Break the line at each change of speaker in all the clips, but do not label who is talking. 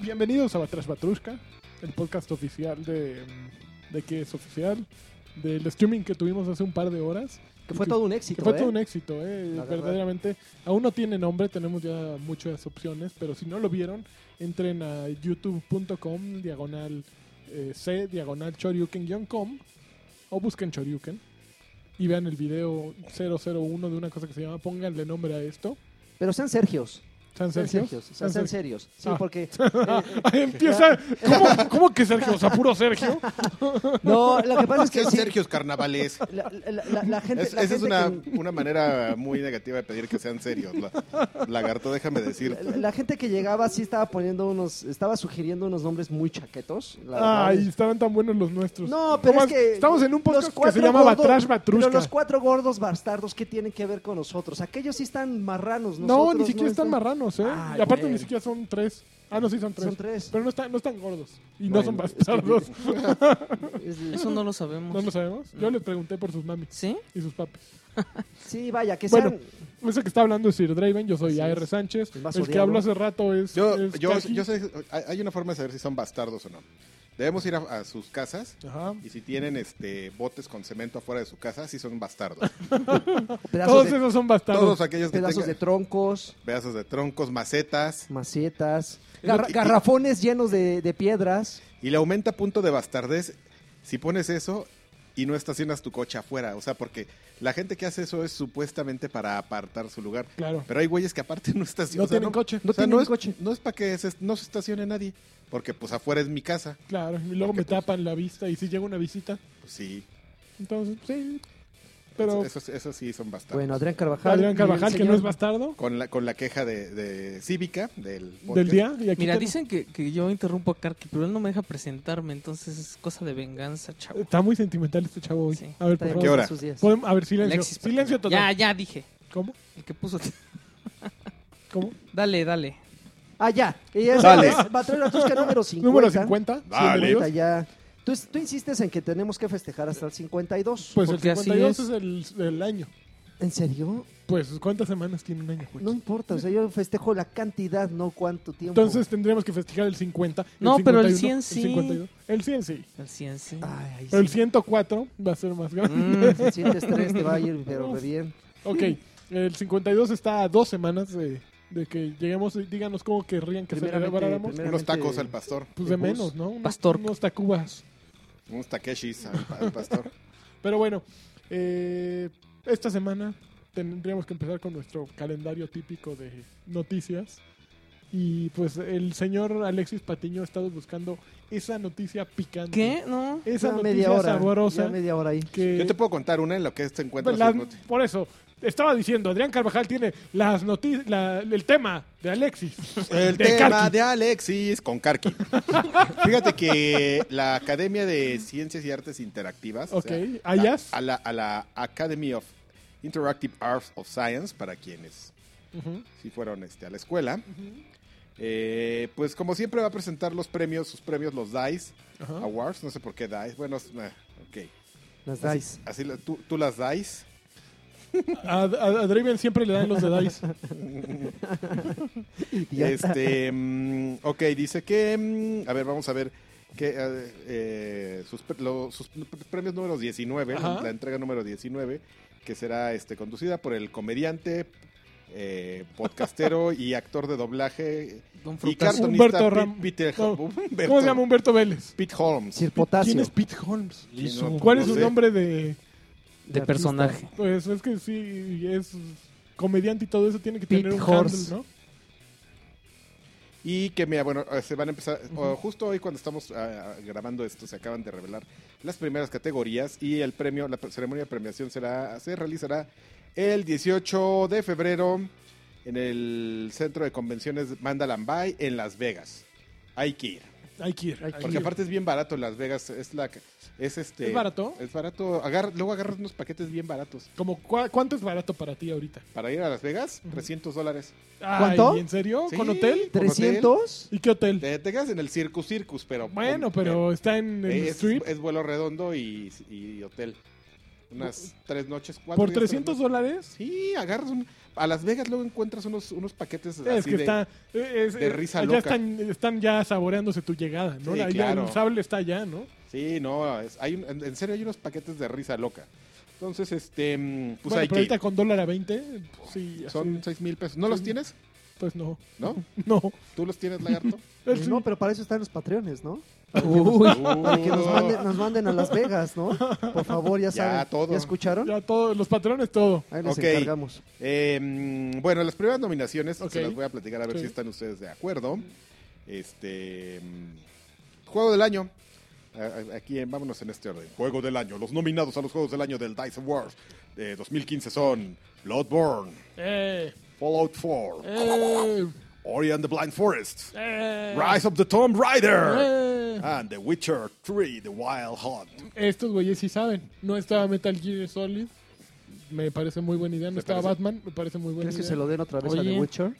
Bienvenidos a Batrash Batrushka, el podcast oficial de. ¿De qué es oficial? Del streaming que tuvimos hace un par de horas.
Que fue todo un éxito.
Que fue
¿eh?
todo un éxito, ¿eh?
La verdad.
verdaderamente. Aún no tiene nombre, tenemos ya muchas opciones, pero si no lo vieron, entren a youtube.com, diagonal eh, C, diagonal choryuken-com, o busquen choryuken, y vean el video 001 de una cosa que se llama Pónganle nombre a esto.
Pero sean Sergios.
¿San
Sean
Sergio?
Sergios. o sea, Sean serios. Sí,
Ah.
porque. eh,
Ahí empieza. ¿Cómo, ¿Cómo que Sergio? O sea, puro Sergio.
no, lo que pasa es que.
Sean
sí,
Sergios carnavales.
la, la- la- la gente.
Es-
la
esa es
gente
una,
que-
una manera muy negativa de pedir que sean serios. la- lagarto, déjame decir.
la- la gente que llegaba sí estaba poniendo unos, estaba sugiriendo unos nombres muy chaquetos. la verdad.
Ay, estaban tan buenos los nuestros.
No, pero es
Nomás,
que.
Estamos en un
los
podcast que se
cuatro
llama
gordos-
Batrash
Pero
Batrushka.
los cuatro gordos bastardos, ¿qué tienen que ver con nosotros? Aquellos sí están marranos.
No,
nosotros
ni siquiera están marranos, ¿eh?
Ay,
y aparte
güey.
ni siquiera son tres. Ah, no, sí son tres.
Son tres.
Pero no están, no están gordos. Y no
Bueno,
son
es que-
bastardos.
Es-
Eso no lo sabemos.
¿No lo sabemos? Yo les pregunté por sus mamis
¿Sí?
y sus papis.
Sí, vaya, que
Bueno,
sean.
Ese que está hablando es Sir Draven, yo soy
Así
A.R.
es.
Sánchez.
El
El,
más
que
odiado.
habló hace rato es.
Yo,
es
yo,
Kaki.
yo sé, hay- hay una forma de saber si son bastardos o no. Debemos ir a, a sus casas
Ajá.
y si tienen este botes con cemento afuera de su casa, sí son bastardos.
pedazos
Todos
de-
esos son bastardos.
Todos aquellos que
pedazos
tengan
de troncos.
pedazos de troncos, macetas.
macetas,
Es lo
garra-
que-
garrafones llenos de, de piedras.
Y le aumenta punto de bastardez si pones eso y no estacionas tu coche afuera. O sea, porque la gente que hace eso es supuestamente para apartar su lugar.
Claro.
Pero hay güeyes que aparte no estacionan.
No
o sea,
tienen coche.
No
o sea,
tienen
no es,
coche.
No es para que se- no se estacione nadie. Porque pues afuera es mi casa.
Claro, y luego
Porque,
me
pues-
tapan la vista y si llega una visita.
Pues sí.
Entonces, sí. Pero
Eso, eso- eso sí son bastardos.
Bueno, Adrián Carvajal.
Adrián
y
Carvajal,
el
que no es
señor-
bastardo,
Con la, con la queja de, de cívica del
del
podcast.
día. Y aquí
Mira,
tenemos-
dicen que, que yo interrumpo a Karki, pero él no me deja presentarme, entonces es cosa de venganza, chavo.
Está muy sentimental este chavo hoy.
Sí.
A ver, por
Está bien,
¿Qué
favor.
hora?
sus días.
Podemos- A ver, silencio.
Alexis,
silencio total.
Ya, ya dije.
¿Cómo?
El que puso.
¿Cómo?
Dale, dale.
Ah, ya. Y es
Dale.
Batrera Tusca número 50.
Número 50.
Dale.
bienvenidos.
Ya. Tú, tú insistes en que tenemos que festejar hasta el 52.
Pues
Porque
el
así
52
es.
es, el, el año.
¿En serio?
Pues, ¿cuántas semanas tiene un año, güey?
No importa. O sea, yo festejo la cantidad, no cuánto tiempo.
Entonces tendríamos que festejar el 50. el
No, pero el
51,
100 sí.
El, 52. el 100 sí.
El cien, sí.
Ah.
Ay, ahí
Pero el
sí.
104 va a ser más grande.
Mm,
Si sientes tres, te va a ir, pero re bien.
Ok, el 52 está a dos semanas de, de que lleguemos. Díganos cómo querrían que
Primeramente,
celebráramos.
primer-
Unos tacos al pastor.
Pues
de
de
bus.
menos, ¿no? Unos,
Pastor.
Unos tacubas.
Unos takeshis al, al pastor.
Pero bueno, eh, esta semana tendríamos que empezar con nuestro calendario típico de noticias. Y pues el señor Alexis Patiño ha estado buscando esa noticia picante.
¿Qué? No.
Esa
Ya
noticia
media hora.
sabrosa.
Ya media hora ahí.
Que,
Yo te puedo contar una en lo que se encuentra.
pues, la- por eso, estaba diciendo, Adrián Carvajal tiene las noticias, el tema de Alexis.
El
de
tema
Karki.
de Alexis con Karki. Fíjate que la Academia de Ciencias y Artes Interactivas,
Ok,
la-
¿Ayas?
a, la, a la Academy of Interactive Arts of Science, para quienes
Ujú.
sí fueron este, a la escuela, eh, pues como siempre va a presentar los premios, sus premios, los DICE
Ajá.
Awards, no sé por qué DICE, bueno, es- eh, ok.
Las dais.
Así, la- tú, tú las DICE.
A, a- a Draven siempre le dan los de Dice.
Idiota.
Este, mm, ok, dice que, mm, a ver, vamos a ver, que eh, eh, sus, pre- lo- sus premios números 19,
Ajá.
la, la entrega número 19, que será este, conducida por el comediante, eh, podcastero y actor de doblaje
Don
y
Frutas.
cartonista
Humberto
Pi-
Ram-
Peter
no,
Humberto-
¿Cómo se llama Humberto Vélez?
Pete Holmes.
Sir Potasio.
¿Quién es Pete Holmes?
Sí, no,
¿Cuál
no
es su
sé.
nombre de...?
De
artista.
personaje.
Pues es que sí, es comediante y todo eso, tiene que
Pete
tener un
Horse.
handle, ¿no?
Y que, mira, bueno, eh, se van a empezar, o justo hoy cuando estamos ah, ah, grabando esto, se acaban de revelar las primeras categorías y el premio, la pre- ceremonia de premiación será, se realizará el 18 de febrero en el Centro de Convenciones Mandalay Bay en Las Vegas. Hay que ir.
Hay que ir.
Hay que
hay
ir.
Porque aparte es bien barato en Las Vegas, es la que- es este
¿Es barato?
Es barato, agarra- luego agarras unos paquetes bien baratos.
Como, cua- ¿Cuánto es barato para ti ahorita?
Para ir a Las Vegas, 300 dólares.
Ay,
¿Cuánto?
¿En serio?
Sí,
¿Con hotel?
con hotel.
¿300?
¿Y qué hotel?
Te, te quedas en el Circus Circus, pero
Bueno, pero está en el
Eh, es,
strip.
es vuelo redondo y, y hotel. unas tres noches, cuatro.
Por
días, tres
300
noches.
dólares.
Sí, agarras un... A Las Vegas luego encuentras unos, unos paquetes
Es
así
que
de-
está. eh, es-
de
eh,
risa
allá
loca.
Están, están ya saboreándose tu llegada, ¿no?
Sí,
Ahí
claro.
El sable está allá, ¿no?
Sí, no, es- hay un- en en serio hay unos paquetes de risa loca. Entonces, este, mm, pues
bueno, pero
hay que...
ahorita con dólar a 20, sí.
ir.
así,
Son seis mil pesos. ¿No los
Sí.
tienes?
Pues no.
¿No?
No.
¿Tú los tienes, lagarto?
Eh, sí.
No, pero para eso están los patreones, ¿no?
Uy,
Para que nos
Uh,
manden, nos manden a Las Vegas, ¿no? Por favor, ya
Ya,
saben.
todo.
¿Ya escucharon?
Ya todo, los patrones todo.
Ahí les
Ok.
encargamos.
Eh, mm, bueno, las primeras nominaciones
Ok.
se las voy a platicar a ver
Sí.
si están ustedes de acuerdo. Este mm, juego del año. A- a- Aquí en- vámonos en este orden. Juego del año. Los nominados a los juegos del año del Dice Awards de 2015 son Bloodborne,
Eh,
Fallout 4,
eh,
Ori and the Blind Forest,
eh,
Rise of the Tomb Raider
eh.
and The Witcher 3: The Wild Hunt.
Estos güeyes sí saben. No estaba Metal Gear Solid. Me parece muy buena idea. No
¿Te
estaba
parece?
Batman. Me parece muy buena
¿Crees que
idea.
se lo den otra vez a
Oye.
The Witcher?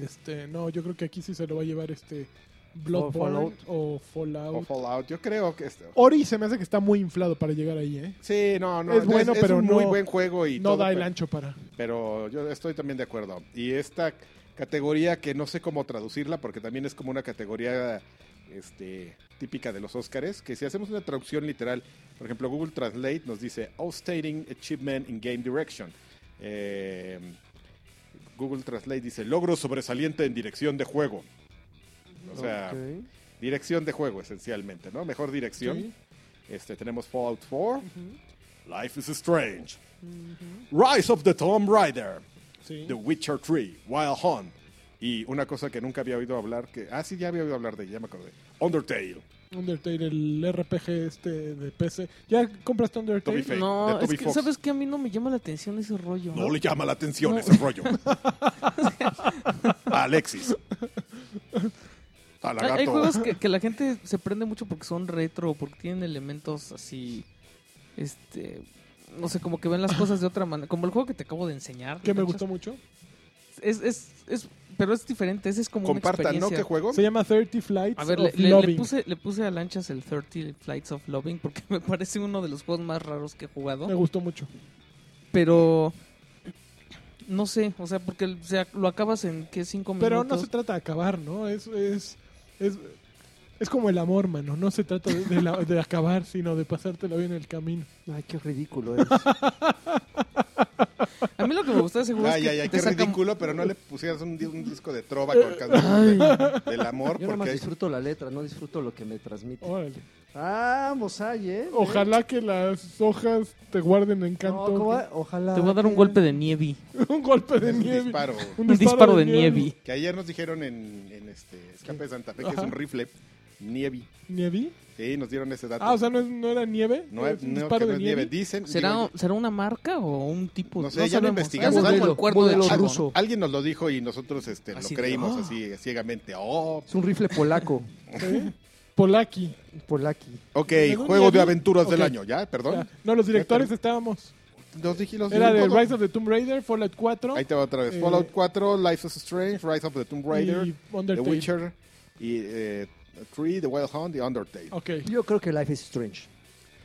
Este, no, yo creo que aquí sí se lo va a llevar este Bloodborne
Fallout.
o Fallout. Oh,
O Fallout, yo creo que este.
Ori se me hace que está muy inflado para llegar ahí, ¿eh?
Sí, no, no.
Es bueno, pero
un muy
no-
buen juego y
no
todo,
da el
pero-
ancho para.
Pero yo estoy también de acuerdo. Y esta categoría que no sé cómo traducirla, porque también es como una categoría este, típica de los Óscares, que si hacemos una traducción literal, por ejemplo, Google Translate nos dice Outstanding Achievement in Game Direction. Eh, Google Translate dice Logro sobresaliente en dirección de juego. O sea,
Ok.
dirección de juego esencialmente, ¿no? Mejor dirección.
Sí.
Este, tenemos Fallout 4, Life is Strange, Rise of the Tomb Raider,
Sí.
The Witcher 3, Wild Hunt y una cosa que nunca había oído hablar, que ah sí ya había oído hablar de ella, ya me acordé. Undertale.
Undertale, el RPG este de PC. ¿Ya compraste Undertale?
Toby Fake, de
no,
Toby
es que,
Fox.
¿sabes que A mí no me llama la atención ese rollo.
No le llama la atención
No.
ese rollo. A Alexis. A
Hay, hay
Lagarto.
juegos que, que la gente se prende mucho porque son retro, porque tienen elementos así, este, no sé, como que ven las cosas de otra manera. Como el juego que te acabo de enseñar.
Que me
¿cachas?
gustó mucho.
Es, es, es, pero es diferente, ese es como una
Compartan, ¿no?
experiencia.
¿Qué juego?
Se llama 30 Flights
A ver, le,
of
le- le
Loving.
puse, le puse a lanchas el 30 Flights of Loving porque me parece uno de los juegos más raros que he
Me
jugado.
gustó mucho.
Pero no sé, o sea, porque o sea, lo acabas en que cinco
Pero
minutos.
no se trata de acabar, ¿no? Es, es, es, es como el amor, mano. No se trata de, de la- de acabar, sino de pasártelo bien en el camino.
Ay, qué ridículo es.
A mí lo que me gusta de ese juego es
Ay,
que
ay, ay,
te
qué
saca-
ridículo, pero no le pusieras un, di- un disco de trova con canciones de- del amor,
Yo nada más
porque
disfruto la letra, no disfruto lo que me transmite.
Órale.
Vamos, ay, ¿eh?
Oh. Ojalá que las hojas te guarden
No,
encanto.
¿cómo va? ojalá.
Te voy a dar un
que-
golpe de nieve.
un golpe de
es un
nieve.
disparo.
Un disparo de nieve.
Que ayer nos dijeron en, en este Escape de Santa Fe que es
Ajá.
un rifle Nievi.
¿Nievi?
Sí, nos dieron ese dato.
Ah, o sea, eh, ¿no, es- no era nieve?
no, es,
un
no, que no es nieve. Dicen.
¿Será,
digo,
¿Será una marca o un tipo?
No sé, ya lo
sabemos.
investigamos.
Eso es como
Modelo,
el cuerno de
modelo
Chivo, ¿no?
ruso.
alguien nos lo dijo y nosotros este, lo
Así de,
creímos
"Ah".
así ciegamente. Oh.
Es un rifle polaco,
¿Sí? ¿Eh? Polaki.
polaki.
Ok,
¿Algún
juego de
Nievi?
aventuras del
Ok.
año, ¿ya? Perdón.
Ya. No, los directores
Ya,
estábamos.
Los dije, los
Era
dije
de
todo.
Rise of the Tomb Raider, Fallout 4
Ahí te va otra vez.
Eh,
Fallout 4, Life is Strange, Rise of the Tomb Raider,
y
The
Undertale.
Witcher y eh, Tree, The Wild Hunt y Undertale.
Ok.
Yo creo que Life is Strange.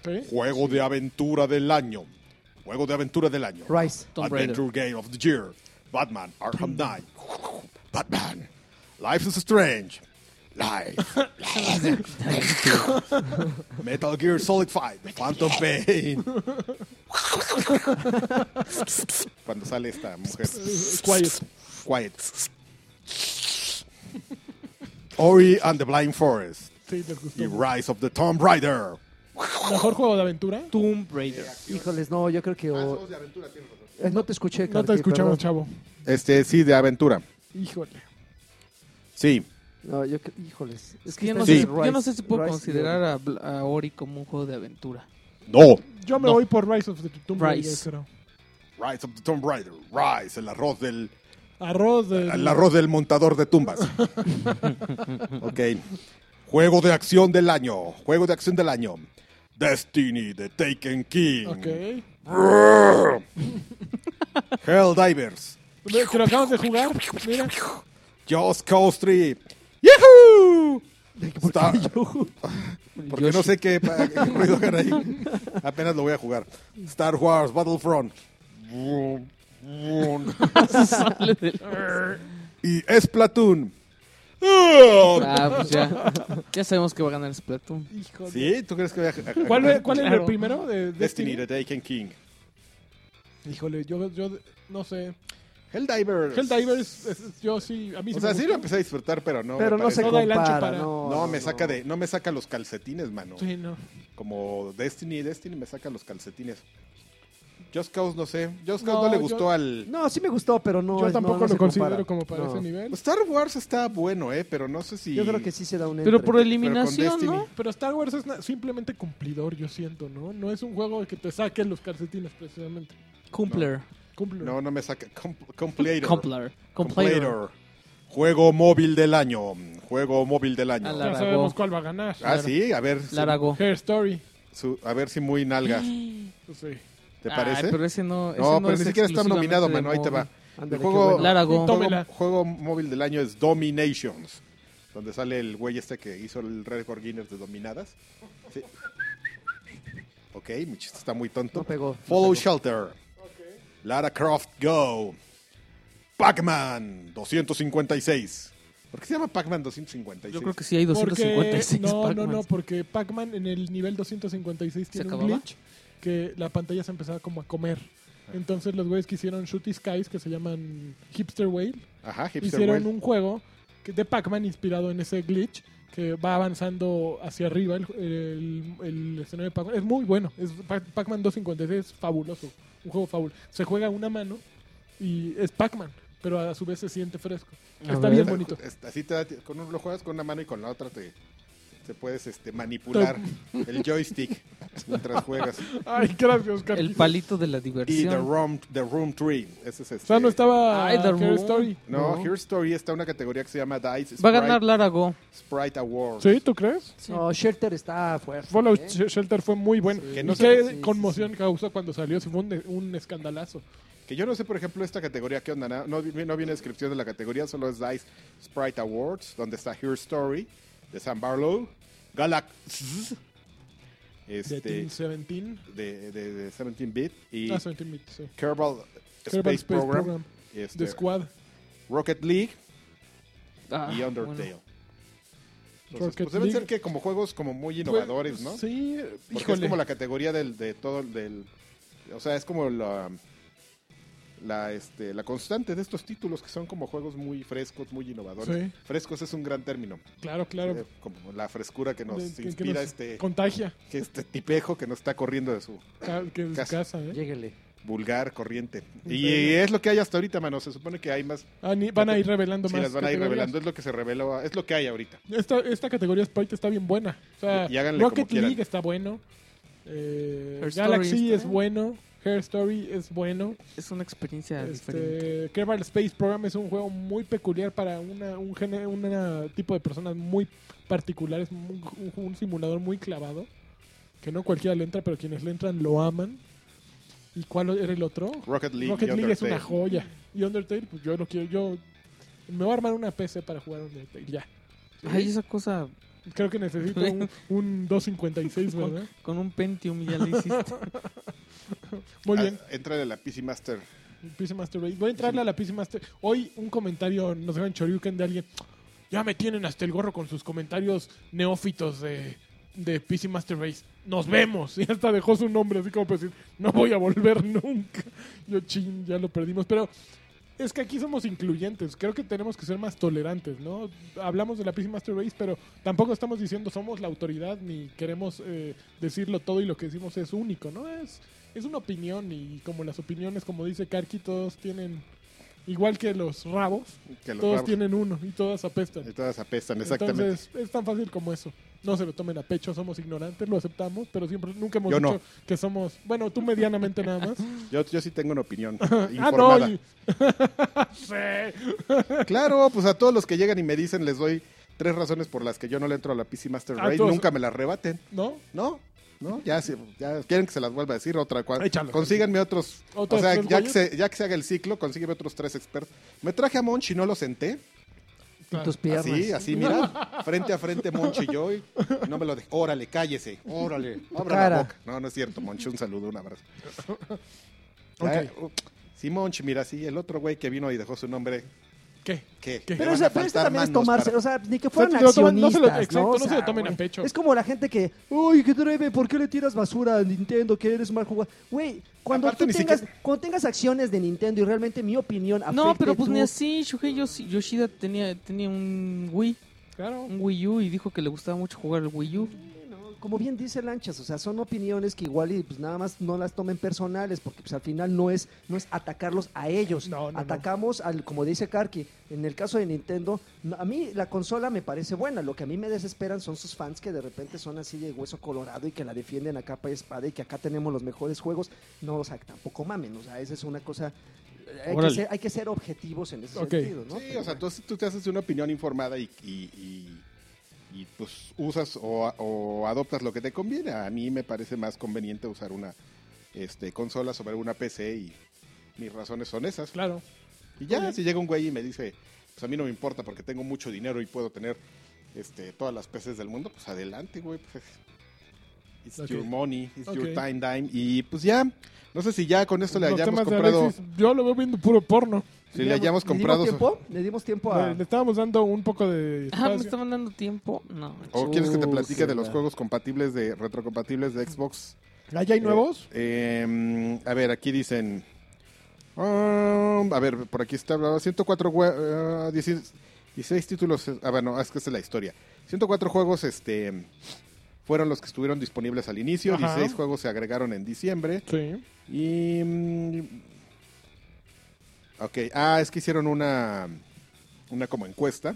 ¿Sí?
Juego de aventura del año. Juego de aventura del año.
Rise.
Tomb Raider.
Adventure Game of the Year. Batman, Arkham Knight. Batman. Life is Strange. Life. Metal Gear Solid 5. The Phantom Pain. Cuando sale esta mujer.
Quiet.
Quiet. Ori and the Blind Forest.
Sí, les
Y
gustó.
Rise of the Tomb Raider.
Mejor juego de aventura.
Tomb Raider.
Híjoles, no, yo creo que. o-
Ah,
Eh, no te escuché,
No te
Karki,
escuchamos,
perdón.
chavo.
Este, sí, de aventura.
Híjole.
Sí.
No, yo cre- híjoles.
Es que yo
está
no,
Sí.
sé,
entre Rise-
yo no sé si puedo
Rise y
considerar
Ori.
a, Bl- a Ori como un juego de aventura.
No.
Yo me
No.
voy por Rise of the Tomb Raider.
Rise.
creo.
Rise of the Tomb Raider. Rise, el arroz del...
Arroz de...
El arroz del montador de tumbas. ok. Juego de acción del año. Juego de acción del año. Destiny de Taken King.
Ok.
Helldivers.
Ve, Que lo acabas de jugar. Mira.
Just Cause 3. ¡Yahoo!
¿Por qué
Está-
yo?
Porque no sé qué, pa- qué ruido hagan ahí. Apenas lo voy a jugar. Star Wars Battlefront.
Sale del-
Y Splatoon. ¡Oh,
Ah, pues ya. Ya sabemos que va a ganar Splatoon.
Hijo de-
¿Sí? ¿Tú crees que voy a- a- a-
¿Cuál, es- cuál era
Claro.
el primero? De Destiny.
Destiny, The Taken King.
Híjole, yo, yo no sé.
Helldivers.
Helldivers, es- es- yo sí, a mí sí
Pues- O sea,
me
sí lo
gusta.
empecé a disfrutar, pero no.
Pero
me
no se
parece-
No da el ancho
compara.
para-
No,
No, me saca de, no me saca los calcetines, mano.
Sí, no.
Como Destiny, Destiny me saca los calcetines. Just Cause, no sé. Just Cause no,
No,
le
yo-
gustó al.
No, sí me gustó, pero no.
yo
es- no,
tampoco
no se
lo considero
compara.
como para
No.
ese nivel.
Star Wars está bueno, eh, pero no sé si.
Yo creo que sí se da un
Pero
entre.
por eliminación,
Destiny.
¿no?
Pero Star Wars es na- simplemente cumplidor, yo siento, ¿no? No es un juego que te saque los calcetines, precisamente.
Cumpler.
Cumple.
No, no me saca. Compl- Complator.
Cumpler. Complator.
Complator. Juego móvil del año. Juego móvil del año.
A la-
ya
Laragó.
sabemos cuál va a ganar.
Ah, sí, a ver. si-
Laragó.
Hair Story.
su- a ver si muy nalga.
Pues sí.
¿Te
Ay,
parece?
pero ese no. ese
no, pero
es
ni siquiera está
exclusivamente
nominado,
de
mano. Ahí te va.
móvil.
Ándale,
El
qué
juego-
bueno.
Laragó.
Toma.
Juego,
Tómela.
juego móvil del año es Dominations. Donde sale el güey este que hizo el récord Guinness de dominadas. Sí. Ok, mi chiste está muy tonto.
No pegó, no
Follow
pegó.
Shelter. Lara Croft Go. Pac-Man 256. ¿Por qué se llama Pac-Man 256?
Yo creo que sí hay
Porque,
256
no, no,
Pac-Man.
no, porque Pac-Man en el nivel 256 tiene un
acababa?
glitch que la pantalla se empezaba como a comer. Entonces los güeyes que hicieron Shooty Skies, que se llaman Hipster Whale,
Ajá, Hipster
hicieron
World.
un juego que- de Pac-Man inspirado en ese glitch que va avanzando hacia arriba el, el- el escenario de Pac-Man. Es muy bueno. Es Pa- Pac-Man 256 es fabuloso. Un juego fabuloso. Se juega a una mano y es Pac-Man, pero a su vez se siente fresco.
A
Está
ver.
bien bonito.
Es- Así te da- con un, lo juegas con una mano y con la otra te, te puedes este, manipular el joystick mientras juegas.
Ay, gracias, Oscar.
El palito de la
Y The
diversión.
Room, the room 3. Ese es este.
O sea, no estaba
Ay, The
Hair
Room.
Story.
No,
No.
Here Story está una categoría que se llama Dice Sprite,
Va a ganar Laragó.
Sprite Award.
¿Sí? ¿Tú crees?
No, Shelter está fuerte.
Fallout
¿eh?
Sh- Shelter fue muy bueno.
Sí.
Que
Que
no
no
qué
sé- sí, sí,
conmoción causó cuando salió. Sí, fue un, de- un escandalazo.
Que yo no sé, por ejemplo, esta categoría, ¿qué onda? No, no vi- no viene descripción de la categoría, solo es Dice Sprite Awards, donde está Here Story, de Sam Barlow, Galax,
De
este,
Team 17.
de, de, de 17-bit, y
Ah, 17, sí.
Kerbal Space,
Kerbal Space
Program,
Program.
este,
The Squad.
Rocket League
Ah,
y Undertale.
bueno.
Rocket
Entonces, pues deben
League. Pues,
ser que como juegos como muy innovadores, ¿no?
Sí,
Porque
híjole.
es como la categoría del, de todo el- del o sea, es como la la este la constante de estos títulos que son como juegos muy frescos, muy innovadores.
Sí.
Frescos es un gran término.
Claro, claro.
Eh, como la frescura que nos
De- que- que
inspira
nos
este
Contagia
que este tipejo que nos está corriendo de su
ca- que es
Cas-
casa, ¿eh?
Lléguele.
vulgar corriente. Y,
Increíble.
es lo que hay hasta ahorita, mano. Se supone que hay más,
Ah, ni- van a ir revelando
si
más.
las van a ir
categorías.
revelando, es lo que se reveló, es lo que hay ahorita.
Esta, esta categoría Sprite está bien buena. O sea,
Y- y háganle
Rocket
como quieran.
League está bueno. eh,
Hair Story
Galaxy
está
es
bien.
bueno. Hair Story es bueno.
Es una experiencia diferente.
Este, Kerbal Space Program es un juego muy peculiar para una, un, gene- una tipo de personas muy particulares. Un, un- un simulador muy clavado. Que no cualquiera le entra, pero quienes le entran lo aman. ¿Y cuál era el otro?
Rocket League,
Rocket
y
League es una
Undertale.
joya. Y Undertale, pues yo lo quiero. Yo me voy a armar una PC para jugar Undertale. Ya. ¿Sí?
Ay, esa cosa
Creo que necesito un, un 256, ¿verdad?
con un Pentium ya le hiciste.
Muy bien.
Ah, entra de la PC Master.
PC Master Race. Voy a entrarle a la PC Master. Hoy un comentario nos dejan Choryuken de alguien. Ya me tienen hasta el gorro con sus comentarios neófitos de, de PC Master Race. Nos vemos. Y hasta dejó su nombre así como para decir, no voy a volver nunca. Yo ching, ya lo perdimos. Pero es que aquí somos incluyentes. Creo que tenemos que ser más tolerantes, ¿no? Hablamos de la PC Master Race, pero tampoco estamos diciendo somos la autoridad ni queremos eh, decirlo todo y lo que decimos es único, ¿no? Es, es una opinión y como las opiniones, como dice Karki, todos tienen, igual que los rabos,
Que los
todos
bravos-
tienen uno y todas apestan.
y todas apestan, exactamente.
Entonces, es tan fácil como eso. No se lo tomen a pecho, somos ignorantes, lo aceptamos, pero siempre nunca hemos
Yo no.
dicho que somos, bueno, tú medianamente nada más.
Yo, yo sí tengo una opinión
ah, no.
informada.
y- sí.
Claro, pues a todos los que llegan y me dicen les doy tres razones por las que yo no le entro a la PC Master
A
Race,
todos.
nunca me las rebaten,
¿No?
¿no? ¿No? Ya, se- ya quieren que se las vuelva a decir otra cual.
Échalo.
Consíganme otros,
Otros
o sea,
tres
ya que,
güeyes.
se, ya que se haga el ciclo, consígueme otros tres expertos. Me traje a Monchi, no lo senté.
Ah,
Y tus piernas.
Así, así, mira, frente a frente Moncho y yo, y no me lo dejé. Órale, cállese, órale, abra
cara.
la boca. No, no es cierto, Moncho, un saludo, un abrazo.
Ok.
Ya, uh, Sí, Moncho, mira, sí, el otro güey que vino y dejó su nombre,
¿Qué? ¿Qué?
¿qué? Le
Te
Pero,
van
o sea,
a
pero esto
faltar
también es
manos
tomarse,
para-
o sea, ni
sea,
que fueran
no se lo tomen- no
accionistas,
se
no
lo- exacto,
O
no se
sea,
lo tomen a
güey,
pecho.
Es como la gente que, uy, que treve, ¿por qué le tiras basura a Nintendo? Que eres mal jugador. Güey, cuando
Aparte,
tú
ni
tengas,
siquiera-
cuando tengas acciones de Nintendo y realmente mi opinión afecte
No, pero pues
tu-
ni así. Shuhei Yoshi- Yoshida tenía, tenía un Wii,
Claro.
un Wii U y dijo que le gustaba mucho jugar el Wii U.
Como bien dice Lanchas, o sea, son opiniones que igual y pues nada más no las tomen personales, porque pues al final no es, no es atacarlos a ellos.
No, no, no.
Atacamos al, como dice Karki, en el caso de Nintendo, no- a mí la consola me parece buena, lo que a mí me desesperan son sus fans que de repente son así de hueso colorado y que la defienden a capa y espada y que acá tenemos los mejores juegos. No, o sea, tampoco mamen, o sea, esa es una cosa... Hay que,
Órale.
ser, hay que ser objetivos en ese
Ok.
sentido, ¿no?
Sí,
Pero
o sea,
bueno.
tú, tú te haces una opinión informada y, y- y- y, pues usas o, o adoptas lo que te conviene. A mí me parece más conveniente usar una este, consola sobre una PC y mis razones son esas.
Claro.
Y ya,
Ok.
si llega un güey y me dice, pues a mí no me importa porque tengo mucho dinero y puedo tener este, todas las peces del mundo, pues adelante, güey. Pues, it's
Ok.
your money, it's your
Ok.
time, dime. Y pues ya, no sé si ya con esto le
Los
hayamos
temas de
comprado,
Alexis, yo lo veo viendo puro porno. Eh,
si le hayamos
dimos
comprado... su-
tiempo? ¿Le dimos tiempo a...?
Le, le estábamos dando un poco de
Ah, me
espacio.
estaban dando tiempo. No,
¿O quieres que te platique de
Chúsela.
los juegos compatibles de retrocompatibles de Xbox?
¿Ah, ya hay nuevos?
Eh, em, a ver, aquí dicen. um, a ver, por aquí está. ah, 104 hue- ah, 16, 16 títulos. eh, Ah, bueno, es que esta es la historia. 104 juegos este, em, fueron los que estuvieron disponibles al inicio.
Ajá.
16 juegos se agregaron en diciembre.
Sí.
Y. mm, ok, ah, es que hicieron una. Una como encuesta,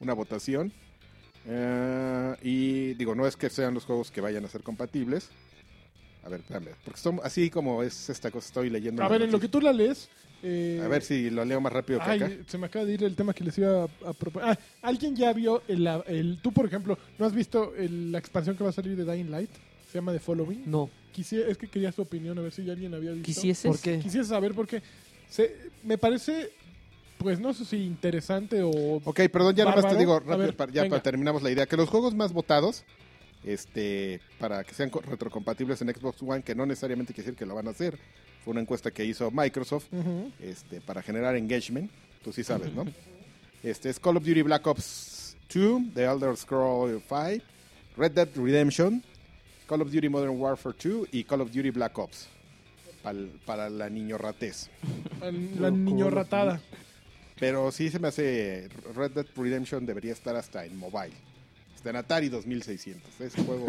una votación. Eh, y digo, no es que sean los juegos que vayan a ser compatibles. A ver, espérame, porque son, así como es esta cosa, estoy leyendo.
A
la
ver, en lo que
noticia.
tú la lees. eh,
A ver si lo leo más rápido que acá.
Ay, se me acaba de ir el tema que les iba a, a proponer. Ah, ¿Alguien ya vio el, el- Tú, por ejemplo, ¿no has visto el- la expansión que va a salir de Dying Light? Se llama The Following.
No,
Quisiera, es que quería su opinión, a ver si alguien había visto.
quisieses.
¿Por qué?
Quisiera saber por qué. Se, me parece, pues no sé si interesante o...
Ok, perdón, ya nada más te
Bárbaro.
digo,
A
rápido,
ver,
para- ya
venga.
para- terminamos la idea, que los juegos más votados, este, para que sean co- retrocompatibles en Xbox One, que no necesariamente quiere decir que lo van a hacer, fue una encuesta que hizo Microsoft
Ujú.
este, para generar engagement, tú sí sabes, ¿no? Este es Call of Duty Black Ops 2, The Elder Scrolls 5, Red Dead Redemption, Call of Duty Modern Warfare 2 y Call of Duty Black Ops, pal- para la niñorratez.
La niño ratada.
Pero sí se me hace. Red Dead Redemption debería estar hasta en mobile. Está en Atari 2600. Ese juego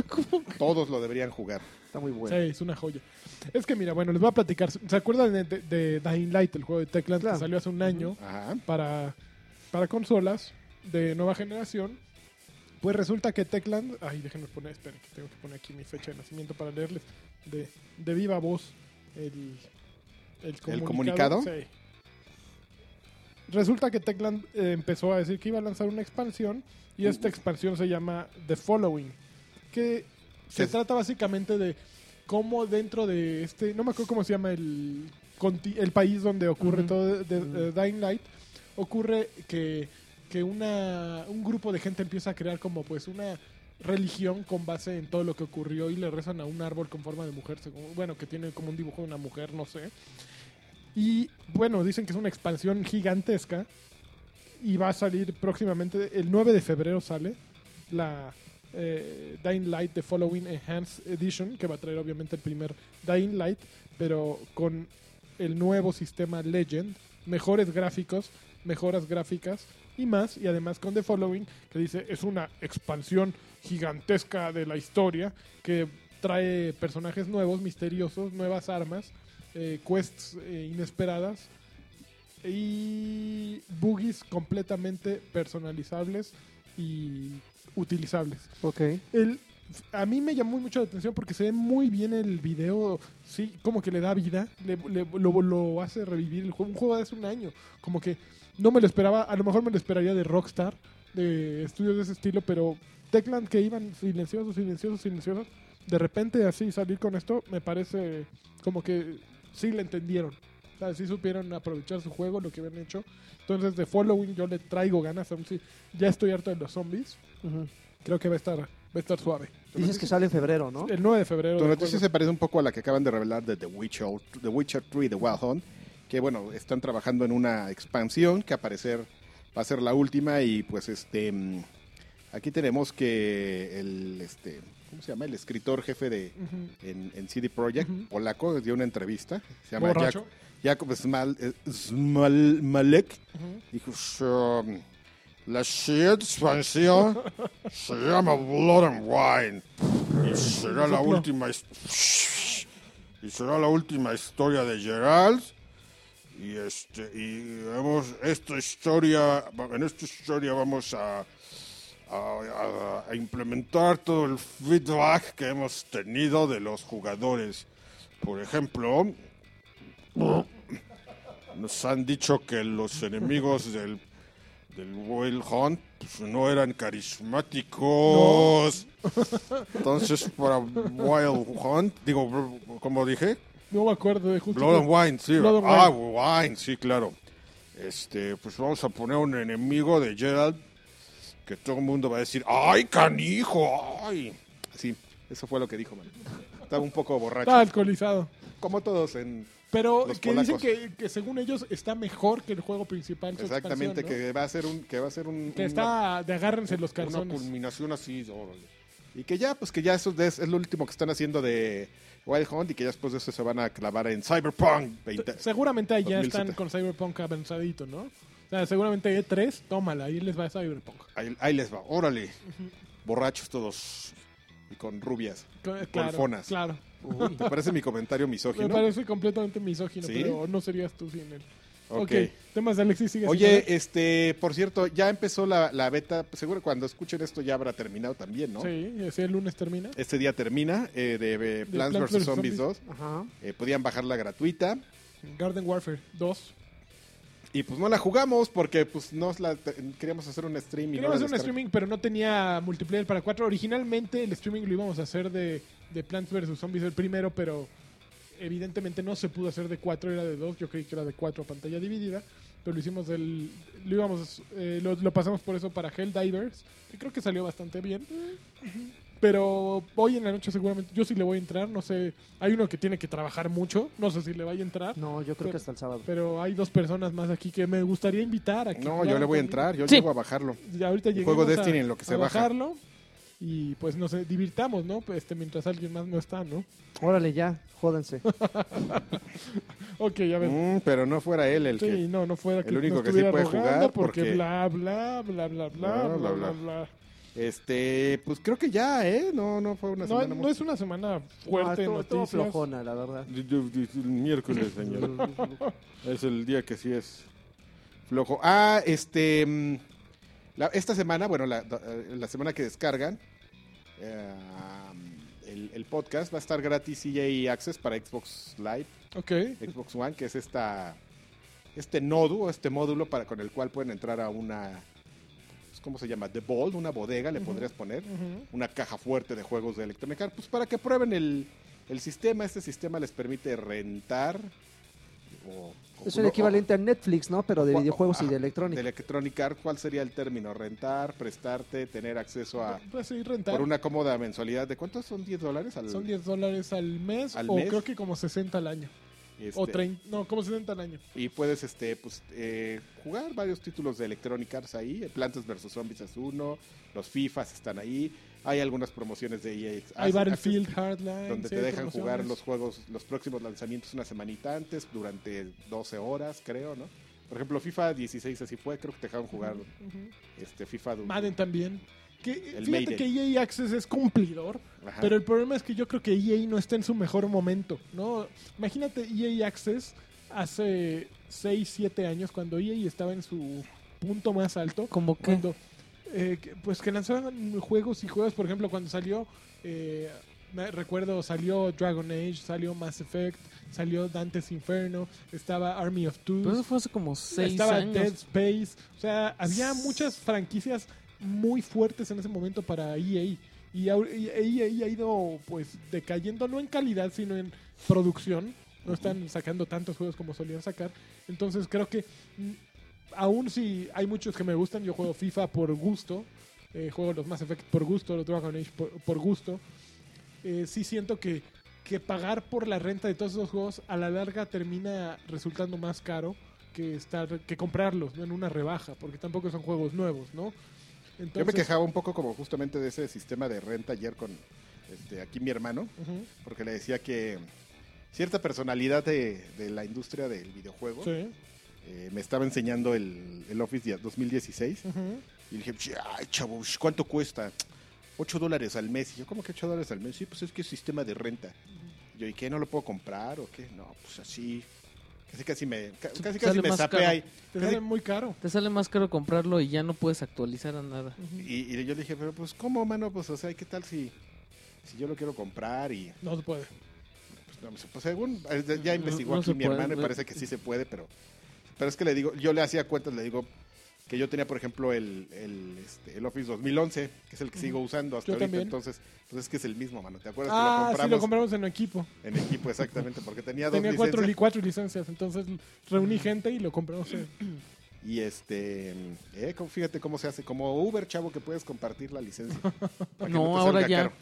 todos lo deberían jugar.
Está muy bueno.
Sí, es una joya. Es que mira, bueno, les voy a platicar. ¿Se acuerdan de, de- de Dying Light, el juego de Techland
Claro.
que salió hace un año?
Ajá.
para, para consolas de nueva generación. Pues resulta que Tecland. Ay, déjenme poner. Esperen, que tengo que poner aquí mi fecha de nacimiento para leerles de, de viva voz el, el
¿El
comunicado.
comunicado?
Sí. Resulta que Tecland eh, empezó a decir que iba a lanzar una expansión. Y esta expansión se llama The Following. Que se
Es-
trata básicamente de cómo dentro de este, no me acuerdo cómo se llama el, conti- el país donde ocurre
Ujú.
todo de, de- Dying Light, ocurre que, que una, un grupo de gente empieza a crear como pues una religión con base en todo lo que ocurrió y le rezan a un árbol con forma de mujer, según- bueno, que tiene como un dibujo de una mujer, no sé. Y bueno, dicen que es una expansión gigantesca y va a salir próximamente, el 9 de febrero sale la eh, Dying Light The Following Enhanced Edition, que va a traer obviamente el primer Dying Light, pero con el nuevo sistema Legend, mejores gráficos, mejoras gráficas y más, y además con The Following, que dice es una expansión gigantesca de la historia, que trae personajes nuevos, misteriosos, nuevas armas, eh, quests eh, inesperadas y boogies completamente personalizables y utilizables.
Ok.
El, a mí me llamó mucho la atención porque se ve muy bien el video, sí, como que le da vida, le, le- lo, lo hace revivir el juego. Un juego de hace un año, como que no me lo esperaba, a lo mejor me lo esperaría de Rockstar, de estudios de ese estilo, pero Techland que iban silenciosos, silenciosos, silenciosos, de repente así salir con esto, me parece como que sí le entendieron. O sea, sí supieron aprovechar su juego, lo que habían hecho. Entonces, de Following yo le traigo ganas, aún si ya estoy harto de los zombies. Creo que va a estar, va a estar suave.
Dices que sale en febrero, ¿no?
El 9 de febrero.
Tu
de
noticia
juego.
se parece un poco a la que acaban de revelar de The Witcher, The Witcher 3, The Wild Hunt, que bueno, están trabajando en una expansión que a parecer va a ser la última y pues este mm, aquí tenemos que el este ¿cómo se llama? el escritor jefe de
Ujú.
en, en CD Projekt,
Ujú.
polaco, dio una entrevista, se llama
Borracho.
Jak- Jakob Smal- eh, Smal- Malek,
Ujú.
dijo "Sí, la siguiente expansión se llama Blood and Wine. Y será la
Sopló.
última. his- Y será la última historia de Gerald. Y este. Y vemos esta historia. En esta historia vamos a. a- a- a implementar todo el feedback que hemos tenido de los jugadores. Por ejemplo, nos han dicho que los enemigos del, del Wild Hunt pues, no eran carismáticos. Entonces, para Wild Hunt, digo, como dije,
No me acuerdo de justo.
Blood and Wine, sí.
Blood and
ah, Wine, sí, claro. Este, pues vamos a poner un enemigo de Gerald que todo el mundo va a decir, ¡ay, canijo! ¡Ay! Sí, eso fue lo que dijo, man. Estaba un poco borracho.
Está alcoholizado.
Como todos en...
Pero
Los
que dicen
polacos.
que, que según ellos está mejor que el juego principal. su
Exactamente,
expansión, ¿no?
que va a ser un... Que va a ser un
Que
un-
está de agárrense los
Una
calzones.
culminación así, órale. Y que ya, pues que ya eso es, es lo último que están haciendo de Wild Hunt y que ya después de eso se van a clavar en Cyberpunk 20.
Se- Seguramente ahí ya
2007.
están con Cyberpunk avanzadito, ¿no? O sea, seguramente E3, tómala, ahí les va Cyberpunk.
Ahí, ahí les va, órale. Borrachos todos y con rubias.
Cl- Claro,
Golfonas.
claro.
¿Te parece mi comentario
Me
misógino?
parece completamente misógino,
¿Sí?
pero no serías tú sin él.
Ok.
ok, temas de Alexis sigue
Oye, este, por cierto, ya empezó la, la beta. Seguro cuando escuchen esto ya habrá terminado también, ¿no?
Sí, ese el lunes termina.
Este día termina eh, de, eh, Plants
Plants
vs.
vs.
Zombies
Zombies.
2.
Ajá.
Eh, podían bajarla gratuita.
Garden Warfare 2.
Y pues no la jugamos porque pues nos la queríamos hacer un stream y no
Queríamos hacer
la
un
descarga-
streaming, pero no tenía multiplayer para cuatro. Originalmente el streaming lo íbamos a hacer de, de Plants vs. Zombies el primero, pero evidentemente no se pudo hacer de cuatro, era de dos. Yo creí que era de cuatro a pantalla dividida, pero lo hicimos del. Lo, íbamos, eh, lo, lo pasamos por eso para Helldivers, que creo que salió bastante bien. Pero hoy en la noche seguramente yo sí le voy a entrar, no sé. Hay uno que tiene que trabajar mucho, no sé si le vaya a entrar.
No, yo creo que hasta el sábado.
Pero hay dos personas más aquí que me gustaría invitar. A que
No, yo
jugaran
le voy a
conmigo
entrar, yo
Sí.
llego a bajarlo.
ya ahorita lleguemos
juego
a-
Destiny en lo que se
a
baja.
bajarlo y pues nos eh, divirtamos, ¿no? Pues, Este, mientras alguien más no está, ¿no?
Órale, ya, jódanse.
Ok, a ver.
Mm, pero no fuera él el
Sí,
que.
no, no fuera que
el único
nos
que sí
estuviera
puede
rogando
jugar,
porque,
porque-
bla bla bla bla bla
Bla,
bla
bla,
bla.
bla.
bla.
Este, pues creo que ya, ¿eh? No, no fue una
No,
semana
no
muy-
es una semana
Ah,
fuerte en
estuvo- estuvo
noticias.
flojona, la verdad.
El miércoles, señor. es el día que sí es flojo. Ah, este. mm, la- esta semana, bueno, la, da- eh, la semana que descargan, eh, el, el podcast va a estar gratis EA Access para Xbox Live.
Ok.
Xbox One, que es esta este nodo, o este módulo para con el cual pueden entrar a una pues, ¿cómo se llama? The Vault, una bodega le podrías poner,
Ujú.
una caja fuerte de juegos de Electronic Arts, pues para que prueben el, el sistema, este sistema les permite rentar o
Es
o-
el
o-
equivalente a Netflix, ¿no? Pero de
o-
videojuegos y
ajá,
de
de
electrónica.
Electronic Arts, ¿cuál sería el término? Rentar, prestarte, tener acceso a
Pues sí, rentar.
por una cómoda mensualidad de cuántos son 10 dólares al
Son 10 dólares al mes
¿Al
o
mes?
creo que como 60 al año.
este,
O 30, no, como 60 al año.
Y puedes este, pues, eh, jugar varios títulos de Electronic Arts ahí. eh, Plantas vs. Zombies es uno. Los FIFAs están ahí. Hay algunas promociones de EA. Access-
Hay Battlefield,
Access,
Hardline.
ah, Donde
sí,
te
hay
dejan jugar
promociones.
los juegos, los próximos lanzamientos una semanita antes, durante 12 horas, creo, ¿no? Por ejemplo, FIFA 16 así fue. Creo que te dejaron jugar
Ujú.
este, FIFA... du-
Madden también. Que,
El
fíjate
Maiden.
que EA Access es cumplidor,
Ajá.
pero el problema es que yo creo que EA no está en su mejor momento, ¿no? Imagínate EA Access hace 6, 7 años, cuando EA estaba en su punto más alto.
Como que.
Cuando, eh, que- pues que lanzaban juegos y juegos, por ejemplo, cuando salió, eh, me recuerdo, salió Dragon Age, salió Mass Effect, salió Dante's Inferno, estaba Army of Two
Pero eso fue hace como seis
estaba
años.
Dead Space. O sea, había muchas franquicias muy fuertes en ese momento para E EA. E Y au- y EA ha ido pues decayendo no en calidad, sino en producción. no están sacando tantos juegos como solían sacar. Entonces creo que mm, aún si hay muchos que me gustan, yo juego FIFA por gusto, eh, juego los Mass Effect por gusto, los Dragon Age por, por gusto, eh, sí siento que, que pagar por la renta de todos esos juegos a la larga termina resultando más caro que estar que comprarlos ¿no? en una rebaja, porque tampoco son juegos nuevos, ¿no?
Yo me
Entonces-
quejaba un poco como justamente de ese sistema de renta ayer con este, aquí mi hermano,
Ujú,
porque le decía que cierta personalidad de, de la industria del videojuego
Sí.
eh, me estaba enseñando el, el Office de- 2016
ujú.
y le dije, "Ch- ay chavo, sh, ¿cuánto cuesta? 8 dólares al mes. Y yo, ¿cómo que 8 dólares al mes? Sí, pues es que es sistema de renta. Y yo, ¿y qué? ¿No lo puedo comprar o qué? No, pues así. Casi casi me, ca-
Sale
casi, casi me
más
sapé
caro.
ahí.
Te
Casi-
sale muy caro.
Te sale más caro comprarlo y ya no puedes actualizar a nada.
y, y yo le dije, pero pues, ¿cómo, mano? Pues, o sea, ¿qué tal si, si yo lo quiero comprar y
No se puede.
Pues, no, pues, según, eh, de- ya
No,
investigó
no
aquí
se
mi
puede,
hermano y
no.
parece que sí se puede, pero, pero es que le digo, yo le hacía cuentas, le digo que yo tenía, por ejemplo, el, el, este, el Office 2011, que es el que sigo usando hasta
Yo
ahorita,
también.
entonces, pues es que es el mismo, mano, ¿te acuerdas
Ah,
que
sí,
lo
lo
compramos
compramos en equipo.
en equipo exactamente? Porque tenía dos
Tenía cuatro, li-
licencias
cuatro licencias, entonces reuní gente y lo compramos. en-
y este, eh, como- fíjate cómo se hace, como Uber, chavo, que puedes compartir la licencia. para que
No,
te
ahora
salga
ya
caro.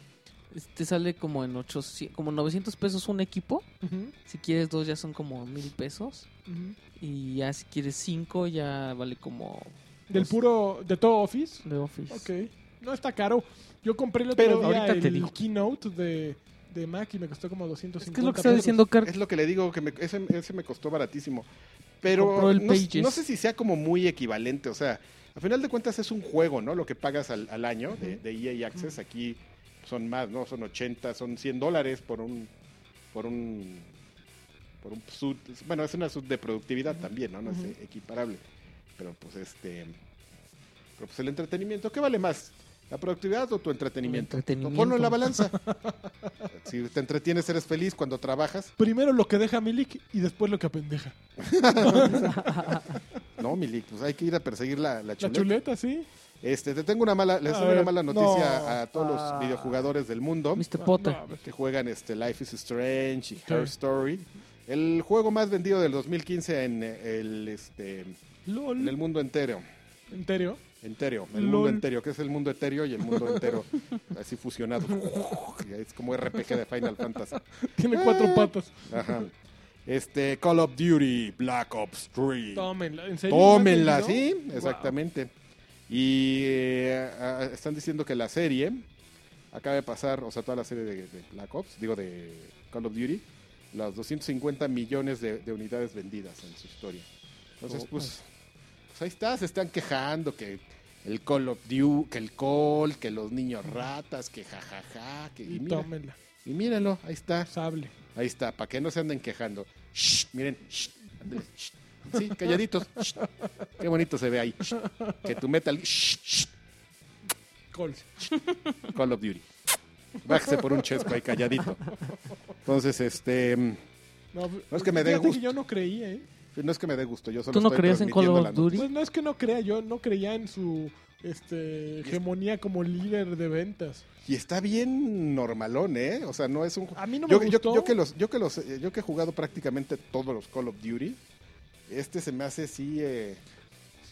te sale como en 800, como 900 pesos un equipo.
Ujú,
Si quieres dos ya son como mil pesos.
ujú.
Y ya si quieres cinco ya vale como
Del puro, de todo Office.
de Office.
Ok. No está caro. Yo compré el
Pero
otro día
ahorita te
el
digo.
keynote de, de Mac y me costó como 250
Es que es lo que está
pesos.
diciendo Car
Es lo que le digo, que me- ese, ese me costó baratísimo. Pero
Compró el
no,
Pages.
no sé si sea como muy equivalente. O sea, al final de cuentas es un juego, ¿no? Lo que pagas al, al año de, de EA Access. Aquí son más, ¿no? Son 80, son 100 dólares por un... Por un por un sud, bueno, es una sud de productividad también, ¿no? No es eh, equiparable. Pero pues este... Pero pues el entretenimiento, ¿qué vale más? ¿La productividad o tu entretenimiento?
El entretenimiento.
Ponlo en la balanza. si te entretienes, eres feliz. Cuando trabajas,
Primero lo que deja Milik y después lo que apendeja.
No, Milik, pues hay que ir a perseguir la, la
La
chuleta.
chuleta, sí.
Este, te tengo una mala, les
A
tengo
ver,
una mala noticia
no.
a todos
Ah.
los videojugadores del mundo
Mr.
No, a
Potter.
ver.
que juegan este Life is Strange y Her Story. El juego más vendido del 2015 en eh, el este en
LOL.
el mundo entero.
Entero.
Entero, el
Lol.
mundo entero, que es el mundo etéreo y el mundo entero, así fusionado. Es como RPG de Final Fantasy.
Tiene cuatro
Eh.
Ah.
patas.
Ajá. Este, Call of Duty, Black Ops 3.
Tómenla. ¿En serio?
Tómenla,
¿Más vendido?
sí, exactamente. Y eh, a- a- están diciendo que la serie acaba de pasar, o sea, toda la serie de, de Black Ops, digo de Call of Duty, las 250 millones de, de unidades vendidas en su historia. Entonces,
Oh,
pues, pues ahí está, se están quejando que el Call of Duty, que el Call, que los niños ratas, que jajaja, que
Y
y, mira,
tómenla.
y mírenlo, ahí está.
Sable.
Ahí está, para que no se anden quejando. Shh, miren, shh, ándale, shh. Sí, calladitos. shh. Qué bonito se ve ahí. shh. Que tu metal. shh, shh,
Col.
Call of Duty. Bájese por un chesco ahí calladito. Entonces, este. mm,
No, pues,
es que me dé
fíjate
gusto.
yo no creía, ¿eh?
No es que me dé gusto, yo solo
¿Tú no
estoy
creías en Call
transmitiendo la
of
nota.
Duty?
Pues no es que no crea, yo no creía en su este, hegemonía como líder de ventas.
Y está bien normalón, ¿eh? O sea, no es un.
A mí no me
yo, yo-
gustó.
yo que los, yo que los, eh, yo que he jugado prácticamente todos los Call of Duty, este se me hace sí eh,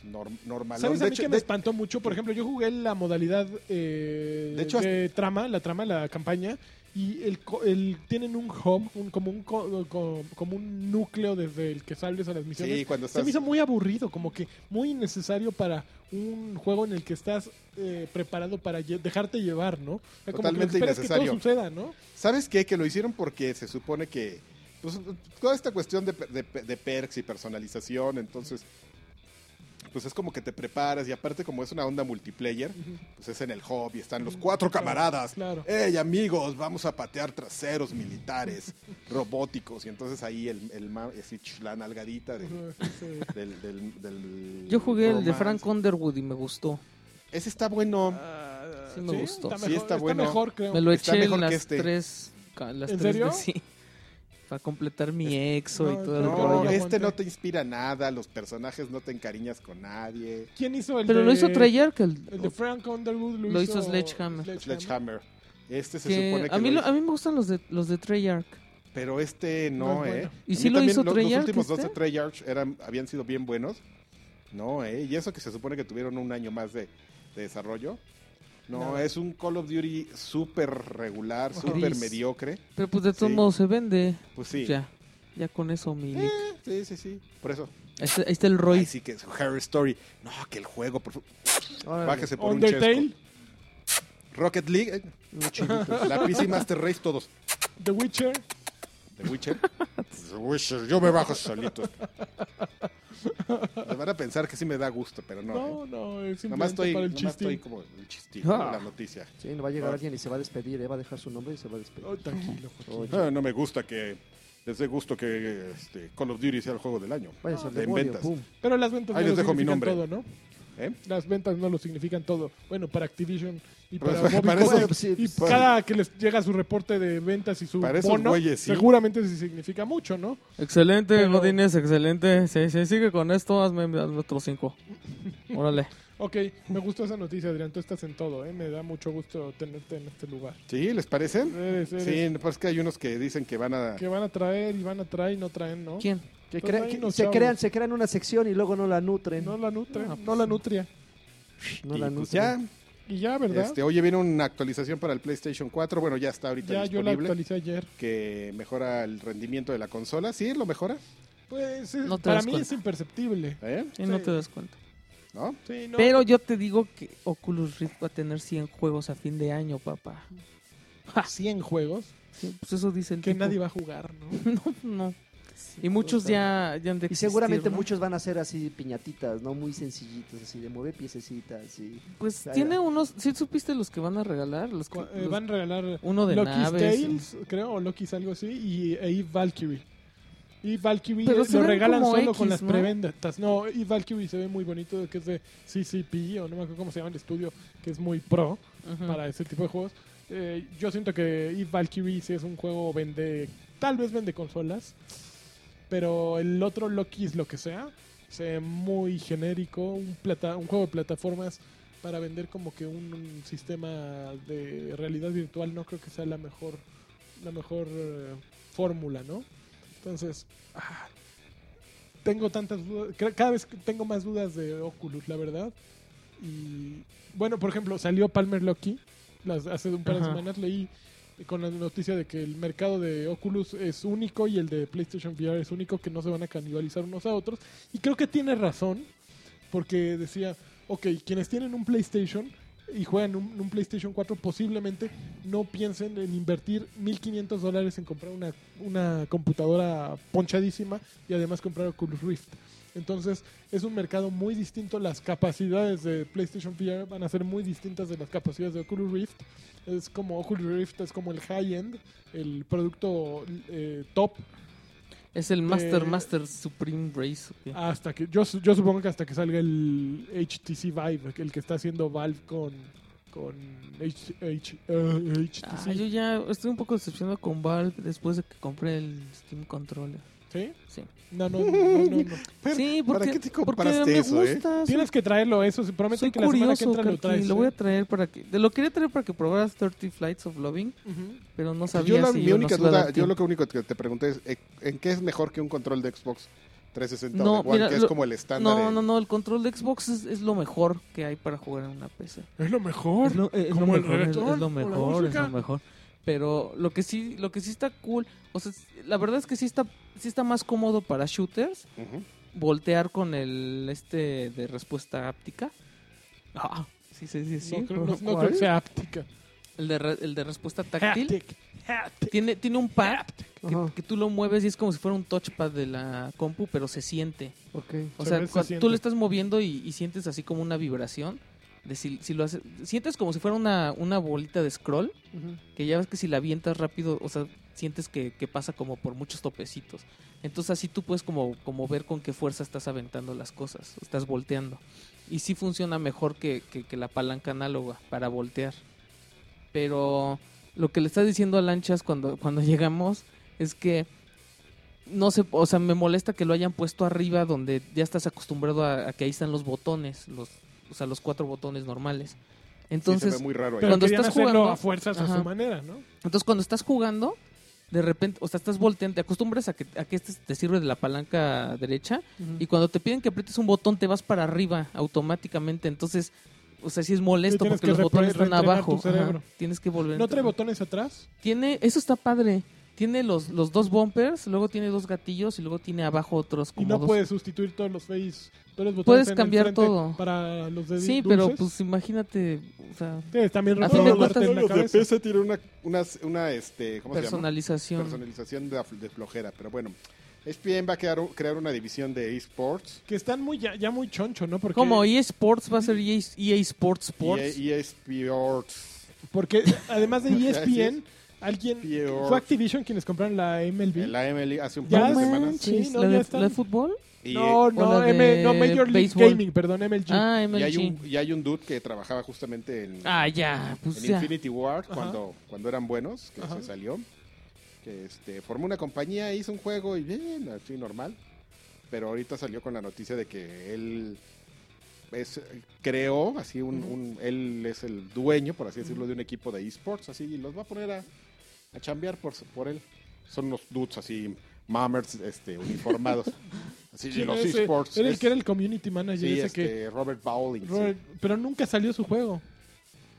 norm- normalón.
¿Sabes
De
a mí
hecho-
que me
de-
espantó mucho? Por ejemplo, yo jugué la modalidad eh,
De hecho,
de trama, la trama, la campaña, y el, co- el- tienen un hub, un- como, un co- co- como un núcleo desde el que sales a las misiones.
sí, cuando
Se
estás.
me hizo muy aburrido, como que muy innecesario para un juego en el que estás eh, preparado para lle- dejarte llevar, ¿no? O sea, como que lo
Totalmente
que esperas es que todo
innecesario.
suceda, ¿no?
¿Sabes qué? Que lo hicieron porque se supone que. Pues toda esta cuestión de, per- de per- de perks y personalización, entonces. Pues es como que te preparas y aparte, como es una onda multiplayer, pues es en el hobby, están los cuatro camaradas. Eh,
Claro.
¡Ey, amigos! Vamos a patear traseros militares, robóticos. Y entonces ahí el, el ma- eh, así, ch, la nalgadita del,
Sí.
del, del- del
Yo jugué el de
romance.
Frank Underwood y me gustó.
Ese está bueno.
Ah, Sí me gustó.
Está
Sí,
mejor,
está bueno.
mejor, creo.
Me lo
Está
eché
mejor
en las
que este.
tres. ca- Las
¿En
tres
serio?
de- sí. Para completar mi exo
no,
y todo el
no,
rollo.
No, este
aguanté.
no te inspira nada, los personajes no te encariñas con nadie.
¿Quién hizo el
Pero
de-
lo hizo Treyarch. el-
El de Frank Underwood lo,
Lo hizo Sledgehammer.
Sledgehammer. Este se
que-
supone que
a, mí
lo
lo-
hizo-
a mí me gustan los de, los de Treyarch.
Pero este no,
No es
¿eh?
bueno.
¿Y
A
si
mí
lo
también
hizo
los, los
Treyarch
últimos dos
este?
de Treyarch eran, habían sido bien buenos. No, ¿eh? Y eso que se supone que tuvieron un año más de, de desarrollo. No,
Nada.
es un Call of Duty súper regular,
Ajá.
súper
Gris.
mediocre.
Pero pues de todos
Sí.
modos se vende.
Pues sí.
Ya, ya con eso, mi.
Eh, sí, sí, sí. Por eso.
Ahí, está, ahí está el
Ay,
Roy.
sí que es Horror Story. No, que el juego, por favor.
Órale,
Bájese por un
Undertale,
chesco. Rocket League, eh,
un chivito.
la PC Master Race, todos.
The Witcher,
The Witcher. The Witcher, yo me bajo solito. Van a pensar que sí me da gusto, pero no. ¿eh?
no, no, es
Nada
simplemente
más estoy,
para el
nada más estoy
chiste.
como el chistito
Ah.
la noticia.
Sí, no va a llegar alguien y se va a despedir, ¿eh? va a dejar su nombre y se va a despedir.
Oh, tranquilo, Joaquín.
Ah, no me gusta que les dé gusto que este, Call of Duty sea el juego del año.
Vaya, al
de
demonio,
ventas.
pum.
Pero las ventas
Ahí
no
les
lo
dejo mi
significan
nombre.
todo, ¿no?
¿Eh?
Las ventas no lo significan todo. Bueno, para Activision y
Para-
para,
Pues, para
Mobicom,
esos-
sí,
y
para-
cada que les llega su reporte de ventas y su
Para esos
bono,
güeyes, sí.
seguramente sí significa mucho, ¿no?
Excelente,
Pero-
Godínez, excelente. Sí, sí, sigue con esto, hazme hazme otros cinco. Órale.
Ok, me gustó esa noticia, Adrián. Tú estás en todo, ¿eh? Me da mucho gusto tenerte en este lugar.
¿Sí? ¿Les parece?
Eres- eres-
Sí, no, pues es que hay unos que dicen que van a...
Que van a traer y van a traer y no traen, ¿no?
¿Quién?
Que
Entonces,
crea-
ahí
que-
nos
se,
chavos.
crean, se crean una sección y luego no la nutren.
No
No,
la nutre,
Ah,
no la nutria.
y
la
pues ya,
nutren.
Y ya, ¿verdad?
este, oye, viene una actualización para el PlayStation 4. Bueno, ya está ahorita
ya yo la
disponible.
actualicé ayer.
que mejora el rendimiento de la consola. Sí, lo mejora.
Pues
No
no
te
para
das
mí
cuenta.
es imperceptible.
¿Eh?
Y no
Sí.
te das cuenta.
¿No?
Sí, no.
Pero yo te digo que Oculus Rift va a tener 100 juegos a fin de año, papá.
100 Ah, juegos
Sí, pues eso dice el
que
tipo.
nadie va a jugar, ¿no?
No. Y muchos ya, ya han de
Y
existir,
seguramente
¿no?
muchos van a ser así piñatitas, ¿no? Muy sencillitos, así de mover piececitas. Y...
Pues
Ya,
tiene
ya.
unos... ¿Sí supiste los que van a regalar? Los, que-
Cu- eh,
los-
van a regalar
Uno de
Loki's
naves.
Tales, creo, o Loki's algo así, y e Eve Valkyrie. Y Valkyrie
Pero
eh,
se
lo
ven
regalan
como
solo
X,
con las
¿no?
preventas. No, Eve Valkyrie se ve muy bonito, que es de CCP, o no me acuerdo cómo se llama el estudio, que es muy pro
Ujú.
para ese tipo de juegos. Eh, yo siento que Eve Valkyrie sí es un juego vende, tal vez vende consolas, pero el otro Loki's lo que sea, se ve muy genérico, un, plata, un juego de plataformas para vender como que un, un sistema de realidad virtual no creo que sea la mejor la mejor eh, fórmula, ¿no? Entonces, ah, tengo tantas dudas, cre- cada vez que tengo más dudas de Oculus, la verdad. Y bueno, por ejemplo, salió Palmer Lucky las, hace un par de
Ajá.
semanas leí con la noticia de que el mercado de Oculus es único y el de PlayStation VR es único, que no se van a canibalizar unos a otros. Y creo que tiene razón, porque decía, ok, quienes tienen un PlayStation y juegan un, un PlayStation 4 posiblemente no piensen en invertir 1.500 dólares en comprar una, una computadora ponchadísima y además comprar Oculus Rift. Entonces es un mercado muy distinto, las capacidades de PlayStation VR van a ser muy distintas de las capacidades de Oculus Rift. Es como Oculus Rift es como el high-end, el producto eh, top
Es el Master
Eh, Ah,
Master Supreme Race. ¿o qué?
Hasta que yo, su- yo supongo que hasta que salga el HTC Vive, el que está haciendo Valve con con H- H- eh, HTC.
Ah, yo ya estoy un poco decepcionado con Valve después de que compré el Steam Controller.
¿Sí?
Sí.
No, no, no, no, no.
Pero,
Sí,
¿para
porque,
qué te
porque
compraste
me
eso, eh?
gusta. sí.
Tienes que traerlo eso, se promete
Soy
que la semana que
curioso,
entra lo
Karki,
traes.
lo
¿eh?
voy a traer para que... de- Lo quería traer para que probaras 30 Flights of Loving,
Ujú.
pero no
yo
sabía
la-
si
mi
yo
única
nos iba a
duda,
dar
yo lo
tiempo.
que único que te pregunté es, ¿en- ¿en qué es mejor que un control de Xbox 360
No,
o de One,
mira,
que es
lo-
como el estándar?
No,
en-
no, no, el control de Xbox es, es lo mejor que hay para jugar en una PC.
Es lo mejor.
Es lo, eh, es lo
como el
mejor, es- es,
reggaetón,
lo
o la
mejor, es
música.
lo mejor. Pero lo que sí, lo que sí está cool, o sea, es- la verdad es que sí está, sí está más cómodo para shooters
Ujú.
voltear con el este de respuesta áptica. Ah, sí, sí, sí, sí.
no, creo, Ah, no- no
¿Cuál?
creo que sea áptica.
El de, re- el de respuesta táctil.
Haptic. Haptic.
Tiene, tiene un
Ah.
pad que,
Ajá.
que tú lo mueves y es como si fuera un touchpad de la compu, pero se siente.
Ok.
O
Se
sea,
ve, se
cuando
siente.
tú le estás moviendo y, y sientes así como una vibración. De si, si lo haces- sientes como si fuera una, una bolita de scroll,
Ujú.
que ya ves que si la avientas rápido, o sea, sientes que, que pasa como por muchos topecitos. Entonces así tú puedes como, como ver con qué fuerza estás aventando las cosas, estás volteando. Y sí funciona mejor que, que- que la palanca análoga para voltear. Pero lo que le estás diciendo a Lanchas cuando, cuando llegamos es que no sé, o sea, me molesta que lo hayan puesto arriba donde ya estás acostumbrado a, a que ahí están los botones, los, o sea, los cuatro botones normales.
Sí, se
Entonces,
ve muy raro ahí.
Pero
Cuando
querían
estás
hacerlo
jugando-
a fuerzas
Ajá.
a su manera, ¿no?
entonces cuando estás jugando, de repente, o sea, estás volteando, te acostumbras a que, a que este te sirve de la palanca derecha
Ujú.
y cuando te piden que aprietes un botón te vas para arriba automáticamente, entonces, o sea, sí es molesto
tienes
porque
que
los botones
repre-
están
reentrenar
abajo,
tu
ajá,
cerebro.
tienes que volver. a
¿No trae
entrenar.
botones atrás?
Tiene, eso está padre. Tiene los, los dos bumpers, luego tiene dos gatillos y luego tiene abajo otros
Y
como
no
dos.
puedes sustituir todos los face, todos los botones
Puedes
en el
cambiar
frente
todo.
Para los dedos
Sí, pero pues imagínate, o sea,
Tienes también
A fin de
reprogramarte
cuentas,
en
Todos
la
los de
cabeza.
PC tienen una, una, una, este, ¿cómo se llama?
personalización.
Personalización de, de flojera, pero bueno. E ESPN va a crear, crear una división de eSports.
Que están muy ya, ya muy choncho, ¿no? Porque, E
Como EA Sports va a ser EA, EA Sports Sports.
EA, eSports.
Porque además de E
Así es.
ESPN, alguien...
Peor.
Fue Activision quienes compraron la MLB.
La MLI hace un
Ya
par de
sé.
semanas.
Sí, no,
¿La,
ya
de,
están.
la de fútbol?
Y, eh,
no,
o
no,
la
M- no,
de
Major League
béisbol.
Gaming, perdón, MLG.
Ah, MLG.
y hay un, y hay un dude que trabajaba justamente en,
Ah, ya, pues
en
ya.
Infinity Ward
Ajá.
cuando, cuando eran buenos, que
Ajá.
se salió. Que este, formó una compañía, hizo un juego y bien, así normal. Pero ahorita salió con la noticia de que él es, creó, así un,
Ujú.
un- él es el dueño, por así decirlo, de un equipo de esports, así, y los va a poner a, a chambear por, su- por él. Son unos dudes así, mammers, este, uniformados. así, y
¿Quién
los
era ese?
esports.
Era el
es-
que era el community manager,
sí,
ese
este,
que...
Robert Bowling. sí.
Robert- Pero nunca salió su juego.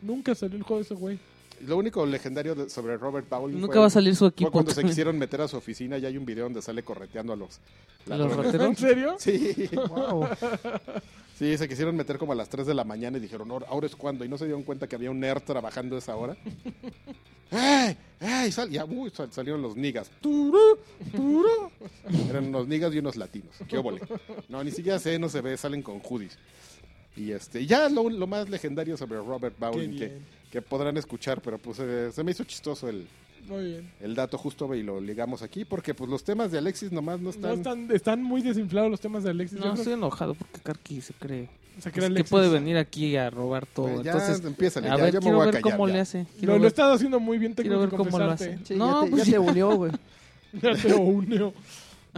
Nunca salió el juego de ese güey.
Lo único legendario de- sobre Robert Bowling
Nunca
fue-
va a salir su
Fue
equipo.
cuando se
también.
quisieron meter a su oficina y hay un video donde sale correteando a los
Los
ladrones.
¿En
rateros.
serio?
Sí,
Wow.
sí, se quisieron meter como a las 3 de la mañana y dijeron, "Ahora- ahora es cuando. Y no se dieron cuenta que había un nerd trabajando a esa hora. ¡Ey! ¡Ey! Sal, ya, uy, sal- salieron los niggas. ¡Turú! ¡Turú! Eran unos niggas y unos latinos. ¡Qué óvole! No, ni siquiera se, no se ve, salen con hoodies. Y este, ya lo, lo más legendario sobre Robert
Qué
Bowling que,
bien.
que podrán escuchar, pero pues eh, se me hizo chistoso el,
Muy bien.
el dato justo y lo ligamos aquí porque pues los temas de Alexis nomás no
No,
están,
están, están muy desinflados los temas de Alexis. Yo
No,
creo
estoy enojado porque Karki se cree.
que se crea
Es que
Alexis.
puede venir aquí a robar todo.
Pues ya
Oh, Entonces,
empieza
a ver,
ya me
quiero
voy a callar.
ver cómo
ya.
le hace. Quiero
Lo, lo
ver,
estás haciendo muy bien, tengo
quiero
que
ver cómo lo hace.
confesarte.
Sí,
No,
ya, te,
pues
ya
sí.
te unió, güey.
Ya te unió.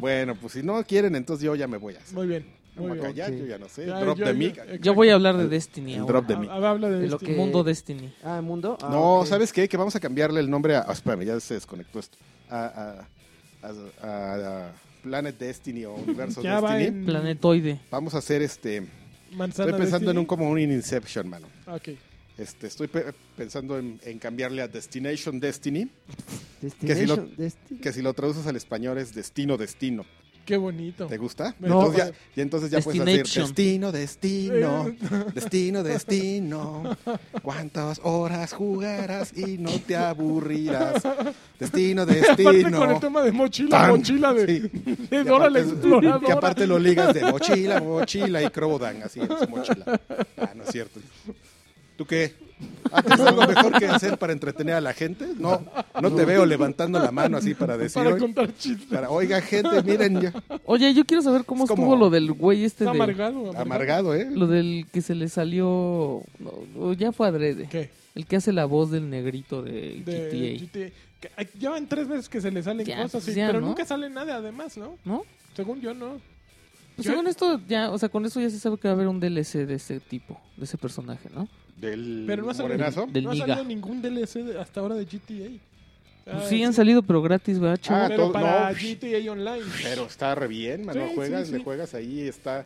Bueno, pues si no quieren, entonces yo ya me voy a hacer.
Muy bien,
Me
muy
voy a
bien.
callar,
ok.
yo ya no sé.
Ya,
drop
yo-
de
yo-
mí.
exacto.
Yo voy a hablar de Destiny.
El
ahora.
drop de mí.
Ha- Habla de,
De lo
Destiny.
que mundo Destiny.
Ah, ¿el mundo? Ah,
no,
ok.
¿sabes qué? Que vamos a cambiarle el nombre a... ah, espérame, ya se desconectó esto. A, a- a- a- a Planet Destiny o Universo
Ya va eh.
Destiny.
en
Planetoide.
Vamos a hacer este...
Manzana
Estoy pensando en
Destiny.
un como un Inception, mano.
Ok.
Este, estoy pe- pensando en, en cambiarle a Destination Destiny,
Destination,
si lo-
Desti-
que si lo traduces al español es Destino Destino.
Qué bonito.
¿Te gusta?
Me
Entonces
gusta.
ya- y entonces ya puedes hacer
Destination.
destino, destino,
Eh,
destino, destino. ¿Cuántas horas jugarás y no te aburrirás? Destino,
Aparte con el
destino.
tema de mochila,
Tan.
mochila de,
Sí.
de
Y
Dora la
aparte-
Exploradora.
Que aparte lo ligas de mochila, mochila y Crobodan, así en su mochila. Ah, no es cierto. ¿Tú qué? ¿Ah, ¿Tienes algo mejor que hacer para entretener a la gente? No, no te veo levantando la mano así para decir,
para
"Oye,
contar chistes.
para, oiga gente, miren, ya".
Oye, yo quiero saber cómo
Es
estuvo
como-
lo del güey este
Está
de...
amargado. amargado.
amargado, ¿eh?
Lo del que se le salió... no, no, ya fue adrede.
¿Qué?
El que hace la voz del negrito de,
De
GTA.
GTA. Que, ay, Ya van tres veces que se le salen
Ya,
cosas,
pues
sí,
ya,
pero
¿no?
nunca sale nada además, ¿no?
¿No?
Según yo, no.
Pues
Yo-
según esto, ya, o sea, con eso ya se sabe que va a haber un DLC de ese tipo, de ese personaje, ¿no?
Del
Pero no ha salido-
morenazo.
Del
no ha
Niga.
salido ningún DLC de- hasta ahora de GTA.
Pues
Ah,
sí, han salido, pero gratis, ¿verdad, chavo?
Ah,
Pero
todo-
para
no.
GTA Online.
Pero está re bien, mano.
Sí,
juegas,
sí,
le
sí.
juegas ahí, está.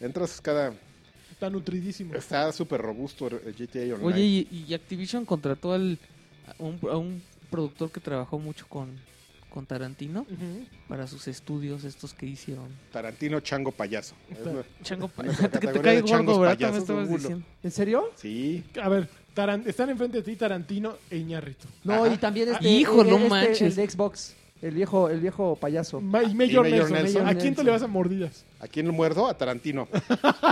Entras cada.
Está nutridísimo.
Está súper robusto el
Ah,
GTA Online.
Oye, y, y Activision contrató al, a, un, a un productor que trabajó mucho con, con Tarantino
Ujú.
para sus estudios estos que hicieron.
Tarantino Chango Payaso. Es una-
Chango pa-
Nuestra
que te
categoría
cae
de changos
gordo, ¿verdad?
payasos,
También estabas
Rulo.
diciendo.
¿En serio?
Sí.
A ver, Taran- están enfrente de ti Tarantino e Iñarrito.
No, y también este...
Hijo,
el-
no
este,
manches.
El de Xbox. El viejo, el viejo payaso.
y Mayor,
Mayor
Nelson.
Nelson.
¿A quién te le vas a mordidas?
¿A quién lo muerdo? A Tarantino.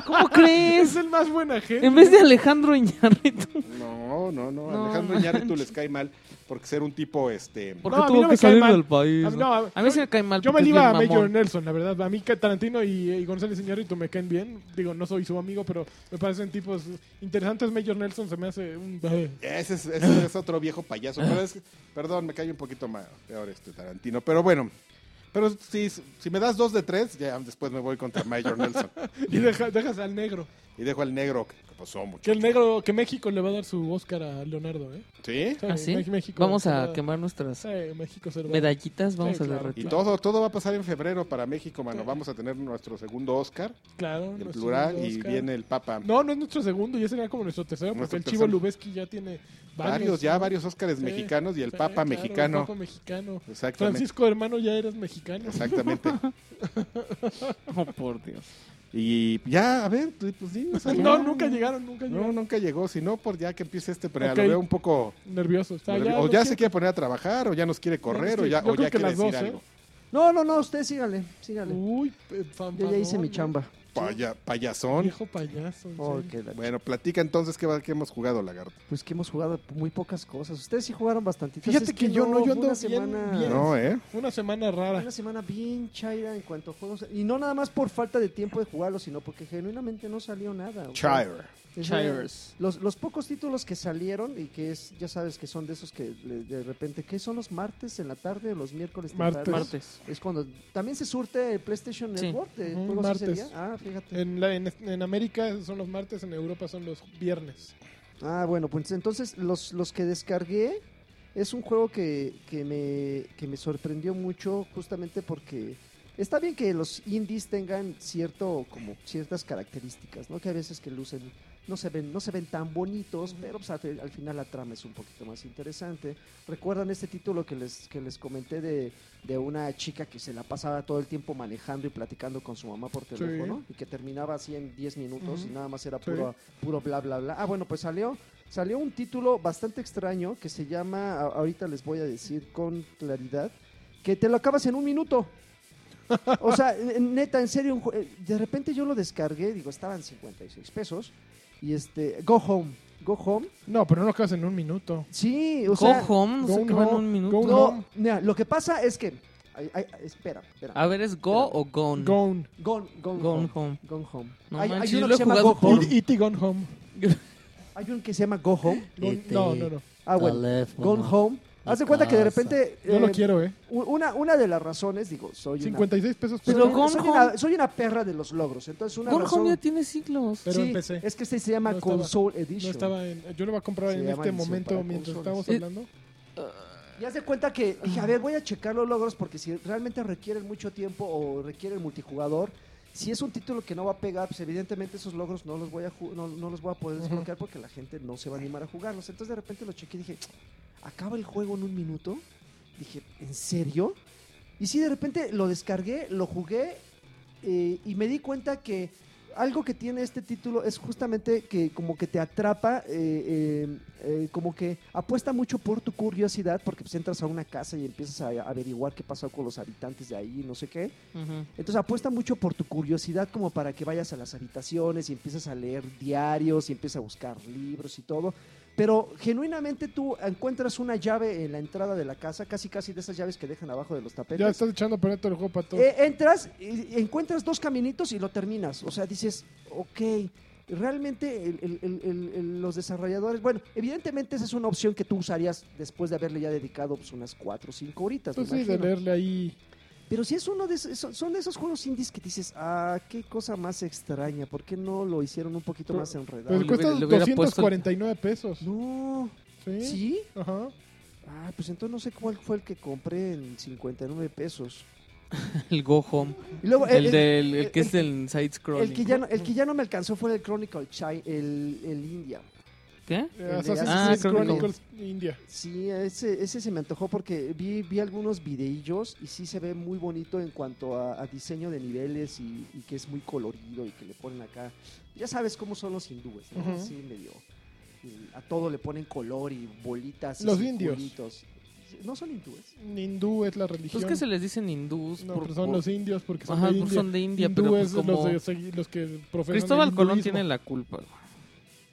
¿Cómo crees?
Es el más buena gente.
En vez de Alejandro Iñárritu.
No, no, no.
No,
Alejandro Iñárritu les cae mal porque ser un tipo, este.
¿Por
No,
qué
a mí
tuvo
no me
que
cae
salir
mal.
del país?
A mí-
no?
no,
a,
a-
mí se me cae mal.
Yo me
porque es
iba a
bien
Mayor
mamón.
Nelson, la verdad. A mí que Tarantino y, y González Iñárritu me caen bien. Digo, no soy su amigo, pero me parecen tipos interesantes. Mayor Nelson se me hace un...
Ese es, ese es otro viejo payaso. Pero es- perdón, me cae un poquito más peor este Tarantino. Pero bueno. Pero si, si me das dos de tres, ya después me voy contra Major Nelson.
Y deja- dejas al negro.
Y Y dejo al negro, que pasó mucho.
Que el negro, que México le va a dar su Oscar a Leonardo, ¿eh?
¿Sí?
Sí,
¿Ah, sí?
Mex- México
Vamos
se
a
va-
quemar nuestras
Sí, México se lo va-
medallitas, vamos
Sí,
a
claro.
derretir.
Y todo, todo va a pasar en febrero para México, mano.
Sí.
Vamos a tener nuestro segundo Oscar,
Claro,
en
nuestro
plural,
segundo
y
Oscar.
viene el Papa.
No, no es nuestro segundo, ya sería como nuestro tercero, porque
Nuestro
el Chivo
tercero.
Lubeski ya tiene varios.
varios, ya varios Óscares
Sí,
mexicanos y el
Sí,
Papa
claro,
mexicano.
Papa mexicano.
Exactamente.
Francisco, hermano, ya eres mexicano.
Exactamente.
Oh, por Dios.
Y ya, a ver, pues sí, no sé.
No, nunca llegaron, nunca
No,
llegaron.
nunca llegó, si no, por ya que empiece este preal.
Ok.
Lo veo un poco.
Nervioso. O, sea, ya
o
no
ya
sé-
se quiere poner a trabajar, o ya nos quiere correr,
Yo
o ya,
creo
o ya
que
quiere
las
decir
dos, ¿eh?
algo.
No, no, no, usted sígale, sígale.
Uy, eh, fanfarrón,
Yo ya hice mi
¿no?
chamba.
Paya- payasón.
Viejo payaso. en
Oh,
serio.
qué la-
Bueno, platica entonces qué, va- qué hemos jugado, Lagarto.
Pues que hemos jugado muy pocas cosas. Ustedes sí jugaron bastantitas.
Fíjate
Es
que yo no, yo
fue
ando
una
bien-
semana,
bien.
No, ¿eh?
Una semana rara.
Una semana bien chaira en cuanto a juegos. Y no nada más por falta de tiempo de jugarlo, sino porque genuinamente no salió nada. o sea,
Chire.
es-
Chires.
Los, los pocos títulos que salieron y que es, ya sabes que son de esos que le- de repente, ¿qué son los martes en la tarde o los miércoles
Martes.
temprano?
Martes.
Es cuando también se surte el PlayStation
Sí.
Network de
Ujú,
juegos ese
martes.
día. Ah, fíjate.
En, la- en, en América son los martes, en Europa son los viernes.
Ah, bueno, pues entonces los, los que descargué es un juego que, que, me, que me sorprendió mucho justamente porque está bien que los indies tengan cierto como ciertas características, ¿no? Que a veces que lucen no se ven no se ven tan bonitos, pero pues, al, fi- al final la trama es un poquito más interesante. ¿Recuerdan este título que les que les comenté de, de una chica que se la pasaba todo el tiempo manejando y platicando con su mamá por teléfono y que terminaba así en 10 minutos y
Ujú.
nada más era
Sí.
puro puro bla bla bla. Ah, bueno, pues salió salió un título bastante extraño que se llama a- ahorita les voy a decir con claridad que te lo acabas en un minuto. O sea, n- neta, en serio, un jue- eh, de repente yo lo descargué, digo, estaban 56 pesos y este go home, go home.
No, pero no lo acabas en un minuto.
Sí, o
Go
sea,
home, no
go
sé qué va en
no,
un
go
minuto.
no.
no, mira, lo que pasa es que ay, ay, espera, espera.
A ver, ¿es go o gone?
Gone.
Gone, gone,
Ah, Gone
home.
home.
Gone home.
No
hay,
manches,
hay uno
yo lo
que
he
se llama
jugado
Go
por-
Home.
Y- Y Gone Home.
Hay uno que se llama Go Home.
Gone-
Este-
No, no, no.
Ah, bueno.
Teléfono.
Gone Home.
La
Haz de cuenta que de
casa.
repente
Yo lo
eh,
quiero, ¿eh?
u- una una de las razones, digo, soy una
56 pesos.
soy,
Pero,
una,
Pero Gone
soy
Home-
una- soy una perra de los logros, entonces una
Gone
razón
home ya tiene siglos.
pero
Sí,
empecé.
Es que este se llama
No estaba-
Console
No
Edition.
estaba en, yo lo voy a comprar
Se
en
llama
este
edición
momento
para
mientras
consolas.
estamos
Eh,
hablando.
Y haz de cuenta que dije, a ver, voy a checar los logros porque si realmente requieren mucho tiempo o requieren multijugador, si es un título que no va a pegar, pues evidentemente esos logros no los voy a ju- no, no los voy a poder desbloquear porque la gente no se va a animar a jugarlos. Entonces de repente lo chequé y dije, acaba el juego en un minuto. Dije, ¿en serio? Y sí, de repente lo descargué, lo jugué eh, y me di cuenta que algo que tiene este título es justamente que como que te atrapa, eh, eh, eh, como que apuesta mucho por tu curiosidad porque pues entras a una casa y empiezas a averiguar qué pasó con los habitantes de ahí, no sé qué.
Ujú.
Entonces apuesta mucho por tu curiosidad como para que vayas a las habitaciones y empiezas a leer diarios y empiezas a buscar libros y todo. Pero genuinamente tú encuentras una llave en la entrada de la casa, casi casi de esas llaves que dejan abajo de los tapetes.
Ya estás echando a perder todo el juego para todos.
Eh, entras, y- y encuentras dos caminitos y lo terminas. O sea, dices, ok, realmente el- el- el- el- el- los desarrolladores. Bueno, evidentemente esa es una opción que tú usarías después de haberle ya dedicado pues, unas cuatro o cinco horitas. me
Entonces sí, de
imagino.
leerle ahí.
Pero si es uno de esos, son- son de esos juegos indies que dices, ah, qué cosa más extraña, ¿por qué no lo hicieron un poquito
Pero-
más enredado?
Pues
le
cuesta
hubiera- le hubiera puesto-
249 pesos.
no,
¿Sí?
¿sí?
Ajá.
Ah, pues entonces no sé cuál fue el que compré en 59 pesos.
El go home.
Y luego,
El,
el-
del, el que
el-
es el side scrolling.
El que, ya no, el que ya no me alcanzó fue el Chronicle Chi- el, el India.
¿Qué?
Eh,
El de
Assassin's
Ah,
Creed
Chronicles.
Chronicles India.
Sí, ese, ese se me antojó porque vi, vi algunos videillos y sí se ve muy bonito en cuanto a, a diseño de niveles y, y que es muy colorido y que le ponen acá. Ya sabes cómo son los hindúes, ¿no?
Ujú.
Así medio. y a todo le ponen color y bolitas. y
Los indios.
circulitos. No son hindúes.
Hindú es la
Pues
religión.
que se les dicen hindús.
No,
por-
pero son
por-
los indios porque son
Ajá,
de
pues
India.
son de India,
Hindú
pero pues
es
como-
los, de- los que profesan
Cristóbal
el
Colón
hinduismo.
tiene la culpa. güey.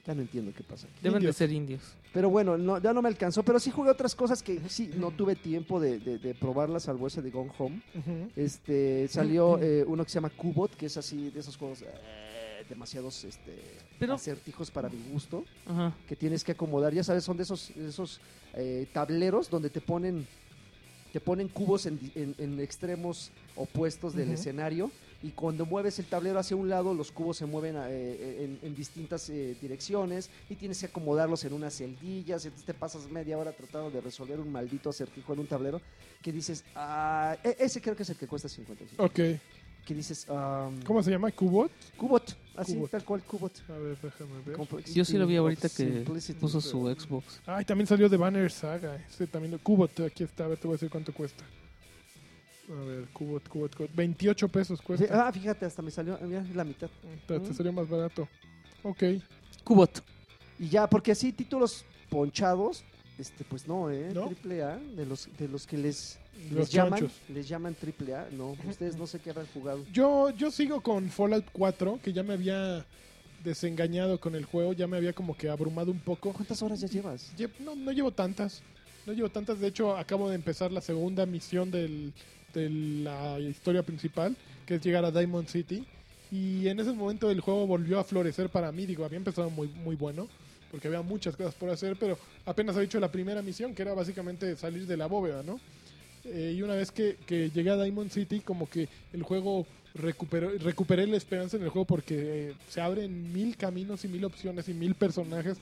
Ya no entiendo qué pasa.
Deben
Indios.
de ser indios.
Pero bueno, no, ya no me alcanzó. Pero sí jugué otras cosas que sí no tuve tiempo de, de, de probarlas al bolsa de Gone Home.
Ujú.
Este, salió eh, uno que se llama Cubot, que es así de esos juegos eh, demasiados este,
Pero-
acertijos para mi gusto,
Ajá.
que tienes que acomodar. Ya sabes, son de esos, esos eh, tableros donde te ponen, te ponen cubos en, di- en- en extremos opuestos del
Ujú.
escenario y cuando mueves el tablero hacia un lado, los cubos se mueven eh, en, en distintas eh, direcciones y tienes que acomodarlos en unas celdillas. Entonces te pasas media hora tratando de resolver un maldito acertijo en un tablero que dices, ah, e- ese creo que es el que cuesta 55.
Ok.
Que dices, ah,
¿Cómo se llama? ¿Cubot?
Cubot, así
Cubot.
tal cual, Cubot.
A ver, déjame ver.
Yo sí lo vi ahorita
pues
que
Simplicity.
puso su Xbox.
Ay, también salió de Banner Saga. Este también lo- Cubot, aquí está. A ver, te voy a decir cuánto cuesta. A ver, Cubot, Cubot, Cubot. 28 pesos
Fí-
cuesta.
Ah, fíjate, hasta me salió mira, la mitad.
Te,
mm.
te salió más barato. Ok.
Cubot.
Y ya, porque así títulos ponchados, este, pues no, ¿eh?
¿No?
Triple A, de los, de los que les,
Los
les llaman,
chanchos.
les llaman triple A, no, ustedes no sé qué habrán jugado.
Yo, yo sigo con Fallout 4, que ya me había desengañado con el juego. Ya me había como que abrumado un poco.
¿Cuántas horas ya llevas?
Lle- No, no llevo tantas. No llevo tantas. De hecho, acabo de empezar la segunda misión del, de la historia principal, que es llegar a Diamond City. Y en ese momento el juego volvió a florecer para mí. Digo, había empezado muy, muy bueno, porque había muchas cosas por hacer, pero apenas había hecho la primera misión, que era básicamente salir de la bóveda, ¿no? Eh, y una vez que, que llegué a Diamond City, como que el juego recuperó, recuperé la esperanza en el juego porque eh, se abren mil caminos y mil opciones y mil personajes.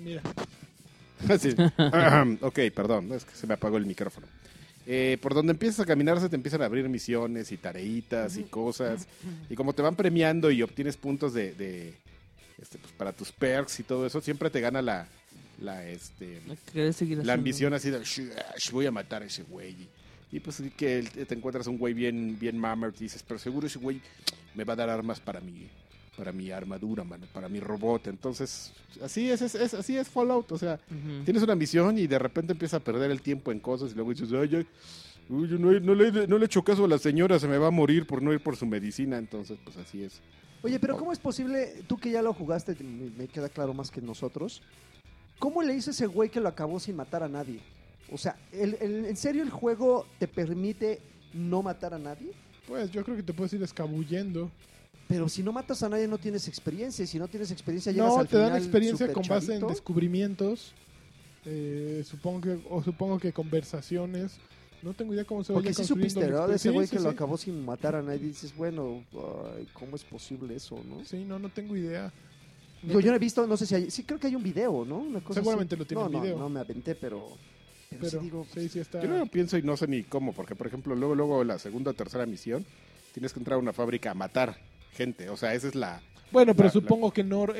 Mira,
Sí. Ahem, ok, perdón, es que se me apagó el micrófono. Eh, por donde empiezas a caminar se te empiezan a abrir misiones y tareitas y cosas. Y como te van premiando y obtienes puntos de, de, este, pues, para tus perks y todo eso, siempre te gana la, la, este,
Querer seguir
la
haciendo.
ambición así de "Sh- sh- voy a matar a ese güey. Y pues sí que el- te encuentras un güey bien, bien mammer y dices, pero seguro ese güey me va a dar armas para mi, para mi armadura, mano, para mi robot. Entonces, así es, es- es- así es Fallout. O sea,
Ujú.
Tienes una misión y de repente empiezas a perder el tiempo en cosas y luego dices, ay, ay, uy, yo no, he- no le, no le he hecho caso a la señora, se me va a morir por no ir por su medicina. Entonces, pues así es.
Oye, pero ¿cómo es posible, tú que ya lo jugaste, me me queda claro más que nosotros, ¿cómo le hizo ese güey que lo acabó sin matar a nadie? O sea, ¿el- el- ¿en serio el juego te permite no matar a nadie?
pues yo creo que te puedes ir escabullendo.
Pero si no matas a nadie no tienes experiencia y si no tienes experiencia llegas
No,
al
te dan
final
experiencia
súper
con base en
chavito.
descubrimientos, eh, supongo que, o supongo que conversaciones. No tengo idea cómo se va
Porque
a
sí supiste, ¿verdad? De ese güey que lo acabó sin matar a nadie. Dices, bueno, ay, ¿cómo es posible eso, no?
Sí, no, no tengo idea.
Digo, yo no he visto, no sé si hay... Sí, creo que hay un video, ¿no? Una cosa así.
Seguramente lo tiene
no,
en
no,
video.
No, me aventé, pero... Pero, sí
Pero
digo...
sí, sí está.
Yo no lo pienso y no sé ni cómo, porque por ejemplo, luego, luego la segunda o tercera misión, tienes que entrar a una fábrica a matar gente. O sea, esa es la...
Bueno, pero
Ah,
La- la-
supongo que no. eh,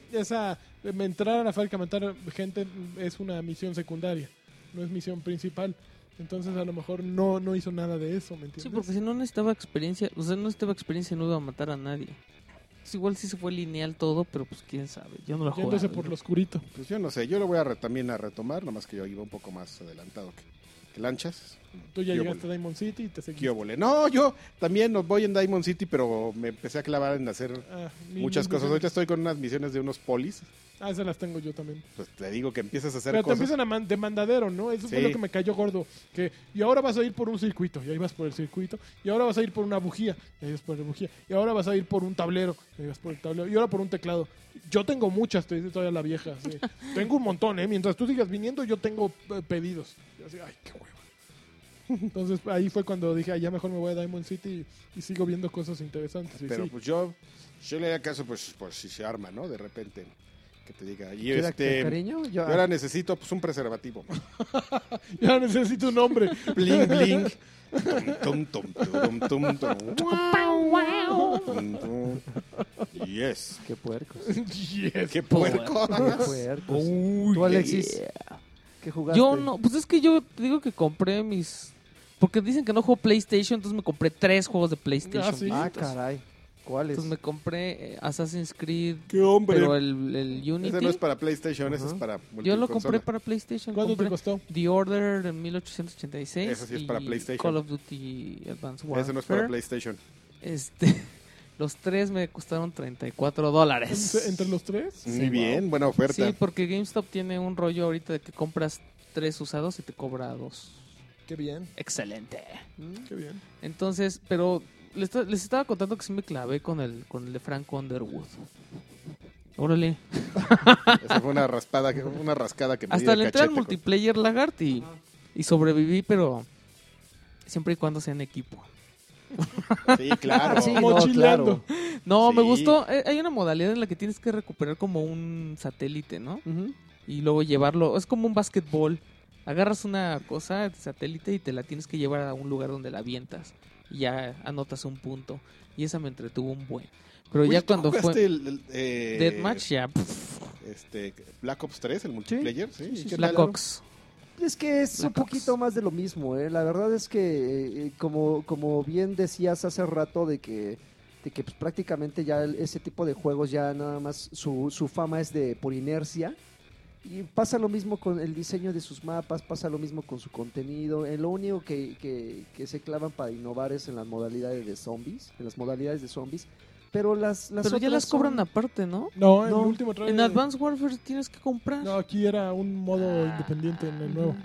eh, esa. eh, Entrar a la fábrica a matar gente es una misión secundaria, no es misión principal. Entonces, a lo mejor no, no hizo nada de eso, ¿me entiendes?
Sí, porque si no necesitaba experiencia, o sea, no necesitaba experiencia no iba a matar a nadie. Pues igual sí se fue lineal todo, pero pues quién sabe. Yo no lo jugué.
Yéndose por lo oscurito.
Pues yo no sé, yo lo voy a re- también a retomar, nomás que yo iba un poco más adelantado que, que Lanchas.
Tú ya
Yo
llegaste a Diamond City y te seguiste.
¿Qué óvole? No, yo también nos voy en Diamond City, pero me empecé a clavar en hacer
Ah, mi-
muchas
mis
cosas. Ahorita
misiones.
estoy con unas misiones de unos polis.
Ah, esas las tengo yo también.
Pues te digo que empiezas a hacer
Pero te
cosas.
empiezan a man- de mandadero, ¿no? Eso fue
Sí.
lo que me cayó gordo. Que, y ahora vas a ir por un circuito, y ahí vas por el circuito. Y ahora vas a ir por una bujía, y ahí vas por la bujía. Y ahora vas a ir por un tablero, y ahí vas por el tablero. Y ahora por un teclado. Yo tengo muchas, te dice todavía la vieja. sí. tengo un montón, ¿eh? Mientras tú sigas viniendo, yo tengo eh, pedidos. Y así, ay, qué hueva. Entonces ahí fue cuando dije, "Ay, ya mejor me voy a Diamond City y, y sigo viendo cosas interesantes. Y
Pero
sí.
pues yo, yo le haría caso pues, pues si se arma, ¿no? De repente que te diga, y
¿Queda con
este,
cariño?
yo
Yo, ah,
ahora necesito pues un preservativo.
Ya necesito un nombre.
bling, bling. Tum, tum, tum, turum, tum, tum. Tum, tum. Yes.
Qué puercos.
yes.
Qué puerco.
Qué puercos. Tú, Alexis, ¿qué jugaste?
Yo no, pues es que yo te digo que compré mis porque dicen que no juego PlayStation, entonces me compré tres juegos de PlayStation.
Ah, sí.
Ah,
Entonces-
caray. ¿Cuáles?
Entonces me compré eh, Assassin's Creed,
Qué hombre.
pero el, el Unity.
Ese no es para PlayStation, ese es
Ajá.
para
Yo lo
multiconsola.
compré para PlayStation.
¿Cuánto te
compré
costó?
The Order en 1886.
Ese sí es para
y
PlayStation.
Call of Duty Advanced Warfare.
Ese no es para PlayStation.
Este, los tres me costaron 34 dólares.
¿Entre, entre los tres?
Muy bien, buena oferta.
Sí, porque GameStop tiene un rollo ahorita de que compras tres usados y te cobra dos.
Qué bien,
Excelente.
qué bien.
Entonces, pero les, esta- les estaba contando que sí me clavé con el, con el de Frank Underwood. Órale.
Esa fue una raspada, que- una rascada que me di
Hasta
de
le entré al
cachete con-
multiplayer Lagart y, y sobreviví, pero siempre y cuando sea en equipo.
Sí, claro.
Ah, Sí, no,
Mochileando.
No, me
Sí.
gustó. Eh, Hay una modalidad en la que tienes que recuperar como un satélite, ¿no?
Ujú.
Y luego llevarlo. Es como un básquetbol. Agarras una cosa, el satélite, y te la tienes que llevar a un lugar donde la avientas. Y ya anotas un punto. Y esa me entretuvo un buen. Pero
Oye,
ya
¿tú
cuando
jugaste
fue
el, el, eh,
Deathmatch, ya. pff,
Este, Black Ops 3, el multiplayer, sí. ¿Qué
Black
tal?
Ops.
Es que es
La
un
Cox.
poquito más de lo mismo, ¿eh? La verdad es que, eh, como, como bien decías hace rato, de que, de que pues, prácticamente ya el- ese tipo de juegos ya nada más su, su fama es de por inercia. Y pasa lo mismo con el diseño de sus mapas, pasa lo mismo con su contenido. En lo único que, que- que se clavan para innovar es en las modalidades de zombies, en las modalidades de zombies. Pero las, las
Pero ya
otras
las cobran
son-
aparte, ¿no?
No, en
No.
el último trailer.
En Advanced Warfare tienes que comprar.
No, aquí era un modo
Ah.
independiente en el nuevo.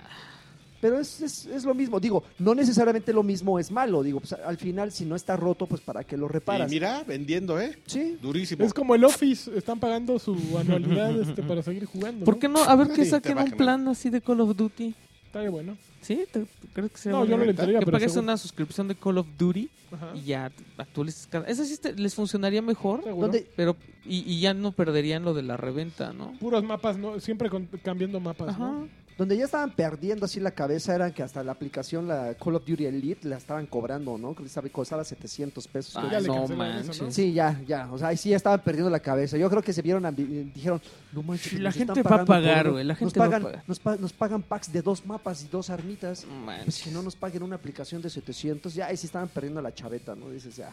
Pero es, es, es lo mismo, digo, no necesariamente lo mismo es malo, digo, pues, al final si no está roto, pues para qué lo reparas.
Y mira, vendiendo, ¿eh?
Sí,
Durísimo.
Es como el Office, están pagando su anualidad este, para seguir jugando.
¿Por qué no? A ver
Sí,
que
te
saquen un
bajan.
plan así de Call of Duty.
no? Estaría bueno.
¿Sí? ¿Te- te- ¿Crees que sea
No,
buena
yo no
idea?
le entraría,
que
pero.
pagues
seguro.
una suscripción de Call of Duty
Ajá,
y ya actualices cada... Esa sí te- les funcionaría mejor,
seguro.
donde
pero... Y, y ya no perderían lo de la reventa, ¿no?
Puros mapas, ¿no? siempre con- cambiando mapas.
Ajá.
¿no?
donde ya estaban perdiendo así la cabeza era que hasta la aplicación, la Call of Duty Elite, la estaban cobrando, ¿no? Que sabe, costaba 700 pesos.
Ay,
ya le
Ah, no
cancelaron eso,
manches.
¿no?
Sí, ya, ya, o sea, ahí sí ya estaban perdiendo la cabeza. Yo creo que se vieron, ambi- eh, dijeron, no manches,
La
nos
gente
están
va a
pagando
pagar,
por-
güey, la
nos
gente va a
pagan-
pagar.
Nos, pa- nos pagan packs de dos mapas y dos armitas. Pues
Manches.
que no nos paguen una aplicación de 700, ya ahí sí estaban perdiendo la chaveta, ¿no? Dices, ya,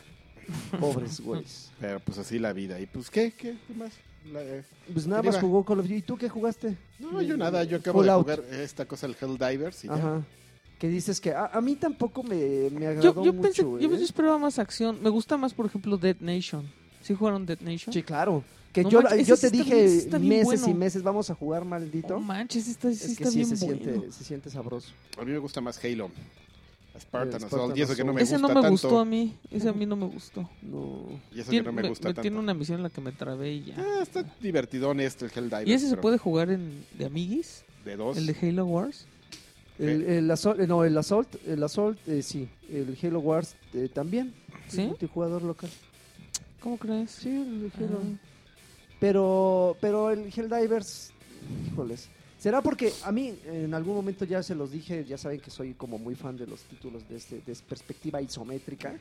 pobres güeyes.
Pero pues así la vida. ¿Y pues qué? ¿Qué, ¿Qué más? La, eh,
Pues nada más
Deriva.
jugó Call of Duty. ¿Y tú qué jugaste?
No, yo nada. Yo acabo de
Fallout.
jugar esta cosa, el Helldivers. Y ya.
Ajá. Que dices que a, a mí tampoco me, me agradó
Yo, yo pensé,
mucho.
yo
¿eh?
yo esperaba más acción. Me gusta más, por ejemplo, Dead Nation. ¿Sí jugaron Dead Nation?
Sí, claro. Que
No
yo,
manches, ese
yo
sí
te
está
dije
bien- ese está bien
meses y
bueno.
meses vamos a jugar maldito.
No manches, esta sí
es
está
que sí
bien
se,
bueno.
siente, se siente sabroso.
A mí me gusta más Halo.
Eh,
Spartan
Spartan
Assault. Y eso que no me
Ese
gusta
no me
tanto.
gustó a mí. Ese a mí no me gustó.
No.
Y eso
Tiene,
que no me gusta
tiene
tanto.
una misión en la que me trabé y ya.
Ah, está divertidón este, el Helldivers.
¿Y ese se
pero
puede jugar en, de amiguis?
De dos.
¿El de Halo Wars?
El, el Assault, eh, no, el Assault, el Assault eh, sí. El Halo Wars eh, también.
¿Sí?
Es Multijugador local.
¿Cómo crees?
Sí, el Halo.
Ah.
Pero, pero el Helldivers, híjoles. ¿Será porque a mí en algún momento ya se los dije, ya saben que soy como muy fan de los títulos de, este, de perspectiva isométrica,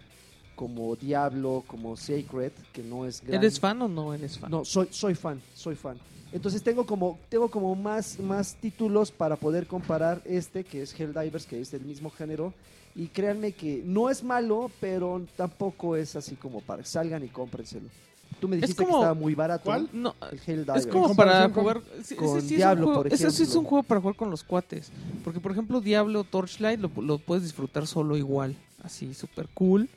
como Diablo, como Sacred, que no es gran-
¿Eres fan o no eres fan?
No, soy, soy fan, soy fan. Entonces tengo como, tengo como más, más títulos para poder comparar este, que es Helldivers, que es del mismo género. Y créanme que no es malo, pero tampoco es así como para salgan y cómprenselo. Tú me
Es
dijiste
como-
que estaba muy barato.
¿Cuál?
No,
El Helldivers.
es como
En
para
comparación con-
jugar. sí,
con
ese sí
Diablo,
es un juego,
por
ese sí es
ejemplo.
un juego para jugar con los cuates. Porque, por ejemplo, Diablo Torchlight lo, lo puedes disfrutar solo igual. Así, super cool.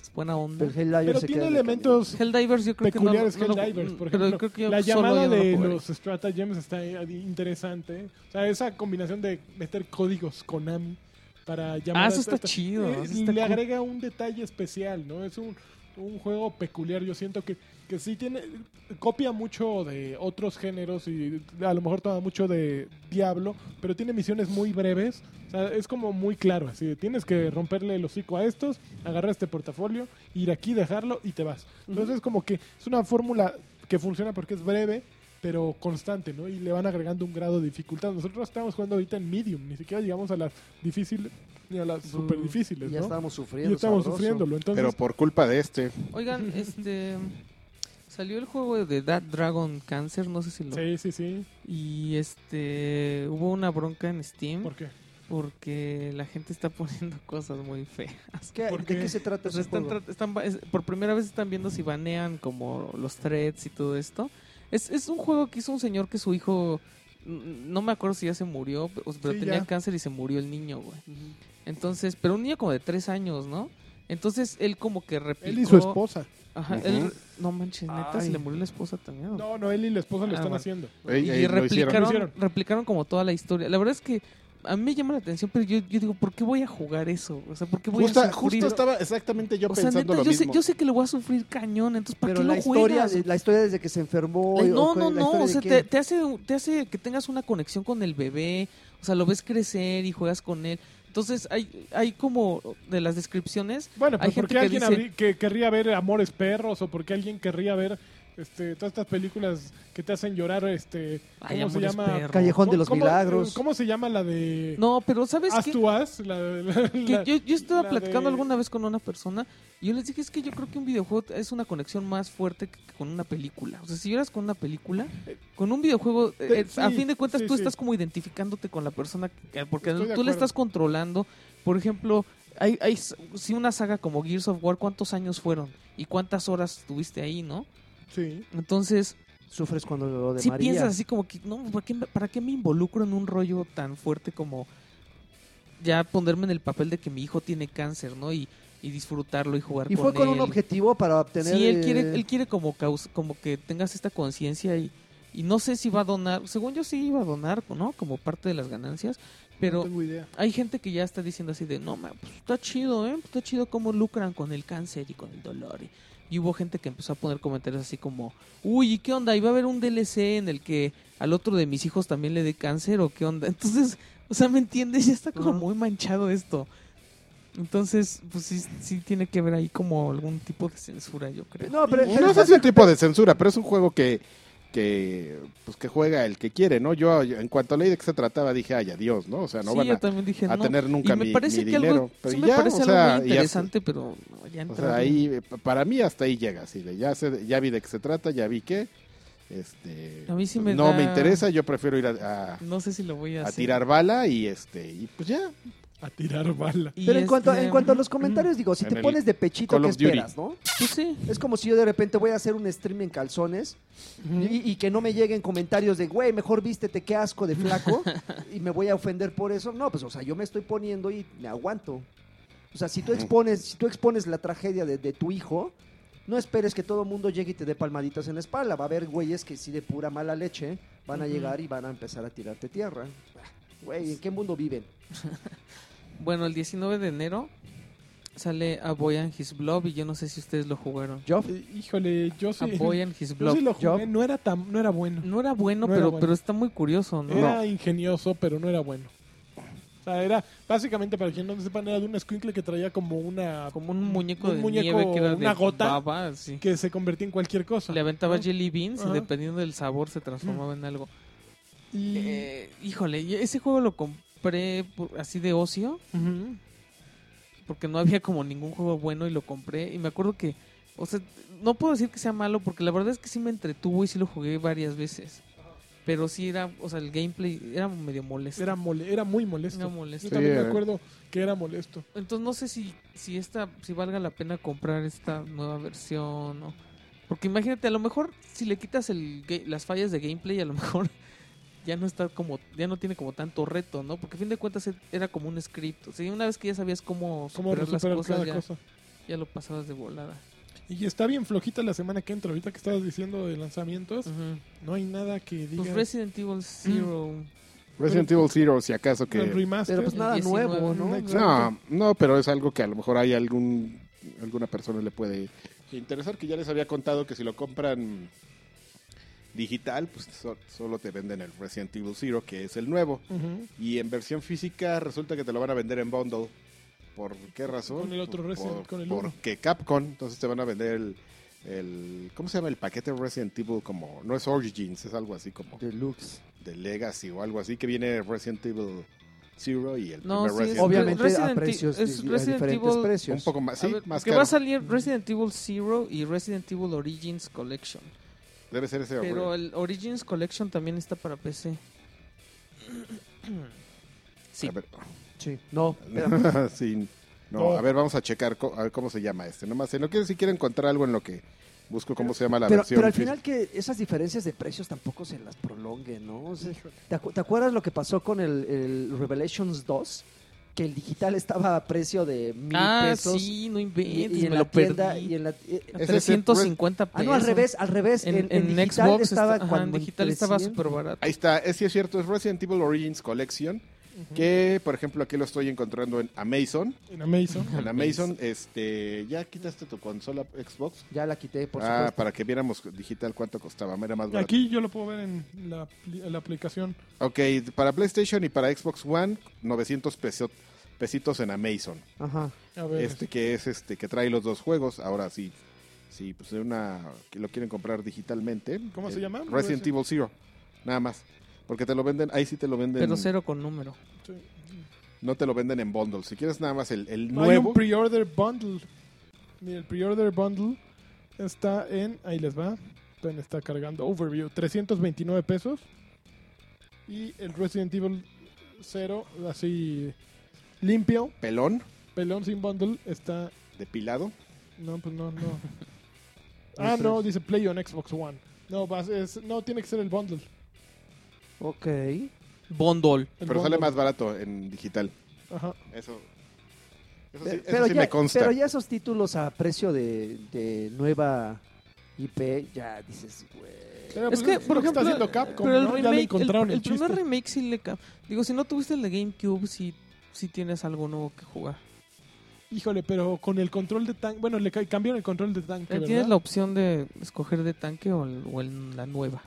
Es buena onda. Pues
El Helldivers
Pero
se
tiene
queda en el
elementos
Helldivers yo creo
peculiares
que no- no, lo-
Helldivers, por
pero
ejemplo.
creo que yo
la
solo
llamada
yo no lo
de
jugaría.
los Stratagems está ahí interesante. O sea, esa combinación de meter códigos Konami para llamar
Ah,
a
eso está
esta-
chido.
eh,
eso está
le
cool.
agrega un detalle especial, ¿no? Es un, un juego peculiar. Yo siento que, que sí tiene. Copia mucho de otros géneros y a lo mejor toma mucho de Diablo, pero tiene misiones muy breves. O sea, es como muy claro. Así de, tienes que romperle el hocico a estos, agarrar este portafolio, ir aquí, dejarlo y te vas. Entonces, como que es una fórmula que funciona porque es breve. Pero constante, ¿no? Y le van agregando un grado de dificultad. Nosotros estamos jugando ahorita en medium, ni siquiera llegamos a las difíciles ni a
Mm,
las super
Y
difíciles,
Mm, ya
¿no?
estábamos sufriendo.
y estamos
sabroso.
sufriéndolo. Entonces,
Pero por culpa de este.
Oigan, este. Salió el juego de That Dragon Cancer, no sé si lo.
sí, sí, sí.
Y este. Hubo una bronca en Steam.
¿Por qué?
Porque la gente está poniendo cosas muy feas.
¿Qué-
¿Por
¿De
qué?
qué se trata
O sea,
ese
Pues están
juego?
tra- están ba- es- por primera vez están viendo si banean como los threads y todo esto. Es, es un juego que hizo un señor que su hijo, mm, no me acuerdo si ya se murió, pero, pero
Sí,
tenía
ya.
cáncer y se murió el niño, güey.
Ujú.
Entonces, pero un niño como de tres años, ¿no? Entonces él como que replicó.
Él y su esposa.
Ajá,
Ujú.
él- no manches, neta, se
Ay.
le murió la esposa también. ¿o
No, no, él y la esposa lo
Ah,
están
bueno.
haciendo.
Ey, ey,
y
lo hicieron.
Lo
replicaron,
hicieron.
replicaron como toda la historia. La verdad es que a mí me llama la atención, pero yo, yo digo, ¿por qué voy a jugar eso? O sea, ¿por qué voy
Justa-
a sufrir?
justo estaba exactamente yo
o sea,
pensando
neta,
lo
yo, sé,
mismo.
yo sé que lo voy a sufrir cañón, entonces ¿para
Pero
qué
la
lo
historia,
juegas?
de- la historia desde que se enfermó.
Ay,
y-
no,
o
no,
cuál- la
no,
historia
o
de
sea,
qué.
te, te hace, te hace que tengas una conexión con el bebé, o sea, lo ves crecer y juegas con él. Entonces hay, hay como de las descripciones,
Bueno,
Hay
pero ¿por
gente
qué
que
alguien
dice-
abrí- que querría ver Amores Perros o por qué alguien querría ver este, todas estas películas que te hacen llorar? Este, ¿Cómo
Ay,
se
Amores
llama?
Perros.
Callejón de los
¿Cómo- eh,
Milagros.
¿Cómo se llama la de
no, pero ¿sabes
As
qué?
to Us? La, la-
Que
la-
yo, yo estaba
la
platicando
de-
alguna vez con una persona y yo les dije, es que yo creo que un videojuego es una conexión más fuerte que que con una película. O sea, si lloras con una película, con un videojuego, eh,
sí,
a fin de cuentas
sí,
tú
sí.
estás como identificándote con la persona, que- porque
Estoy de
tú
acuerdo.
le estás controlando. Por ejemplo, hay, hay s- si una saga como Gears of War, ¿cuántos años fueron? ¿Y cuántas horas estuviste ahí, no?
Sí.
Entonces,
Sufres cuando lo de
si
María.
piensas así como que, no, ¿para qué, me- ¿para qué me involucro en un rollo tan fuerte como ya ponerme en el papel de que mi hijo tiene cáncer, ¿no? Y, y disfrutarlo y jugar
y fue con
él.
un objetivo para obtener.
Sí, él
eh,
quiere, él quiere como, caus- como que tengas esta conciencia y, y no sé si va a donar, según yo sí iba a donar, ¿no? Como parte de las ganancias,
No
Pues
pero
tengo idea.
hay gente que ya está diciendo así de, no, ma, pues está chido, ¿eh? Está chido cómo lucran con el cáncer y con el dolor. Y, y hubo gente que empezó a poner comentarios así como, uy, ¿y qué onda? ¿Y va a haber un DLC en el que al otro de mis hijos también le dé cáncer o qué onda? Entonces, o sea, ¿me entiendes? Ya está como
Ajá.
muy manchado esto. Entonces, pues sí, sí tiene que ver ahí como algún tipo de censura, yo creo.
No, pero. pero
No sé
estás-
si un tipo de censura, pero es un juego que, que, pues, que juega el que quiere, ¿no? Yo, yo, en cuanto leí de qué se trataba, dije, ay, adiós, ¿no? O sea, no
sí,
van
yo
a,
también dije,
a
no.
tener nunca
y me
mi, mi
parece que
dinero.
algo,
Pero
sí me
ya,
parece
o sea,
algo muy
ya-
interesante, pero no, ya
o
entrarle.
sea, ahí, eh, pa- para mí hasta ahí llega, así de, ya, sé, ya vi de qué se trata, ya vi qué. Este,
A mí sí me
no
da-
me interesa, yo prefiero ir a, a-
No sé si lo voy a,
a
hacer.
tirar bala y este y pues ya.
A tirar bala.
Y
pero en cuanto,
este,
en cuanto a los comentarios, digo, si
En
te
el
pones de pechito,
Call
¿qué
of Duty.
esperas, no?
Pues sí.
Es como si yo de repente voy a hacer un stream en calzones y, y que no me lleguen comentarios de, güey, mejor vístete, qué asco de flaco, y me voy a ofender por eso. No, pues, o sea, yo me estoy poniendo y me aguanto. O sea, si tú expones, si tú expones la tragedia de, de tu hijo, no esperes que todo el mundo llegue y te dé palmaditas en la espalda. Va a haber güeyes que sí de pura mala leche van a
Ujú.
llegar y van a empezar a tirarte tierra. Ah, Güey, ¿en qué mundo viven?
Bueno, el 19 de enero sale A Boy and His Blob y yo no sé si ustedes lo jugaron.
Yo,
Eh, Híjole, yo
A
sí.
Boy and His
Yo
Blob.
sí lo jugué,
Yo-
no era, tan, no era bueno.
No era bueno,
No era
pero,
bueno.
pero está muy curioso, ¿no?
Era ingenioso, pero no era bueno. O sea, era básicamente, para quien no sepan, era de un squinkle que traía como una.
Como un muñeco
Un
de
muñeco,
nieve que era de
una gota.
baba, así.
que se convertía en cualquier cosa.
Le aventaba
¿no?
jelly beans
Ajá. Mm.
y dependiendo del sabor se transformaba en algo.
Y-
Eh, híjole, y ese juego lo compré por- así de ocio.
Ujú.
porque no había como ningún juego bueno y lo compré y me acuerdo que, o sea, no puedo decir que sea malo porque la verdad es que sí me entretuvo y sí lo jugué varias veces. Pero sí era, o sea, el gameplay era medio molesto.
Era, mole- era muy molesto.
Era
Yo
molesto.
también me
era-
acuerdo que era molesto.
Entonces no sé si si esta si valga la pena comprar esta nueva versión o porque imagínate, a lo mejor si le quitas el ga- las fallas de gameplay a lo mejor ya no está como ya no tiene como tanto reto, ¿no? Porque a fin de cuentas e- era como un script. O sea, una vez que ya sabías cómo
Cómo
superar,
recuperar
las
cada
cosas, ya-
cosa.
ya lo pasabas de volada.
Y está bien flojita la semana que entra. Ahorita que estabas diciendo de lanzamientos,
Ujú.
no hay nada que diga.
Pues Resident Evil Zero.
Resident Evil Zero, si acaso que
el remaster.
pero pues
el
nada
19,
nuevo, ¿no?
exacto.
No, no, pero es algo que a lo mejor hay algún alguna persona le puede interesar, que ya les había contado que si lo compran digital, pues so- solo te venden el Resident Evil Zero, que es el nuevo.
Ujú.
Y en versión física resulta que te lo van a vender en bundle. ¿Por qué razón?
Con el otro
Pues
Resident,
por-
con el uno.
Porque Capcom, entonces te van a vender el, el- ¿Cómo se llama el paquete Resident Evil? Como, no es Origins, es algo así como
Deluxe.
de Legacy o algo así, que viene Resident Evil Zero y el
No,
primer
sí, es-
Resident Evil.
Obviamente
Resident
a
Evil-
precios,
es
di- a
Resident
diferentes
Evil-
precios.
Un poco más,
A
sí,
ver,
más
que
caro.
va a salir Resident Evil Zero y Resident Evil Origins Collection.
Debe ser ese.
Pero
güey.
el Origins Collection también está para PC. Sí.
A ver,
Sí. No,
sí, no,
No.
a ver, vamos a checar co- a ver cómo se llama este. Nomás, no quiero si quiero encontrar algo en lo que busco cómo se llama la
pero,
versión.
pero al
física.
final que esas diferencias de precios tampoco se las prolonguen, ¿no? O sea, ¿te, acu- te acuerdas lo que pasó con el, el Revelations 2? Que el digital estaba a precio de mil
ah,
pesos.
sí, no
Y,
inventes,
y en
me
la
lo
tienda,
perdí.
y en la- eh,
A
Ese es el
350 pesos.
ah, no, al revés, al revés.
En,
En,
en
en digital estaba
Xbox estaba, ajá,
cuando
en digital estaba
300.
súper barato.
Ahí está, eh, sí es cierto, es Resident Evil Origins Collection, que por ejemplo aquí lo estoy encontrando en Amazon.
En Amazon.
En Amazon, este, ya quitaste tu consola Xbox.
Ya la quité, por
ah,
supuesto.
para que viéramos digital cuánto costaba, era más barato.
Aquí yo lo puedo ver en la, apli- en la aplicación.
Ok, para PlayStation y para Xbox One, 900 pesos, pesitos en Amazon.
Ajá.
A ver.
Este que es este que trae los dos juegos. Ahora sí, sí, pues de una que lo quieren comprar digitalmente.
¿Cómo
eh,
se llama?
Resident Evil Zero. Nada más. Porque te lo venden, ahí sí te lo venden.
Pero cero con número.
Sí.
No te lo venden en bundle. Si quieres nada más el, el
Hay
nuevo.
un pre-order bundle. Mira, el pre-order bundle está en. Ahí les va. Esperen, Está cargando Overview. 329 pesos. Y el Resident Evil 0, así limpio,
pelón,
pelón sin bundle, está.
depilado.
No, pues no, no. Ah,
Este
no, dice Play on Xbox One. No, vas- es- no tiene que ser el bundle.
Ok.
Bondol.
El
pero sale
bundle.
más barato en digital.
Ajá.
Eso, eso sí,
Pe-
eso
Pero,
sí
ya,
me consta.
pero ya esos títulos a precio de, de nueva IP, ya dices, güey.
Pero,
Es
pues,
que,
lo
por ejemplo,
está haciendo Capcom,
Pero el
¿no? ya le
remake,
encontraron
el,
el,
el primer
chiste.
remake sí le... ca- Digo, si no tuviste el de GameCube, sí, sí tienes algo nuevo que jugar.
Híjole, pero con el control de tanque. Bueno, le ca- cambiaron el control de tanque.
Ahí
¿verdad?
tienes la opción de escoger de tanque o, el- o el- la nueva.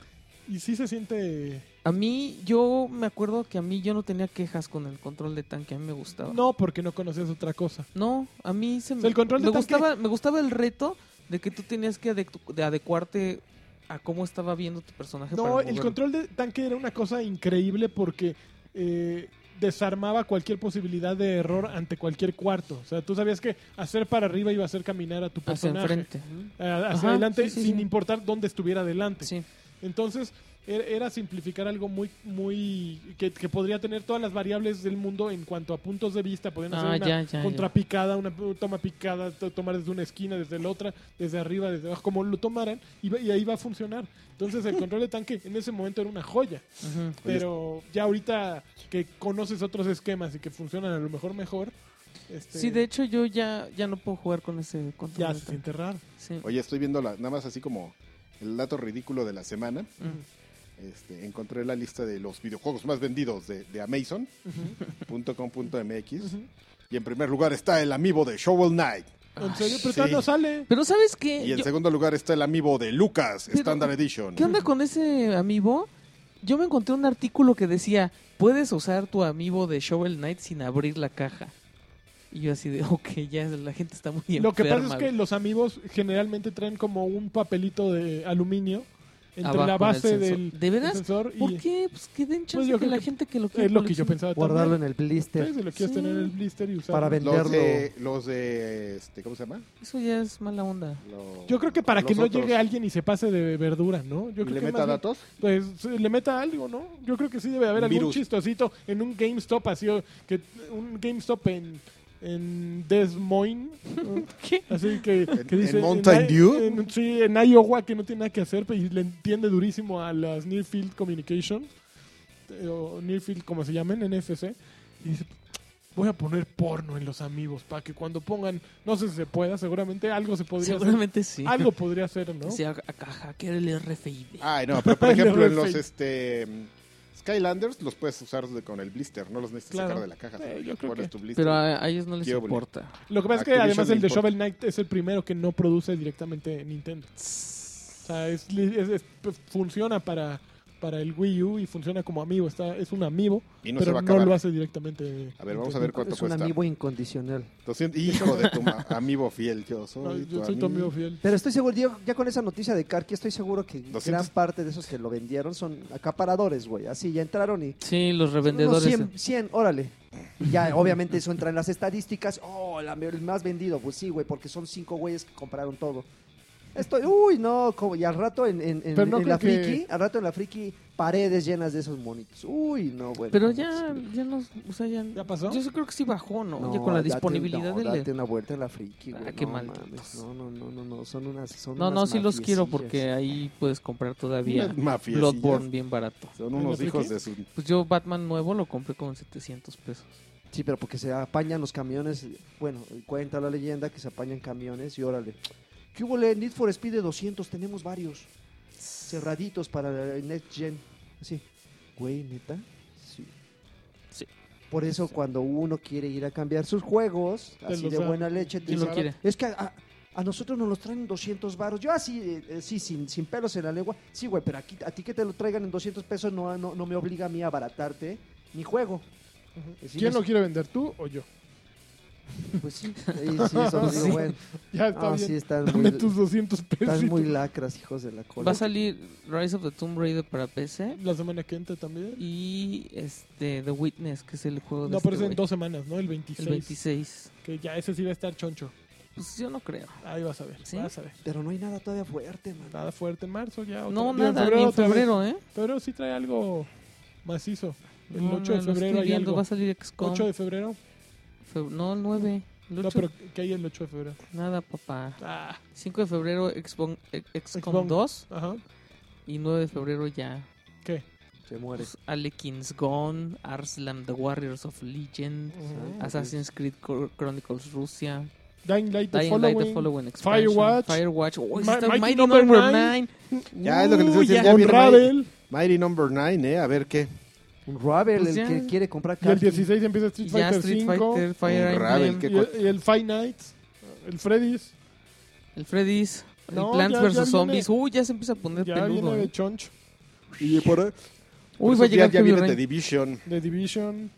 Y sí se siente.
A mí, yo me acuerdo que a mí yo no tenía quejas con el control de tanque, a mí me gustaba.
No, porque no conocías otra cosa.
No, a mí se
O
me,
sea, el control de
me
tanque-
gustaba me gustaba el reto de que tú tenías que adecu- de adecuarte a cómo estaba viendo tu personaje. para
No, el
moverlo.
control de tanque era una cosa increíble porque eh, desarmaba cualquier posibilidad de error ante cualquier cuarto. O sea, tú sabías que hacer para arriba iba a hacer caminar a tu
hacia
personaje.
enfrente.
eh, Hacia,
Ajá,
adelante,
sí, sí,
sin
sí.
importar dónde estuviera adelante.
Sí.
Entonces, er- era simplificar algo muy, muy. Que, que podría tener todas las variables del mundo en cuanto a puntos de vista. Podían hacer
Ah,
una
ya, ya, ya.
contrapicada, una p- toma picada, to- tomar desde una esquina, desde la otra, desde arriba, desde abajo, como lo tomaran, y, va- y ahí va a funcionar. Entonces, el control de tanque en ese momento era una joya.
Ujú.
Pero ya ahorita que conoces otros esquemas y que funcionan a lo mejor mejor. este,
Sí, de hecho yo ya, ya no puedo jugar con ese control.
Ya se
de tanque.
siente raro.
Sí.
Oye, estoy viendo la- nada más así como el dato ridículo de la semana.
Mm.
Este, encontré la lista de los videojuegos más vendidos de, de Amazon.com.mx.
Ujú.
Y en primer lugar está el amiibo de Shovel Knight.
En serio, pero
sí.
todavía no sale.
Pero ¿sabes qué?
Y en
Yo-
segundo lugar está el amiibo de Lucas,
Pero-
Standard Edition.
¿Qué onda con ese amiibo? Yo me encontré un artículo que decía, puedes usar tu amiibo de Shovel Knight sin abrir la caja. Y yo así de, ok, ya la gente está muy enferma.
Lo que pasa es que
güey".
los amigos generalmente traen como un papelito de aluminio entre
Abajo
la
del
base
sensor.
del,
¿De veras?
del sensor y
¿Por qué? Pues que den chance
Pues yo
que
creo
la
que
gente que lo quiera
es lo que yo
coleccionar.
pensaba.
Guardarlo
también.
en el blister.
Sí, si lo quieres
Sí.
tener en el blister y usarlo.
Para vender.
Los de,
Venderlo.
los de, este, ¿cómo se llama?
Eso ya es mala onda.
Lo-
Yo creo que para que
los
no
otros.
llegue alguien y se pase de verdura, ¿no? Yo
¿Y
creo
le
que
meta
más bien,
datos?
pues se le meta algo, ¿no? Yo creo que sí debe haber algún
Virus.
chistosito en un GameStop así o que un GameStop en en Des Moines, ¿no?
¿Qué?
así que,
¿En-
que dice
en Mountain
I-
Dew?
en- sí, en Iowa que no tiene nada que hacer pero- y le entiende durísimo a las Near Field Communication eh, o Near Field como se llamen NFC y dice voy a poner porno en los amigos para que cuando pongan no sé si se pueda seguramente algo se podría hacer.
Seguramente sí.
Algo podría ser, ¿no?
O sea, a caja, que era el RFID.
Ay, no, pero por
No,
ejemplo en
no,
los
sí.
este mm, Skylanders los puedes usar de- con el blister, no los necesitas
Claro.
sacar de la caja.
Eh, yo creo
Pones
que- ah,
tu blister.
Pero a, a ellos no les
Qué obli-
importa.
Lo que pasa es que
Activision
además el de
Import.
Shovel Knight es el primero que no produce directamente Nintendo. O sea, es, es- es- pues, funciona para, para el Wii U y funciona como amigo. Está, es un amigo,
Y no se
pero
va a
no
acabar.
lo hace directamente.
A ver, vamos a ver cuánto
Es un
cuesta.
amigo incondicional.
200 hijo de tu ma- amigo fiel, yo soy,
No, yo
tu,
soy tu
amigo.
amigo fiel.
Pero estoy seguro, yo- ya con esa noticia de Karki, estoy seguro que
200.
gran parte de esos que lo vendieron son acaparadores, güey. Así ya entraron y.
Sí, los
unos
revendedores.
eh.
100, 100, órale. Y ya, obviamente, eso entra en las estadísticas. Oh, la- el más vendido. Pues sí, güey, porque son cinco güeyes que compraron todo. Estoy, uy, no, como- y al rato en, en- en-
Pero no
en la
creo que-
friki, al rato en la friki, paredes llenas de esos monitos. Uy, no, güey.
Pero
no,
ya,
sí.
ya no, o sea, ya,
¿Ya pasó?
Yo sí creo que sí bajó, ¿no?
No,
Oye, con la
date-
disponibilidad
no,
del...
date una vuelta en la friki,
Ah,
güey.
qué
no,
malditos.
mames, No, no, no, no, no, son unas. Son
No, no,
unas
sí los quiero
mafiecillas.
porque ahí puedes comprar todavía
Unas mafiecillas.
Bloodborne bien barato.
Son unos
¿En la
hijos
friki?
de su
Pues yo Batman nuevo lo compré con 700 pesos.
Sí, pero porque se apañan los camiones. Bueno, cuenta la leyenda que se apañan camiones y órale. ¿Qué hubo le? Need for Speed de 200? Tenemos varios cerraditos para la Next Gen. Así. Güey, neta. Sí.
Sí.
Por eso cuando uno quiere ir a cambiar sus juegos, así
los
de
dan.
buena leche, te
¿Quién lo
dicen,
quiere?
es que a, a nosotros nos los traen 200 varos. Yo así, eh, eh, sí, sin, sin pelos en la lengua. Sí, güey, pero aquí, a ti que te lo traigan en 200 pesos no, no, no me obliga a mí a abaratarte mi juego.
Ujú.
Sí,
¿Quién
no-
lo quiere vender, tú o yo?
Pues sí, ahí sí, eso
Pues
digo,
sí.
bueno.
Ya está
Ah,
bien.
sí, están
Dame
muy,
tus 200 pesos.
están muy lacras, hijos de la cola.
Va a salir Rise of the Tomb Raider para PC
La semana que entra también.
y este The Witness, que es el juego de
No,
este
pero es en
güey.
dos semanas, ¿no? El 26.
el 26.
Que ya ese sí va a estar choncho.
Pues yo no creo.
Ahí vas a ver.
¿Sí?
Vas a ver.
Pero no hay nada todavía fuerte, man.
Nada fuerte en marzo ya. otra- digo,
No, nada, ni en
otra vez.
febrero, ¿eh?
Febrero sí trae algo macizo. El
No,
8 de
no, lo
febrero
estoy
hay
viendo,
algo.
va a salir XCOM.
8 de febrero.
Fe- No, el 9. El
No,
8,
pero ¿qué hay el 8 de febrero?
Nada, papá.
Ah,
5 de febrero XCOM, XCOM
Xbox.
2
ajá.
y 9 de febrero ya.
¿Qué?
Se muere.
Pues, Alekin's Gone, Arslan The Warriors of Legend,
Mm,
Ujú.
Assassin's Creed Cor- Chronicles Rusia,
Dying Light pues. the
Dying Light The
Following.
Following Expansion,
Firewatch.
Firewatch, oh, ese
Ma-
está
Mighty
Mighty
Number
Number
Nine.
9,
Ya es lo que les
Uy,
decía.
ya.
Ya viene Mighty,
Unravel.
Mighty Number 9, ¿eh? A ver qué.
Un Ravel, el
Pues ya.
que quiere comprar
Y el
Karki.
16 empieza Street
ya
Fighter
Street
5.
Fighter, Fire
Un Ravel,
Emblem,
qué
Y, el- y el Five Nights. El Freddy's.
el Freddy's, el
No, ya-
Plants
ya
vs
viene-
Zombies, uy, ya se empieza a poner
Ya
peludo,
viene
eh.
de choncho.
Y por, por
uy, va a
esos días
llegar
Pues, ya
Heavy
viene The
Rain.
Division.
The Division.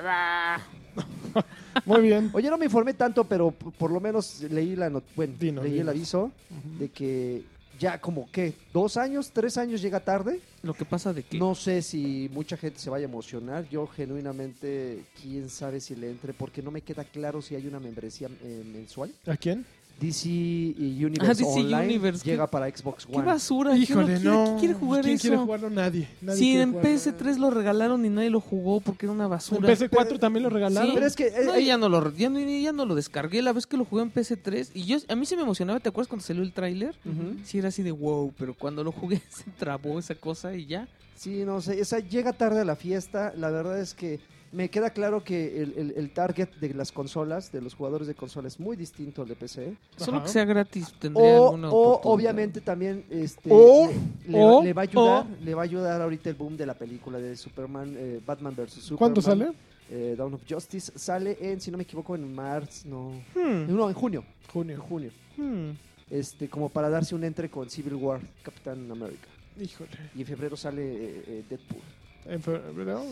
Muy bien.
Oye, no me informé tanto, pero p- por lo menos leí la not- bueno,
Dinos,
leí el
dinos.
aviso de que ya como que dos años, tres años llega tarde.
lo que pasa de que
No sé si mucha gente se vaya a emocionar. Yo genuinamente, quién sabe si le entre, porque no me queda claro si hay una membresía eh, mensual.
¿A quién?
DC y Universe
Ah, DC
Online
Universe, ¿qué-
llega para Xbox
qué
One.
basura, ¿quién, no quiere, ¿quién quiere jugar
¿Quién
eso?
quiere jugarlo? Nadie. Nadie
Sí,
quiere
en
jugarlo.
PS3 lo regalaron y nadie lo jugó porque era una
En
basura.
PS4 también lo regalaron.
Sí.
Pero es que eh,
No,
eh,
ya no lo ya no, ya no lo descargué la vez que lo jugué en PS3 y yo a mí se me emocionaba, ¿te acuerdas cuando salió el tráiler?
Ujú.
Sí era así de wow, pero cuando lo jugué se trabó esa cosa y ya.
Sí, no sé, esa llega tarde a la fiesta. La verdad es que me queda claro que el, el- el target de las consolas, de los jugadores de consola, es muy distinto al de PC.
Solo
Ajá.
que sea gratis tendría
O,
alguna
o
oportunidad.
obviamente también este,
O-
le, le va-
o-
le va a ayudar, le va a ayudar ahorita el boom de la película de Superman, eh, Batman vs. Superman.
¿Cuándo sale?
Eh, Dawn of Justice sale en, si no me equivoco, en marzo, no,
Hmm,
no, en junio, en
Junio.
junio,
hmm.
este, como para darse un entre con Civil War, Capitán América.
Híjole.
Y en febrero sale eh, eh, Deadpool.
En febrero.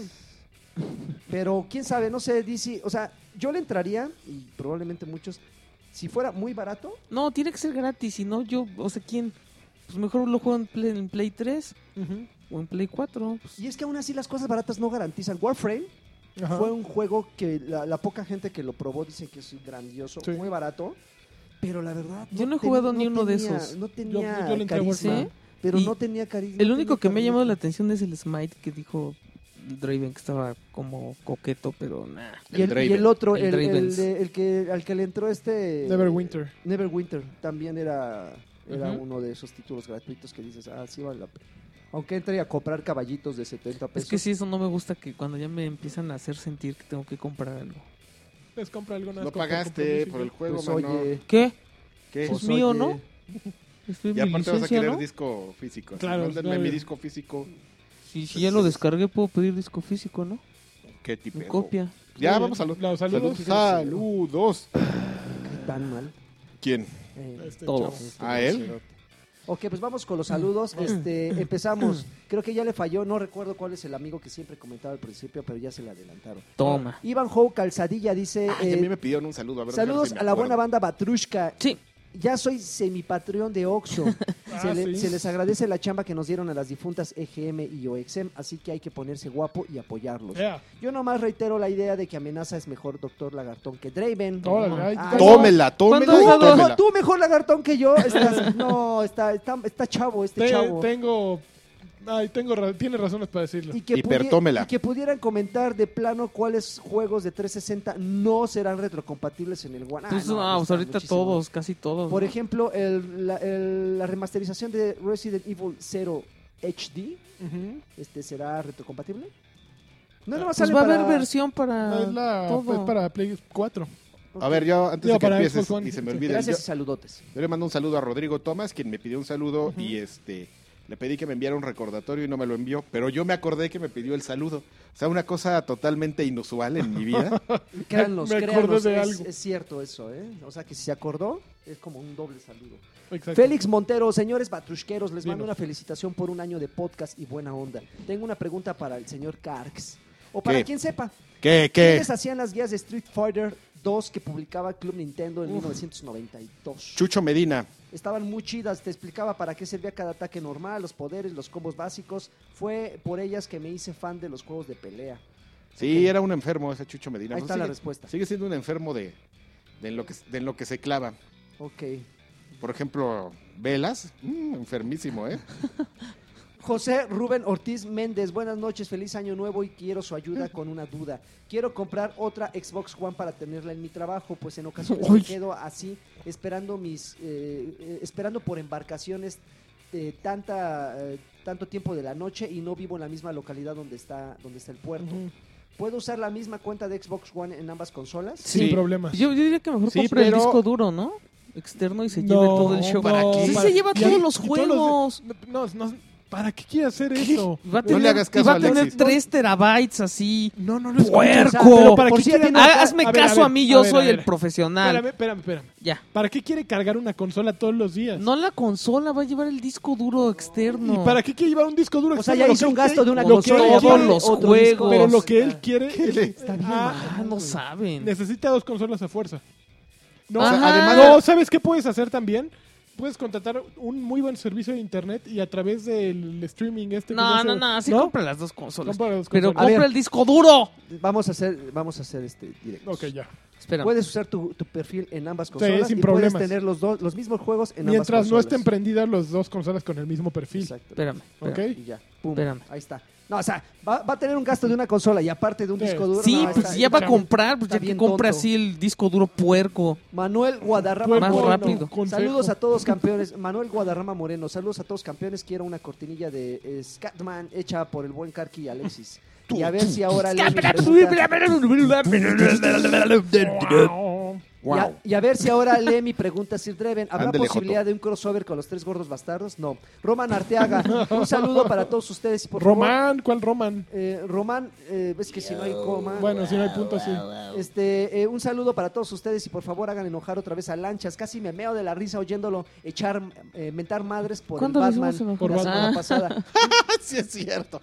Pero quién sabe, no sé, DC. O sea, yo le entraría, y probablemente muchos, si fuera muy barato.
No, tiene que ser gratis, si no yo, o sea, quién pues mejor lo juego en Play, en Play 3
Ujú.
o en Play 4. Pues,
Y es que aún así las cosas baratas no garantizan. Warframe
Ajá.
fue un juego que la, la poca gente que lo probó dice que es grandioso,
Sí.
muy barato. Pero la verdad.
Yo no he
ten-
jugado ni uno de
tenía-
esos.
No tenía
Yo- yo le entré a
carisma.
Warframe.
Pero
Y
no tenía carisma.
El
no
único
tenía
que me ha llamado la
carisma.
atención es el Smite que dijo Draven que estaba como coqueto, pero nada.
Y el, y
Draven.
el otro,
El
el, el-
Dravens.
el- el que, al que le entró este.
Neverwinter.
Neverwinter también era, era
Ujú.
uno de esos títulos gratuitos que dices, ah, sí vale la pena. Aunque entre a comprar caballitos de 70 pesos.
Es que sí, eso no me gusta que cuando ya me empiezan a hacer sentir que tengo que comprar algo.
Les compra algo nada
No
más, compra compromiso
pagaste
y
por el
ya.
juego,
pues,
mano.
oye,
¿Qué?
¿Qué?
pues,
pues,
mío,
oye,
¿no? Estoy en
Y
mi
aparte vas a
licencia,
querer
¿no?
disco físico.
Claro,
Mándenme
claro.
mi disco físico.
Si, si ya lo descargué, puedo pedir disco físico, ¿no?
Qué
Mi
tipo.
copia.
Muy
Ya,
bien.
vamos a los
Los saludos.
saludos. Saludos.
qué Tan mal.
¿Quién?
Eh,
Este
Todos.
chavo.
este,
¿A él?
Ok, pues vamos con los saludos. Este, empezamos. Creo que ya le falló, no recuerdo cuál es el amigo que siempre comentaba al principio, pero ya se le adelantaron.
Toma.
Iván Howe Calzadilla dice,
Ay, a
eh,
mí me pidieron un saludo. A ver, déjame ver
saludos
si me
a la buena
acuerdo.
banda Batrushka.
Sí,
Ya soy semipatreón de Oxxo. se,
Ah,
le-
sí.
se les agradece la chamba que nos dieron a las difuntas EGM y OXM, así que hay que ponerse guapo y apoyarlos.
Ea.
Yo nomás reitero la idea de que Amenaza es mejor Doctor Lagartón que Draven.
Órale, ahí
Ah,
está.
Tómela, tómela,
¿Cuántos
Tú,
dados?
mejor,
tómela.
tú mejor Lagartón que yo. Estás- no, está, está, está chavo este
Te-
chavo.
tengo. Ay, tengo. ra- Tiene razones para decirlo.
Y que,
Hipertómela.
y que pudieran comentar de plano cuáles juegos de 360 no serán retrocompatibles en el One. Ah,
pues,
no,
ah, pues
está
ahorita
muchísimo.
todos, casi todos.
Por
¿no?
ejemplo, el- la, el- la remasterización de Resident Evil 0 HD
Ujú.
este será retrocompatible. No, no,
Pues
sale
va a
para-
haber versión
Ah,
para
Ah, es, la,
todo.
es para Play 4.
A ver, yo antes
Digo,
de que
para
empieces
Xbox One.
y se me
Sí.
olvide, yo,
Gracias y saludotes.
yo le mando un saludo a Rodrigo Tomás, quien me pidió un saludo y este le pedí que me enviara un recordatorio y no me lo envió, pero yo me acordé que me pidió el saludo. O sea, una cosa totalmente inusual en mi vida.
Créanlos,
me acordé
créanlos,
de
es,
algo.
es cierto eso, ¿eh? O sea, que si se acordó, es como un doble saludo.
Exacto.
Félix Montero, señores batrusqueros, les mando
Dinos.
una felicitación por un año de podcast y buena onda. Tengo una pregunta para el señor Karks. O para
¿Qué?
quien sepa,
¿Qué, qué?
¿quiénes hacían las guías de Street Fighter 2 que publicaba Club Nintendo en 1992.
Chucho Medina.
Estaban muy chidas, te explicaba para qué servía cada ataque normal, los poderes, los combos básicos. Fue por ellas que me hice fan de los juegos de pelea.
Sí, era un enfermo ese Chucho Medina.
Ahí
Pues
está la
sigue,
respuesta.
sigue siendo un enfermo de, de, en lo que, de en lo que se clava.
Ok.
Por ejemplo, Velas. mm, enfermísimo, ¿eh?
José Rubén Ortiz Méndez, buenas noches, feliz año nuevo y quiero su ayuda con una duda. Quiero comprar otra Xbox One para tenerla en mi trabajo, pues en ocasiones me
Uy.
quedo así esperando mis, eh, eh, esperando por embarcaciones eh, tanta, eh, tanto tiempo de la noche y no vivo en la misma localidad donde está, donde está el puerto.
Ujú.
¿Puedo usar la misma cuenta de Xbox One en ambas consolas?
Sí.
Sin problemas.
Yo, yo diría que mejor
Sí,
compre
pero-
el disco duro, ¿no? Externo y se lleve todo el show.
¿para qué?
Sí,
Para-
se lleva
y-
todos los
y
juegos.
de- no, no, no, ¿Para qué quiere hacer eso?
Va a tener,
hagas caso
y va
a
a tener
Alexis.
3 terabytes así.
No, no lo escucho.
¡Puerco!
Pero ¿para
Por
qué
si
quiere-
tiene-
Ah, hazme
a ver, a
caso
ver,
a mí, yo
a ver,
soy
a ver.
el profesional.
Espérame, espérame, espérame.
Ya.
¿Para qué quiere cargar una consola todos los días?
No la consola, va a llevar el disco duro externo.
¿Y para qué quiere llevar un disco duro?
O sea,
externo?
ya
Lo que
hizo un
él
gasto de
quiere-
una
lo que él
consola,
quiere-
los
otro
juegos.
disco.
Pero lo que él quiere es-
Está bien
Ah,
mal, no saben.
necesita dos consolas a fuerza. No,
O sea, Ajá. además-
no, ¿sabes qué puedes hacer también? Puedes contratar un muy buen servicio de internet y a través del streaming este. que
No,
se
no,
hace-
no, sí compra las dos consolas.
Compra las
Pero
consolas.
A
compra
ver.
el disco duro.
Vamos a hacer, vamos a hacer este directo.
Ok, ya.
Espera.
Puedes usar tu, tu perfil en ambas consolas
sin
y
problemas.
puedes tener los dos los mismos juegos en
Mientras
ambas
no
consolas.
estén prendidas las dos consolas con el mismo perfil.
Exacto.
Espérame. espérame.
¿Ok?
Y ya. Pum.
Espérame.
Ahí está. No, o sea, va, va a tener un gasto de una consola y aparte de un
Sí.
disco duro.
Sí,
no,
pues
está-
si ya va a
está-
comprar, pues
está
ya que
bien
compra
tonto.
así el disco duro puerco.
Manuel Guadarrama
Más
Moreno.
rápido.
Consejo.
Saludos a todos campeones. Manuel Guadarrama Moreno. Saludos a todos campeones. Quiero una cortinilla de eh, Scatman hecha por el buen Karki y Alexis. Y a ver si ahora leen mi pregunta.
Wow.
Y a, y a ver si ahora lee mi pregunta, Sir Dreven. ¿Habrá
Ándele,
posibilidad de un crossover con los tres gordos bastardos? No. Roman Arteaga, un saludo para todos ustedes. y Por favor,
Román, ¿cuál Román?
Eh, Román, eh, ves que si no hay coma.
Bueno, si no hay punto, sí.
Este, eh, un saludo para todos ustedes y por favor hagan enojar otra vez a Lanchas. Casi me meo de la risa oyéndolo echar, eh, mentar madres por el
¿Cuándo lo
Batman
hicimos enojar?
Por
la semana
Batman.
pasada.
sí, es cierto.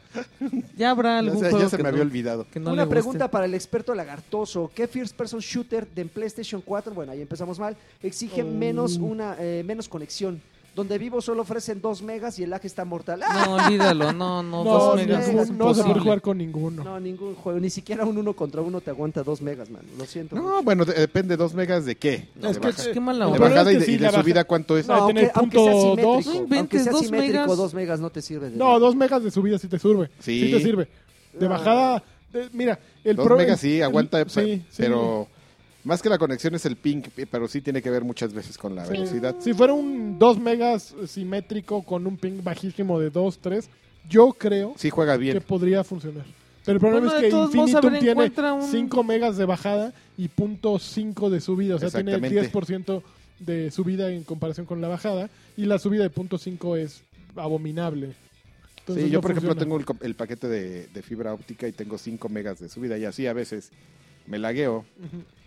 Ya habrá
Ya,
algún
se- ya
juego
se me
que no-
había olvidado.
que no
Una
le guste.
pregunta para el experto lagartoso. ¿Qué first person shooter de PlayStation 4, bueno ahí empezamos mal, exige
Oh.
menos, una, eh, menos conexión? Donde vivo solo ofrecen 2 megas y el lag está mortal. ¡Ah!
No, olvídalo, no,
No,
no, dos
ningún-
megas,
no,
es
vas a poder
imposible.
jugar con ninguno.
No, ningún juego, ni siquiera un uno contra uno te aguanta 2 megas, man. Lo siento.
No, bueno, de- depende dos megas de qué.
Es
de,
que-
baja-
Qué mala
el
de
onda.
problema
bajada
es
y
que
de,
sí,
y de
la baja-
subida, ¿cuánto es?
No, Va a tener punto dos.
simétrico,
No
aunque
inventes,
sea
dos
simétrico,
megas.
dos megas no te sirve. de
No,
nada.
dos megas de subida sí te sirve. Sí,
Sí.
te sirve.
Ah.
De bajada, de- mira, el
dos
pro-
megas
el-
sí, aguanta,
el-
pe-
sí, sí.
pero más que la conexión es el ping, pero sí tiene que ver muchas veces con la
Sí.
velocidad.
Si fuera un 2 megas simétrico con un ping bajísimo de 2, 3, yo creo
Sí juega
que
bien.
podría funcionar. Pero el problema
Bueno,
es
de
que
todos modos, a
Infinitum
ver,
tiene
encuentra un-
5 megas de bajada y punto .5 de subida. O sea, tiene
Exactamente.
10% de subida en comparación con la bajada. Y la subida de punto .5 es abominable. Entonces,
Sí, yo
no
por ejemplo
pues, funciona.
tengo el, co- el paquete de, de fibra óptica y tengo 5 megas de subida y así a veces me lagueo.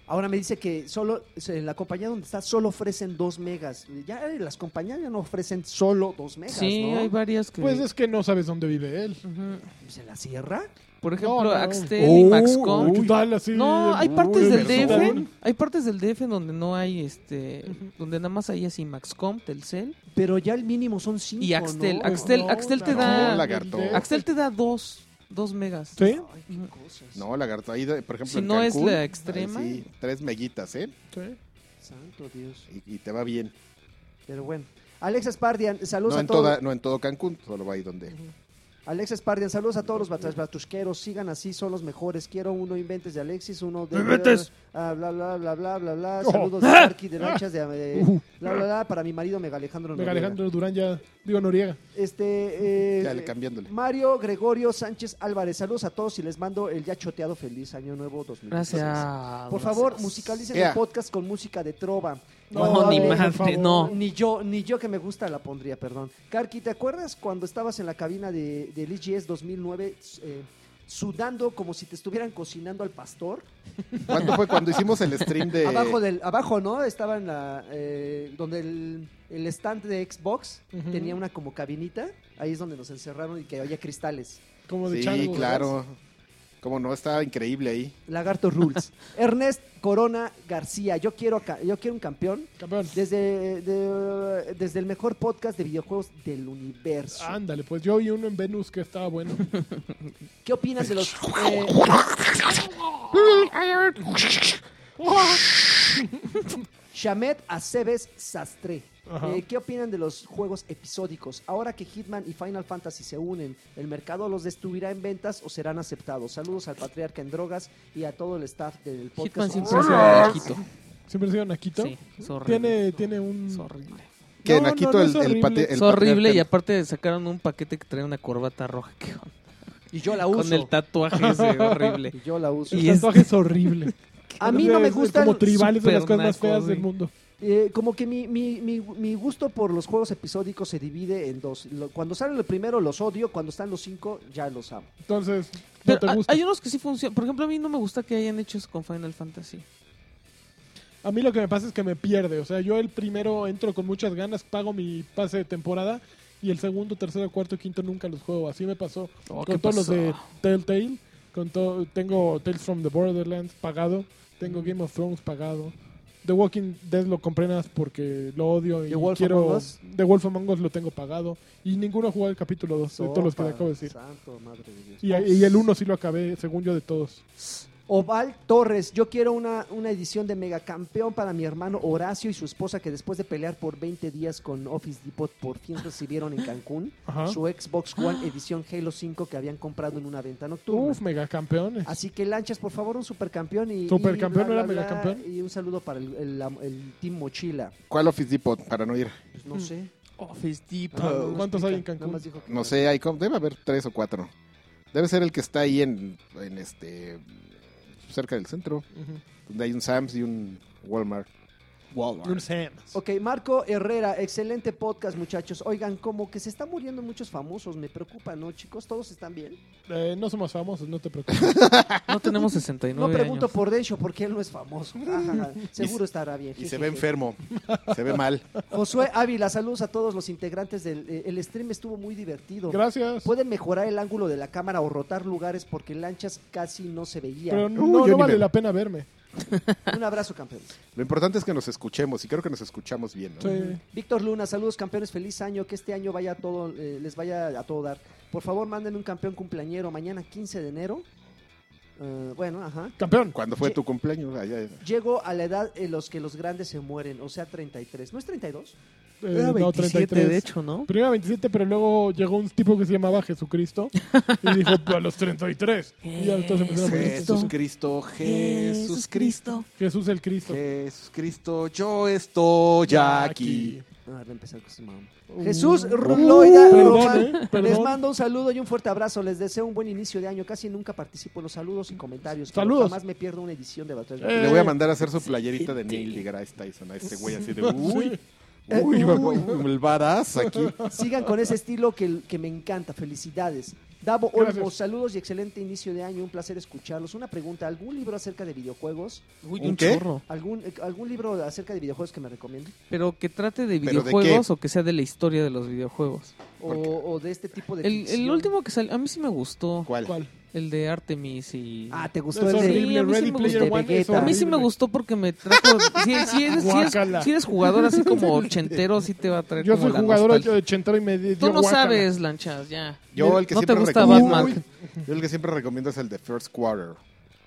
Ahora me dice que solo se- en la compañía donde está solo ofrecen 2 megas. Ya eh, las compañías ya no ofrecen solo 2 megas,
Sí,
¿no?
hay varias que...
Pues es que no sabes dónde vive él.
Ujú.
¿Se la cierra?
Por ejemplo,
No, no.
Axtel y
Oh,
Maxcom.
¿Qué tal? Así,
No, hay
uy,
partes
uy,
del
pero-
DF, hay partes del DF donde no hay este, donde nada más hay así Maxcom, Telcel
Pero ya el mínimo son 5,
y Axtel.
¿no?
Axtel,
No,
Axtel te
no,
no,
da,
la- lagarto.
Axtel te da dos, dos megas.
¿Sí?
Ay, qué cosas.
No, lagarto, ahí de- por ejemplo
Si
en
no es
Cancún,
la
ahí
extrema.
sí, tres meguitas, ¿eh?
Sí.
Santo Dios.
Y, y te va bien.
Pero bueno. Alex Spardian, saludos
No
a
en,
todos.
toda, no en todo Cancún, solo ahí donde.
Alex Spardian, saludos a todos los batas- batusqueros. Sigan así, son los mejores. Quiero uno inventes de Alexis, uno de.
Inventes.
Ah, bla, bla, bla, bla, bla, bla.
Oh.
Saludos de Arqui,
Ah.
de Lanchas, de. eh,
Uh.
bla, bla, bla. Para mi marido, Mega Alejandro.
Mega
Noriega.
Alejandro Durán ya, digo Noriega.
Este. eh,
Ya le cambiándole.
Mario Gregorio Sánchez Álvarez, saludos a todos y les mando el ya choteado feliz año nuevo 2016.
Gracias.
Por favor,
Gracias.
musicalicen
Ea.
el podcast con música de trova.
No,
Cuando
ni
hable-
por
madre,
favor.
no.
Ni yo, ni yo que me gusta la pondría, perdón. Karki, ¿te acuerdas cuando estabas en la cabina de, del IGS 2009 eh, sudando como si te estuvieran cocinando al pastor?
¿Cuánto fue cuando hicimos el stream de
Abajo, del, abajo, ¿no? Estaba en la, eh, donde el, el stand de Xbox
Ujú.
tenía una como cabinita. Ahí es donde nos encerraron y que había cristales.
Como de
Sí,
chango.
claro. Como no, está increíble ahí.
Lagarto Rules. Ernest Corona García. Yo quiero, ca- yo quiero un campeón.
Campeón.
Desde, de- desde el mejor podcast de videojuegos del universo.
Ándale, pues yo vi uno en Venus que estaba bueno.
¿Qué opinas de los... eh, Shamed Aceves Sastre.
Ajá.
Eh, ¿Qué opinan de los juegos episódicos? Ahora que Hitman y Final Fantasy se unen, ¿el mercado los destruirá en ventas o serán aceptados? Saludos al patriarca en drogas y a todo el staff del
Hitman
podcast.
siempre ha sido
Ah,
naquito.
Siempre ha sido Naquito.
Sí, es horrible.
Tiene, tiene un.
Es horrible.
Que
No, no,
Naquito
no
el,
es
el
horrible.
pate- el
Es horrible y
patriarca-
aparte sacaron un paquete que trae una corbata roja. ¿Qué onda?
Y yo la
Con el
uso.
tatuaje ese horrible.
Y yo la uso.
Sus
Y es-
tatuajes horribles.
A mí no me
Es
gustan
Como tribales de las
super
cosas más
naco,
feas del
güey.
mundo.
Eh, como que mi, mi, mi, mi gusto por los juegos episódicos se divide en dos. Lo- cuando salen el primero los odio, cuando están los cinco ya los amo.
Entonces, no
Pero
te
ha-
gusta.
hay unos que sí funcionan. Por ejemplo, a mí no me gusta que hayan hecho eso con Final Fantasy.
A mí lo que me pasa es que me pierde. O sea, yo el primero entro con muchas ganas, pago mi pase de temporada. Y el segundo, tercero, cuarto, quinto nunca los juego. Así me pasó
Oh, ¿qué
con todos los
pasó?
de Telltale. Con to- tengo Tales from the Borderlands pagado. Tengo Game of Thrones pagado. The Walking Dead lo compré nada más porque lo odio y
The Wolf
quiero...
Among Us.
The Wolf Among Us lo tengo pagado. Y ninguno jugó el capítulo 2 de todos los que te
Sopa,
acabo de decir.
santo, madre de Dios.
Y, y el 1 sí lo acabé, según yo, de todos.
Oval Torres, yo quiero una, una edición de Megacampeón para mi hermano Horacio y su esposa que después de pelear por 20 días con Office Depot por fin recibieron en Cancún
Ajá.
su Xbox One edición Halo 5 que habían comprado en una venta nocturna.
Uf, megacampeones.
Así que lanchas, por favor, un supercampeón y...
Supercampeón,
y bla,
¿no era
bla, bla,
megacampeón?
Y un saludo para el, el- la- el Team Mochila.
¿Cuál Office Depot? Para no ir.
Pues no sé.
Oh, Office
Ah, no,
Depot.
no
¿Cuántos
explica,
hay en
nada
Cancún?
más dijo que-
No sé, hay como- debe haber tres o cuatro. Debe ser el que está ahí en, en este cerca del centro,
Ujú.
donde hay un Sam's y un Walmart.
Y un Sam's.
Ok, Marco Herrera, excelente podcast, muchachos. Oigan, como que se están muriendo muchos famosos, me preocupa, ¿no, chicos? ¿Todos están bien?
Eh, no somos famosos, no te preocupes.
No tenemos
No
69
pregunto
años.
por Dencho porque él no es famoso. Ajá, seguro estará bien.
Y se ve enfermo, se ve mal.
Josué Ávila, saludos a todos los integrantes del eh, el stream, estuvo muy divertido.
Gracias.
Pueden mejorar el ángulo de la cámara o rotar lugares porque lanchas casi no se veía.
Pero
Uy,
no,
yo
no
ni
vale
me-
la pena verme.
Un abrazo, campeones.
Lo importante es que nos escuchemos y creo que nos escuchamos bien. ¿no?
Sí.
Víctor Luna, saludos campeones, feliz año, que este año vaya a todo, eh, les vaya a todo dar. Por favor, mándenme un campeón cumpleañero mañana 15 de enero. Eh, bueno, ajá.
Campeón. eh,
¿Cuándo fue
Sí.
tu cumpleaños? eh, Ay, ay.
Llego a la edad en los que los grandes se mueren, o sea, 33. ¿No es 32?
Eh,
Era
no,
27,
33.
de hecho, ¿no?
Primero 27, pero luego llegó un tipo que se llamaba Jesucristo y dijo "Pues, a los 33. Y ya pues, todos empezaron a morir.
Jesucristo.
Cristo,
Jesús el Cristo.
Jesús Cristo, yo estoy ya
Ah, voy a empezar con su mamá. Jesús Ruloida
Uh, Perdón,
Román.
eh, perdón.
Les mando un saludo y un fuerte abrazo. Les deseo un buen inicio de año. Casi nunca participo en los saludos y comentarios. pero
Saludos.
Jamás me pierdo una edición de Batalla.
Eh,
Le voy a mandar a hacer su playerita de Neil deGrasse Tyson a este güey así de uy, uy, el badass aquí.
Sigan con ese estilo que, que me encanta. Felicidades. Davo
Gracias.
Olmos, saludos y excelente inicio de año. Un placer escucharlos. Una pregunta, ¿algún libro acerca de videojuegos?
Uy,
¿Un
un
qué?
chorro.
¿Algún, eh, algún libro acerca de videojuegos que me recomienden?
Pero que trate de
¿Pero de qué?
videojuegos o que sea de la historia de los videojuegos.
O,
Porque-
o de este tipo de...
El, el
ficción.
último que salió, a mí sí me gustó.
¿Cuál?
¿Cuál?
El de Artemis y...
Ah, ¿te gustó
Es
el de...
horrible.
Sí, a mí sí
Ready
me
Player
gustó.
One es
Vegeta.
A mí sí me
horrible.
gustó porque me trajo. Si, si eres, si, eres,
Guácala.
si eres jugador así como ochentero, sí te va a traer.
Yo
como
soy
la
jugador
nostalgia.
de ochentero y me dio
Tú no
guácala.
sabes, lanchas, ya.
Yo el que
no te
siempre
gusta
recomiendo.
Batman.
Uy. Yo el que siempre recomiendo es el de First Quarter,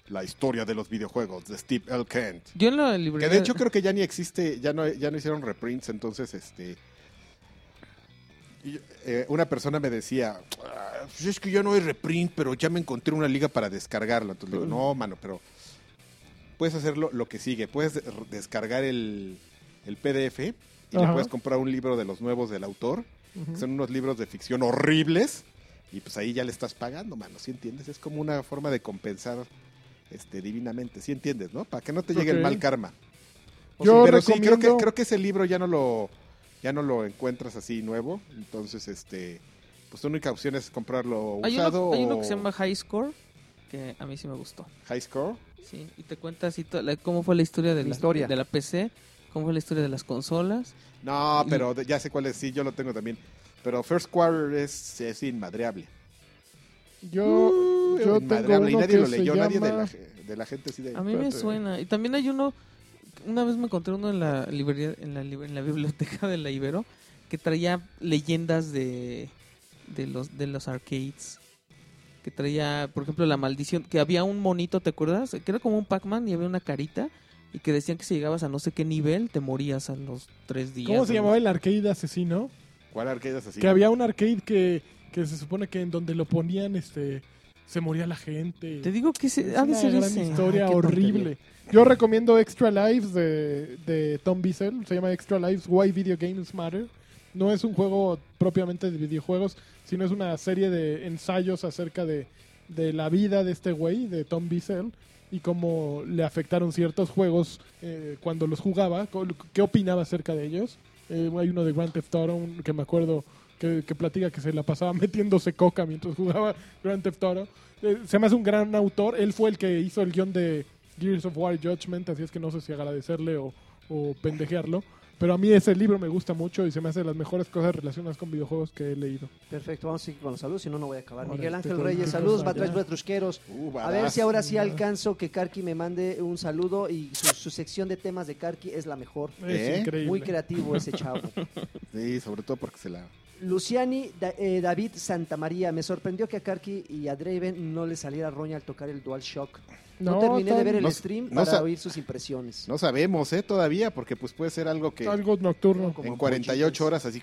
la historia de los videojuegos de Steve L. Kent.
Yo en la
Que
librería.
de hecho creo que ya ni existe, ya no, ya no hicieron reprints, entonces este y- eh, una persona me decía, "Ah, pues es que ya no hay reprint, pero ya me encontré una liga para descargarla. Entonces le digo, no, mano, pero puedes hacerlo lo que sigue, puedes de- descargar el, el PDF y le
Ajá.
puedes comprar un libro de los nuevos del autor, que
Ujú.
son unos libros de ficción horribles, y pues ahí ya le estás pagando, mano, ¿sí entiendes? Es como una forma de compensar este divinamente, ¿sí entiendes, no? Para que no te llegue el
Ok.
mal karma.
Yo
pero sí, creo que,
recomiendo-
creo que ese libro ya no lo ya no lo encuentras así nuevo, entonces este pues tu única opción es comprarlo
Hay
usado
uno, hay uno que
o
se llama High Score, que a mí sí me gustó.
High Score.
Sí, y te cuenta así to- la- cómo fue la historia de
La
la,
historia.
de la PC, cómo fue la historia de las consolas.
No,
Y-
pero de- ya sé cuál es, sí, yo lo tengo también. Pero First Quarter es, es inmadreable.
Yo,
medio
Yo tengo
inmadreable y
uno
nadie
que
lo
se
leyó, nadie de
llama-
la, de la gente así de...
A mí me
espérate.
suena. Y también hay uno, una vez me encontré uno en la librería, en la, lib- en la biblioteca de la Ibero, que traía leyendas de, de los de los arcades. Que traía, por ejemplo, la maldición, que había un monito, ¿te acuerdas? Que era como un Pac-Man y había una carita. Y que decían que si llegabas a no sé qué nivel, te morías a los tres días.
¿Cómo se
o-
llamaba el arcade asesino?
¿Cuál arcade es así?
Que había un arcade que, que se supone que en donde lo ponían este se moría la gente.
Te digo que se,
es
ha de
una
ser
gran
ese.
historia
Ay, qué tontería.
horrible. Yo recomiendo Extra Lives de, de Tom Bissell. Se llama Extra Lives Why Video Games Matter. No es un juego propiamente de videojuegos, sino es una serie de ensayos acerca de, de la vida de este güey, de Tom Bissell, y cómo le afectaron ciertos juegos eh, cuando los jugaba, co- qué opinaba acerca de ellos. Eh, hay uno de Grand Theft Auto un- que me acuerdo que, que platica que se la pasaba metiéndose coca mientras jugaba Grand Theft Auto. Eh, se me hace un gran autor. Él fue el que hizo el guión de Gears of War Judgment, así es que no sé si agradecerle o, o pendejearlo. Pero a mí ese libro me gusta mucho y se me hace de las mejores cosas relacionadas con videojuegos que he leído.
Perfecto, vamos a seguir con los saludos, si no, no voy a acabar.
Ahora,
Miguel
te
Ángel
tengo
Reyes,
que
saludos,
pasar
va a traer
ya.
Batrusqueros.
Uh,
A ver
badass.
si ahora sí
Badass.
alcanzo que Karki me mande un saludo y su, su sección de temas de Karki es la mejor.
Es
¿Eh?
increíble.
Muy creativo ese chavo.
Sí, sobre todo porque se la...
Luciani Da- eh, David Santamaría, me sorprendió que a Karki y a Draven no le saliera roña al tocar el Dual Shock. No, terminé de
está
ver el
No-
stream
no
para
sa-
oír sus impresiones.
No sabemos, ¿eh? Todavía, porque pues puede ser algo que
algo nocturno.
Como
en 48
pochitos.
horas así...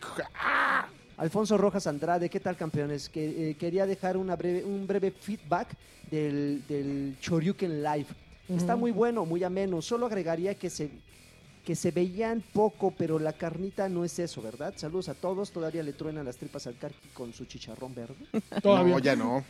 Alfonso Rojas Andrade, ¿qué tal campeones? Que, eh, quería dejar una breve, un breve feedback del, del Choryuken Live. Está
Ujú.
muy bueno, muy ameno. Solo agregaría que se, que se veían poco, pero la carnita no es eso, ¿verdad? Saludos a todos. Todavía le truenan las tripas al Karki con su chicharrón verde.
Todavía.
No, ya no.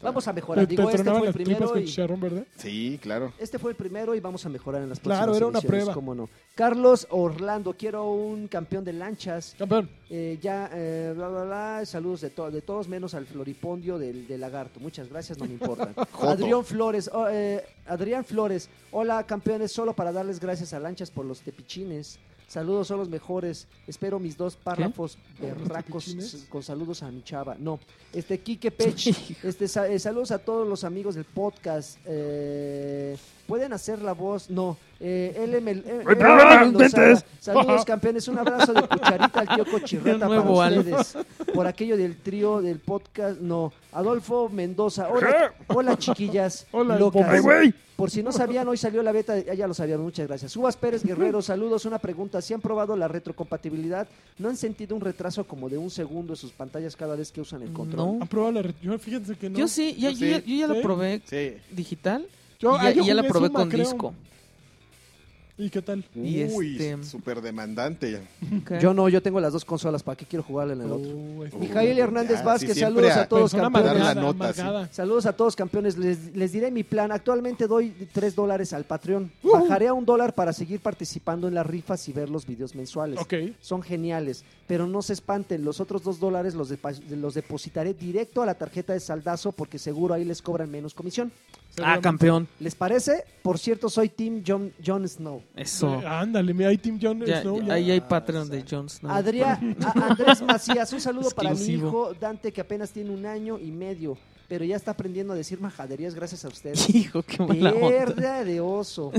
Vamos a
¿Te,
mejorar.
te
Digo, este
tronaban
fue el
las tripas
primero
con
y...
chicharrón, verdad?
Sí, claro.
Este fue el primero y vamos a mejorar en las próximas
Claro, era una
ediciones,
prueba.
cómo no. Carlos Orlando, quiero un campeón de lanchas.
Campeón.
Eh, ya, eh, bla, bla, bla. Saludos de, to- de todos menos al floripondio del, del lagarto. Muchas gracias, no me importa.
Joto.
Adrián Flores, oh, eh, Adrián Flores. Hola, campeones. Solo para darles gracias a Lanchas por los tepichines. Saludos, son los mejores. Espero mis dos párrafos berracos
tepichines?
con saludos a mi chava. No, este Quique Pech. este, sa- eh, saludos a todos los amigos del podcast. Eh, Pueden hacer la voz, no. Eh, LM, eh, LM Lozada. Saludos, campeones. Un abrazo de cucharita al tío
De
Cochirreta
nuevo,
para
Al.
ustedes. Por aquello del trío del podcast, no. Adolfo Mendoza. Hola, hola chiquillas.
Hola,
locas.
Ay, güey.
Por si no sabían, hoy salió la beta. ah, Ya lo sabían, muchas gracias. Uvas Pérez Guerrero, saludos. Una pregunta: ¿Si han probado la retrocompatibilidad? ¿No han sentido un retraso como de un segundo en sus pantallas cada vez que usan el control?
No.
¿Han probado la re- Yo fíjense que no.
Yo sí, ya,
Yo
yo, ya-
sí.
yo ya la
Sí.
probé
Sí.
digital
Yo-
y
ah,
ya,
yo
y ya la
jugué
probé
Zuma,
con
creo.
disco.
¿Y qué tal?
Y
Uy,
este-
súper demandante.
Ok.
Yo no, yo tengo las dos consolas. ¿Para qué quiero jugar en el otro?
Oh, este-
Mijail Hernández
Ah, sí,
Vázquez,
siempre
saludos
a-
a todos,
Persona
campeones.
Dar la
Pues, amargada,
nota,
amargada.
Saludos a todos campeones, les, les diré mi plan. Actualmente doy 3 dólares al Patreon. Bajaré a un dólar para seguir participando en las rifas y ver los videos mensuales.
Ok.
Son geniales, pero no se espanten, los otros 2 dólares los, depa- los depositaré directo a la tarjeta de saldazo porque seguro ahí les cobran menos comisión.
Ah, campeón.
¿Les parece? Por cierto, soy Team Jon, Jon Snow.
Eso.
Ah, Ándale, mira, hay Team John
Ya-
Snow.
ya-
ya.
ahí hay Patreon de Jon Snow.
ah, Adrián, a- Andrés Macías, un saludo para mi
Exclusivo.
hijo Dante que apenas tiene un año y medio, pero ya está aprendiendo a decir majaderías gracias a ustedes.
Hijo, qué mala onda.
Verde de oso.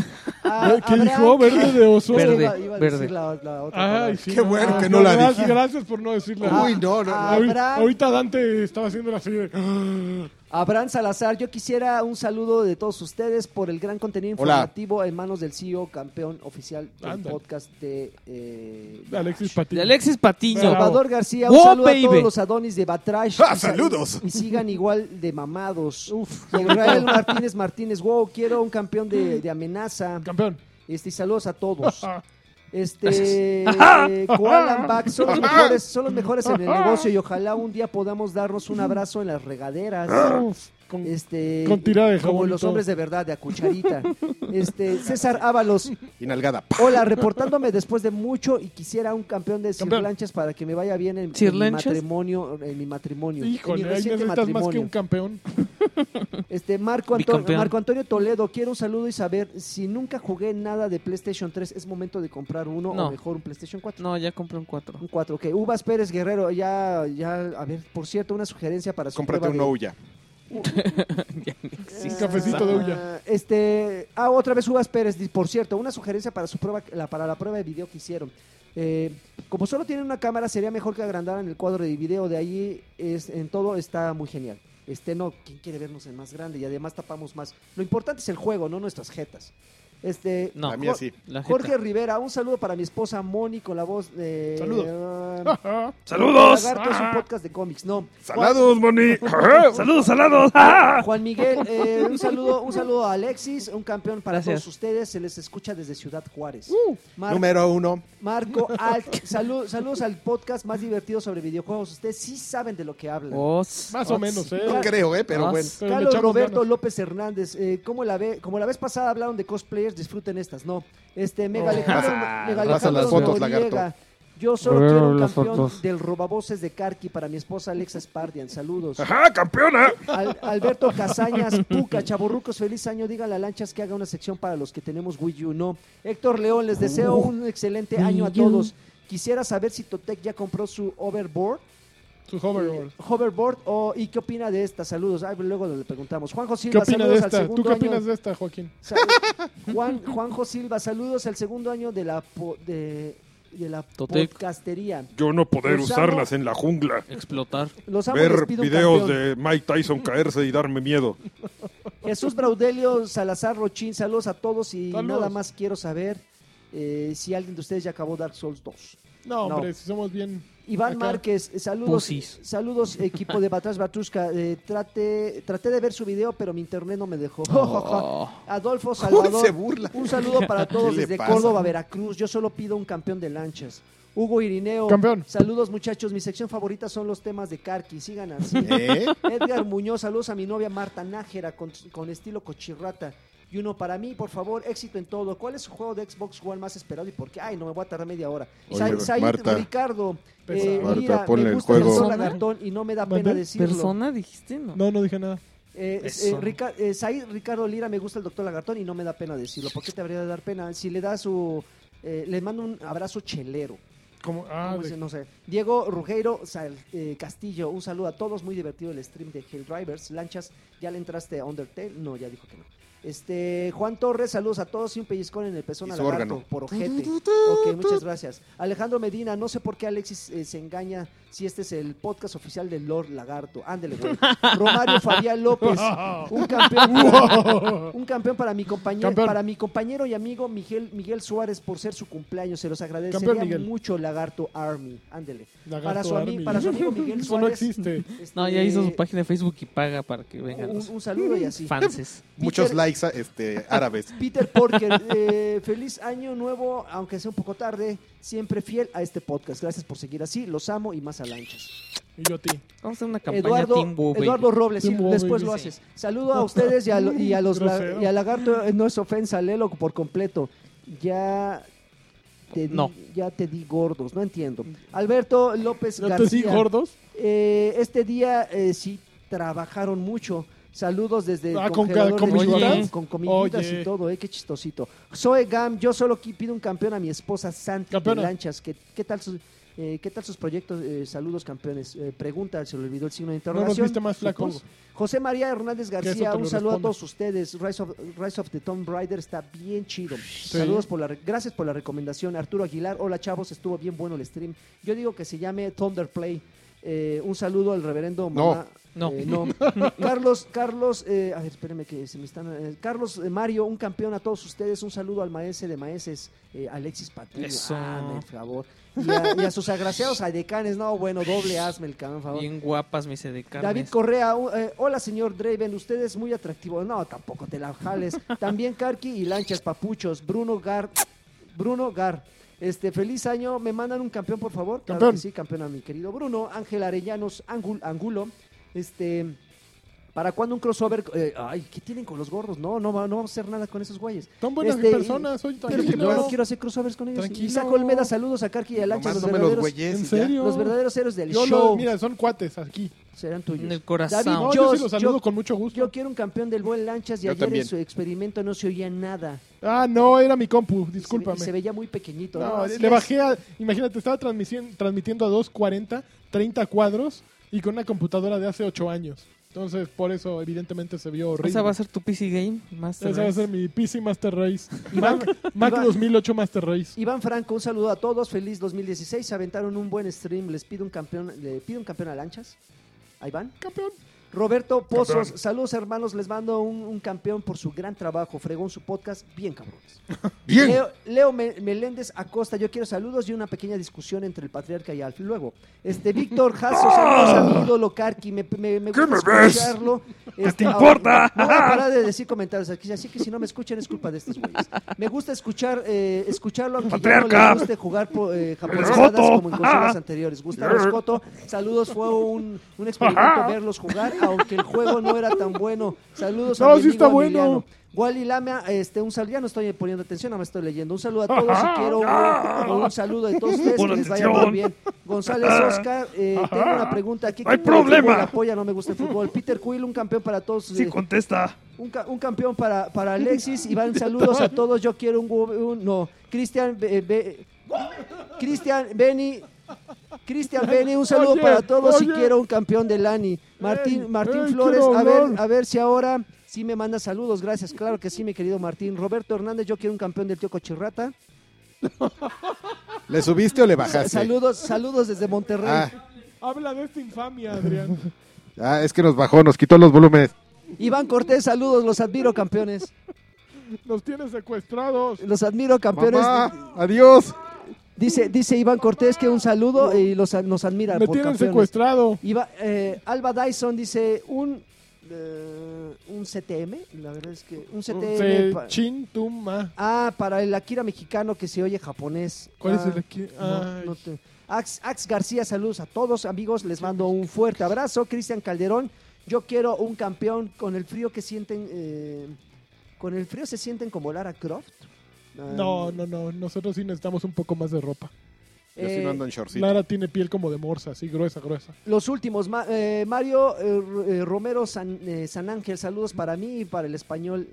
Ah,
Ah,
¿Qué
Abraham-
dijo? ¿Verde de oso?
Verde.
Iba- iba a
verde.
decir la- la otra palabra.
Ay, sí,
Qué bueno que no la
gracias,
dije.
Gracias por no decirla.
Ah,
Uy, no, no, no.
Ahori-
Abraham,
Ahorita Dante estaba haciendo la serie de...
Abraham Salazar, yo quisiera un saludo de todos ustedes por el gran contenido
Hola.
informativo en manos del CEO campeón oficial del
Ándale.
podcast de eh,
de Alexis Patiño.
De Alexis Patiño.
Bravo.
Salvador García, un
Oh,
saludo a
baby.
todos los Adonis de Batrash.
¡Ah,
Y sal-
saludos!
Y sigan igual de mamados.
Uf,
Israel Martínez Martínez, wow, quiero un campeón de, de amenaza.
campeón.
Este, y saludos a todos.
Ah,
Este, Koalan Back, son los mejores, son los mejores en el negocio y ojalá un día podamos darnos un abrazo en las regaderas.
uf, con-
Este,
Con tira de
como
jabón y
los
todo.
hombres de verdad, de a cucharita. Este, César Ábalos,
Y nalgada. ¡pa!
hola, reportándome después de mucho y quisiera un campeón de
Campeón.
Cirlanchas para que me vaya bien en,
Sir
en mi
Lanchas.
matrimonio, en mi matrimonio,
Híjole,
en mi
ahí
reciente
necesitas
matrimonio.
más que un campeón.
Este Marco, Anto-
Bicampeón.
Marco Antonio Toledo, quiero un saludo y saber si nunca jugué nada de PlayStation 3, es momento de comprar uno o
No.
mejor un PlayStation 4.
No, ya compré un 4.
Un 4, ok. Uvas Pérez Guerrero, ya, ya, a ver, por cierto, una sugerencia para su
Cómprate
prueba
un
de-
Ouya.
Ya ni existe.
Un cafecito de
Ah, Este, ah, otra vez Uvas Pérez. dice, Por cierto, una sugerencia para su prueba, la, para la prueba de video que hicieron. Eh, como solo tienen una cámara, sería mejor que agrandaran el cuadro de video. De ahí es, en todo está muy genial. Este no, ¿quién quiere vernos en más grande? Y además tapamos más. Lo importante es el juego, no nuestras jetas. Este,
No,
La mía sí.
la
Jorge
jeta.
Rivera, un saludo para mi esposa Moni con la voz de.
Saludos.
Ah,
¡Saludos!
Lagarto es un podcast de cómics, no.
Salados, Moni.
¡Saludos, salados!
Juan Miguel, eh, un, saludo, un saludo a Alexis, un campeón para
Gracias.
todos ustedes. Se les escucha desde Ciudad Juárez. Mar-
Número uno.
Marco Alt, salud- saludos al podcast más divertido sobre videojuegos. Ustedes sí saben de lo que hablan.
Os-
Más o
os-
menos, ¿eh?
No creo, ¿eh? Pero
Os-
bueno.
Pero le
Ah, Carlos
echamos
Roberto
ganas.
López Hernández, eh, ¿cómo la ve? como la vez pasada hablaron de cosplayers, disfruten estas, no. Este, Mega
Oh.
Alejandro,
Ah,
Mega
vas a las
Alejandro
fotos,
Noriega.
lagarto.
Yo solo quiero un
las
campeón
fotos.
del robavoces de Karki para mi esposa Alexa Spardian. Saludos.
¡Ajá, campeona!
Al- Alberto Cazañas, Puca, Chaborrucos, feliz año. Díganle a Lanchas que haga una sección para los que tenemos Wii U, ¿no? Héctor León, les deseo un excelente año a
Wii U.
todos. Quisiera saber si Totec ya compró su overboard,
Su hoverboard.
hoverboard o, y qué opina de esta. Saludos. Ah, luego le preguntamos. Juanjo
¿Qué
Silva,
opinas de
saludos al
esta? ¿Tú
segundo
qué
año.
opinas de esta, Joaquín?
Sa- Juan, Juanjo Silva, saludos al segundo año de la, po- de, de la
Totec.
podcastería.
Yo no poder
Usamos-
usarlas en la jungla.
Explotar.
Los amo, les
Ver
pido un
videos
campeón.
de Mike Tyson caerse y darme miedo.
Jesús Braudelio Salazar Rochín, saludos a todos y
Saludos.
nada más quiero saber eh, si alguien de ustedes ya acabó Dark Souls 2.
No,
No.
hombre, si somos bien.
Iván
Acá.
Márquez, eh, saludos,
Pusis.
saludos equipo de Batrash Batrushka. Eh, trate, traté de ver su video, pero mi internet no me dejó.
Oh.
Adolfo
¿Cómo se
Salvador,
burla?
un saludo para todos
¿Qué le
desde
pasa?
Córdoba, Veracruz. Yo solo pido un campeón de lanchas. Hugo Irineo,
Campeón.
saludos muchachos. Mi sección favorita son los temas de Karki. Sigan así.
¿Eh?
Edgar Muñoz, saludos a mi novia Marta Nájera con, con estilo cochirrata. Y uno para mí, por favor, éxito en todo. ¿Cuál es su juego de Xbox One más esperado y por qué? Ay, no me voy a tardar media hora.
Oye,
Sa- Said
Marta.
Ricardo,
Pesado.
eh,
Marta,
mira,
ponle
me
el
gusta el
juego.
Sol
¿Persona?
Lagartón y no me da pena
¿Mandé?
decirlo.
¿Persona dijiste? No.
No, no dije nada.
Eh, eh,
Eso.
Rica- eh, Said Ricardo Lira, me gusta el doctor Lagartón y no me da pena decirlo. ¿Por qué te habría de dar pena? Si le da su... eh, le mando un abrazo chelero.
Como, ah,
¿Cómo
de-
se- no sé. Diego Rugeiro Sal- eh, Castillo, un saludo a todos. Muy divertido el stream de Hell Drivers. Lanchas, ¿ya le entraste a Undertale? No, ya dijo que no. Este, Juan Torres, saludos a todos y un pellizcón en el pezón
Y
al
su
lagarto,
órgano.
por ojete. Ok, muchas gracias. Alejandro Medina, no sé por qué Alexis eh, se engaña si este es el podcast oficial del Lord Lagarto. Ándele, güey. Romario Fabián López, un campeón, un campeón para mi compañero,
Campeón.
para mi compañero y amigo Miguel, Miguel Suárez por ser su cumpleaños. Se los
Campeón,
agradecería
Miguel.
mucho Lagarto Army. Ándele.
Lagarto
Para su, ami-
Army.
para su amigo Miguel
Eso no
Suárez.
existe.
este,
No, ya hizo su página de Facebook y paga para que vengan
Un,
los
un saludo y así.
fanses.
Muchos
Peter-
likes este, árabes.
Peter Porker, eh, feliz año nuevo, aunque sea un poco tarde, siempre fiel a este podcast. Gracias por seguir así, los amo y más a lanchas.
Y yo a ti.
Vamos a hacer una campaña
Eduardo,
Team Boo, baby.
Eduardo Robles, sí,
Team Wo,
después
baby.
lo
Sí.
haces. Saludo a ustedes y a, lo- y a los la-
Grosero.
y a Lagarto, eh, no es ofensa, léelo por completo. Ya te di,
No.
ya te di gordos, no entiendo. Alberto López
¿No te
García.
sí, gordos?
Eh, este día eh, sí trabajaron mucho. Saludos desde el
Ah, ¿con
congelador
ca-
de
comiditas?
Chile, con comiditas
Oye.
y todo, eh, qué chistosito. Zoe Gam, yo solo qui- pido un campeón a mi esposa Santi de
Campeona.
Lanchas. ¿Qué, qué tal sus eh, qué tal sus proyectos? Eh, saludos campeones. Eh, pregunta, se le olvidó el signo de
¿No nos
interrogación.
viste más flacos?
Supongo. José María Hernández
Que eso
García,
te
un
lo
saludo a
respondo.
todos ustedes. Rise of, Rise of the Tomb Raider está bien chido. Saludos por la re- gracias por la recomendación. Arturo Aguilar, hola chavos, estuvo bien bueno el stream. Yo digo que se llame Thunder Play. Eh, un saludo al reverendo
No.
Mamá-
No.
eh, no. Carlos, Carlos, eh, a ver, espérenme que se me están. eh, Carlos eh, Mario, un campeón a todos ustedes. Un saludo al maese de maeses, eh, Alexis Patiño.
Eso.
Hazme el favor. Y a, y a sus agraciados adecanes, no, bueno, doble hazme el cabrón, favor.
Bien guapas mis
David
edecarnes.
Correa, u- eh, hola señor Draven, usted es muy atractivo. No, tampoco te la jales. También Karki y Lanchas Papuchos, Bruno Gar. Bruno Gar. Este, feliz año, me mandan un campeón, por favor. Claro
Campeón.
que sí, campeón a mi querido Bruno, Ángel Arellanos, Ángul- Angulo. Este, ¿para cuándo un crossover? Eh, ay, ¿qué tienen con los gordos? No, no, va- no vamos a hacer nada con esos güeyes.
Son buenas
Este,
personas, soy
Pero que
tranquilo.
luego quiero hacer crossovers con ellos.
Tranquilo.
Isaac Olmeda, saludos a Karki y a Lanchas, los,
Nomás no me los
verdaderos,
güeyes.
¿En
y ya.
serio?
los verdaderos héroes del
Yo
show.
los, mira, son cuates aquí.
Serán tuyos.
En el corazón.
David
No,
Yo-
yo, sí los saludo
yo-
con mucho gusto.
Yo quiero un campeón del buen lanchas y
Yo
ayer
también.
en su experimento no se oía nada.
Ah, no, era mi compu,
Y se ve-
discúlpame.
y Se, veía muy pequeñito.
No,
¿no? Así
le
es.
bajé a, imagínate, estaba transmisión- transmitiendo a 240, 30 cuadros y con una computadora de hace 8 años. Entonces, por eso, evidentemente, se vio horrible.
Esa va a ser tu PC Game Master
Esa va a
Race.
ser mi PC Master Race.
Iván-
Mac, Mac
Iván-
2008 Master Race.
Iván Franco, un saludo a todos. Feliz 2016. Se aventaron un buen stream. Les pido un campeón, le pido un campeón a lanchas. Ahí van.
Campeón.
Roberto Pozos,
Campeón.
saludos hermanos, les mando un, un campeón por su gran trabajo, fregón su podcast, bien cabrones.
Bien.
Leo, Leo Me- Meléndez Acosta, yo quiero saludos y una pequeña discusión entre el patriarca y Alf. Luego, este Víctor Jasso, saludos a mi ídolo Karki, me, me, me
Ah. ¿Qué
gusta
me ves?
escucharlo. Este,
te
ah,
importa?
No voy a parar de decir comentarios aquí, así que si no me escuchan es culpa de estos güeyes. Me gusta escuchar, eh, escucharlo aunque ya no
Patriarca.
les guste jugar po- eh, japonesadas
Escoto.
como en consolas anteriores. Gustavo Escoto, saludos, fue un, un experimento verlos jugar, aunque el juego no era tan bueno. Saludos a
No,
mi
sí
amigo
está bueno.
Emiliano. Wally Lamia, este, un saludo, ya no estoy poniendo atención, nada más estoy leyendo. Un saludo a todos y quiero un, un saludo de todos ustedes,
Pon
que les vaya
atención.
muy bien. González Oscar, eh, tengo una pregunta aquí.
No hay
¿Qué tipo de
problema.
fútbol apoya? No me gusta el fútbol. Peter Quill, un campeón para todos.
Sí,
eh,
contesta.
un, ca- un campeón para, para Alexis. Iván, saludos a todos. Yo quiero un... gu- un- no, Cristian... eh, Be- Cristian, Beni... Cristian Beni, un saludo
Oye,
para todos y
oye.
quiero un campeón de Lani. Martín,
Ey,
Martín
ey,
Flores,
quiero
a ver,
hablar.
a ver si ahora sí me manda saludos. Gracias, claro que sí, mi querido Martín. Roberto Hernández, yo quiero un campeón del tío Cochirrata.
¿Le subiste o le bajaste?
Saludos, saludos desde Monterrey.
Ah,
Habla de esta infamia, Adrián.
ah, es que nos bajó, nos quitó los volúmenes.
Iván Cortés, saludos, los admiro, campeones.
Nos tienes secuestrados.
Los admiro, campeones.
Mamá, adiós.
Dice, dice Iván Cortés que un saludo y los, a- nos admira
Me
por
tienen
campeones.
secuestrado.
Iba- eh, Alba Dyson dice un eh, un CTM, la verdad es que un CTM.
Se
pa-
chin tu ma.
ah, para el Akira mexicano que se oye japonés.
¿Cuál
Ah,
es el aquí?
no,
Ay.
no te- Ax, Ax García, saludos a todos amigos, les mando un fuerte abrazo. Cristian Calderón, yo quiero un campeón con el frío que sienten, eh, con el frío se sienten como Lara Croft. Ah,
No, no, no. Nosotros sí necesitamos un poco más de ropa.
Yo sí
eh,
no ando en shortcito.
Lara tiene piel como de morsa, así gruesa, gruesa.
Los últimos, Ma- eh, Mario eh, R- eh, Romero San, eh, San Ángel, saludos para mí y para el español.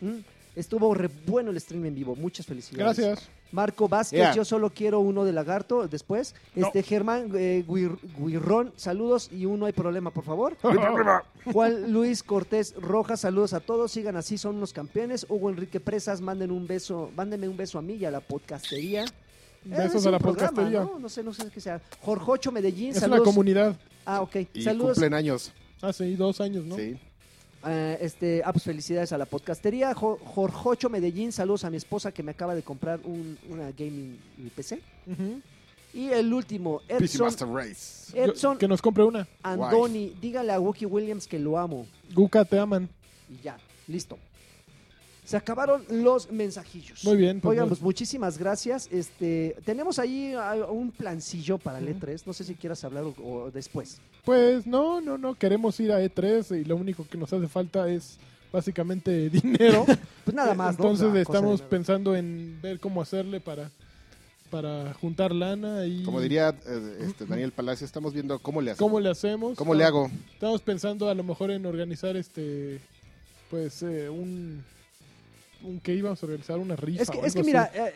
¿Mm? Estuvo re bueno el stream en vivo, muchas felicidades.
Gracias.
Marco Vázquez,
Yeah.
yo solo quiero uno de lagarto después. Este Germán eh, Guir- Guirrón, saludos y uno hay problema, por favor.
No hay problema.
Juan Luis Cortés Rojas, saludos a todos, sigan así, son unos campeones. Hugo Enrique Presas, manden un beso, mándenme un beso a mí y a la podcastería.
Besos
es
a
un
la
programa,
podcastería.
¿no? No sé, no sé qué sea. Jorjocho Medellín,
Es una
saludos.
comunidad.
Ah, ok.
Y
Saludos.
cumplen años.
Hace dos años, ¿no?
Sí.
eh, este, ah, pues felicidades a la podcastería. Jo- Jorjocho Medellín, saludos a mi esposa que me acaba de comprar un, una gaming PC.
Ujú.
Y el último,
PC
Edson,
Master Race.
Yo-
Edson
que nos compre una.
Andoni. Dígale a Wookie Williams que lo amo.
Guca, te aman.
Y ya, listo. Se acabaron los mensajillos.
Muy bien, pues,
Oigan,
nos-
pues muchísimas gracias. Este, tenemos ahí ah, un plancillo para el E3. No sé si quieras hablar o- o después.
Pues no, no, no. Queremos ir a E3 y lo único que nos hace falta es básicamente dinero.
Pues nada más. ¿no?
Entonces
Una cosa de
estamos
nada.
pensando en ver cómo hacerle para, para juntar lana y
Como diría eh, este, Daniel Palacio, estamos viendo cómo le hago.
cómo le hacemos.
¿Cómo le hago?
Estamos pensando a lo mejor en organizar este, pues eh, un, un que íbamos a organizar una rifa.
Es que,
o
es que
algo
mira,
así.
eh,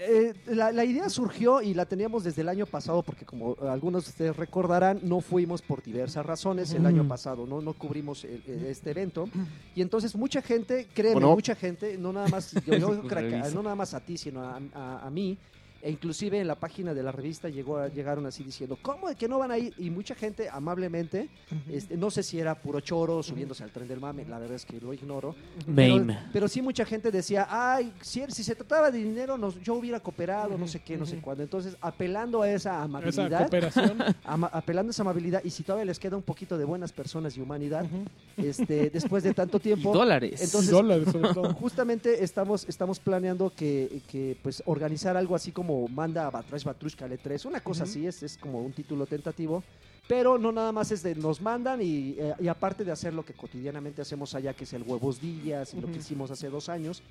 eh, la, la idea surgió y la teníamos desde el año pasado, porque como eh, algunos de ustedes recordarán, no fuimos por diversas razones el año
Ujú.
pasado, no, no cubrimos el- el- este evento. Y entonces mucha gente, créeme,
Bueno.
mucha gente, no nada más, yo- yo
Pues
creo que-
revisa.
no nada más a ti, sino a, a- a mí. E inclusive en la página de la revista llegó a- llegaron así diciendo, ¿cómo de que no van a ir? Y mucha gente amablemente, este, no sé si era puro choro subiéndose al tren del mame, la verdad es que lo ignoro, pero,
Mame.
pero sí mucha gente decía, ay, si, si se trataba de dinero, nos- yo hubiera cooperado, no sé qué, no sé
ujú.
cuándo. Entonces, apelando a esa
Esa
amabilidad,
cooperación.
ama- apelando a esa amabilidad, y si todavía les queda un poquito de buenas personas y humanidad,
Ujú.
este, después de tanto
Y
tiempo,
dólares.
Y
Entonces-
dólares sobre todo.
justamente estamos, estamos planeando que, que, pues organizar algo así como manda a Batrash Batrushka L3, una cosa
Ujú.
así, es, es como un título tentativo. Pero no nada más es de nos mandan y, eh, y aparte de hacer lo que cotidianamente hacemos allá, que es el huevos días y lo que
Ujú.
hicimos hace dos años,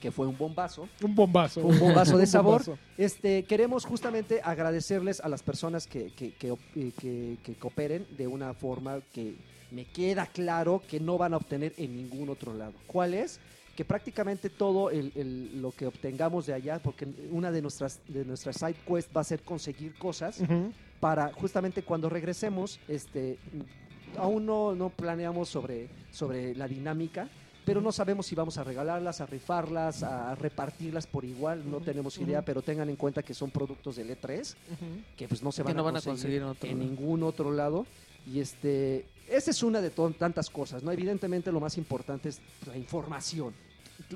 que fue un bombazo,
Un bombazo.
un bombazo de
Un
sabor,
bombazo.
este, queremos justamente agradecerles a las personas que, que, que op- eh, que- que cooperen de una forma que me queda claro que no van a obtener en ningún otro lado. ¿Cuál es? Que prácticamente todo el- el- lo que obtengamos de allá, porque una de nuestras, de nuestras side quest va a ser conseguir cosas
Ujú.
para justamente cuando regresemos, este, aún no, no planeamos sobre, sobre la dinámica, pero no sabemos si vamos a regalarlas, a rifarlas, a repartirlas por igual, no
Ujú,
tenemos idea,
ujú.
pero tengan en cuenta que son productos del E3, que pues no se
Que
van,
no
a,
van a
conseguir
conseguir en otro
en
lado.
ningún otro lado. Y este, esa es una de ton- tantas cosas, ¿no? Evidentemente lo más importante es la información.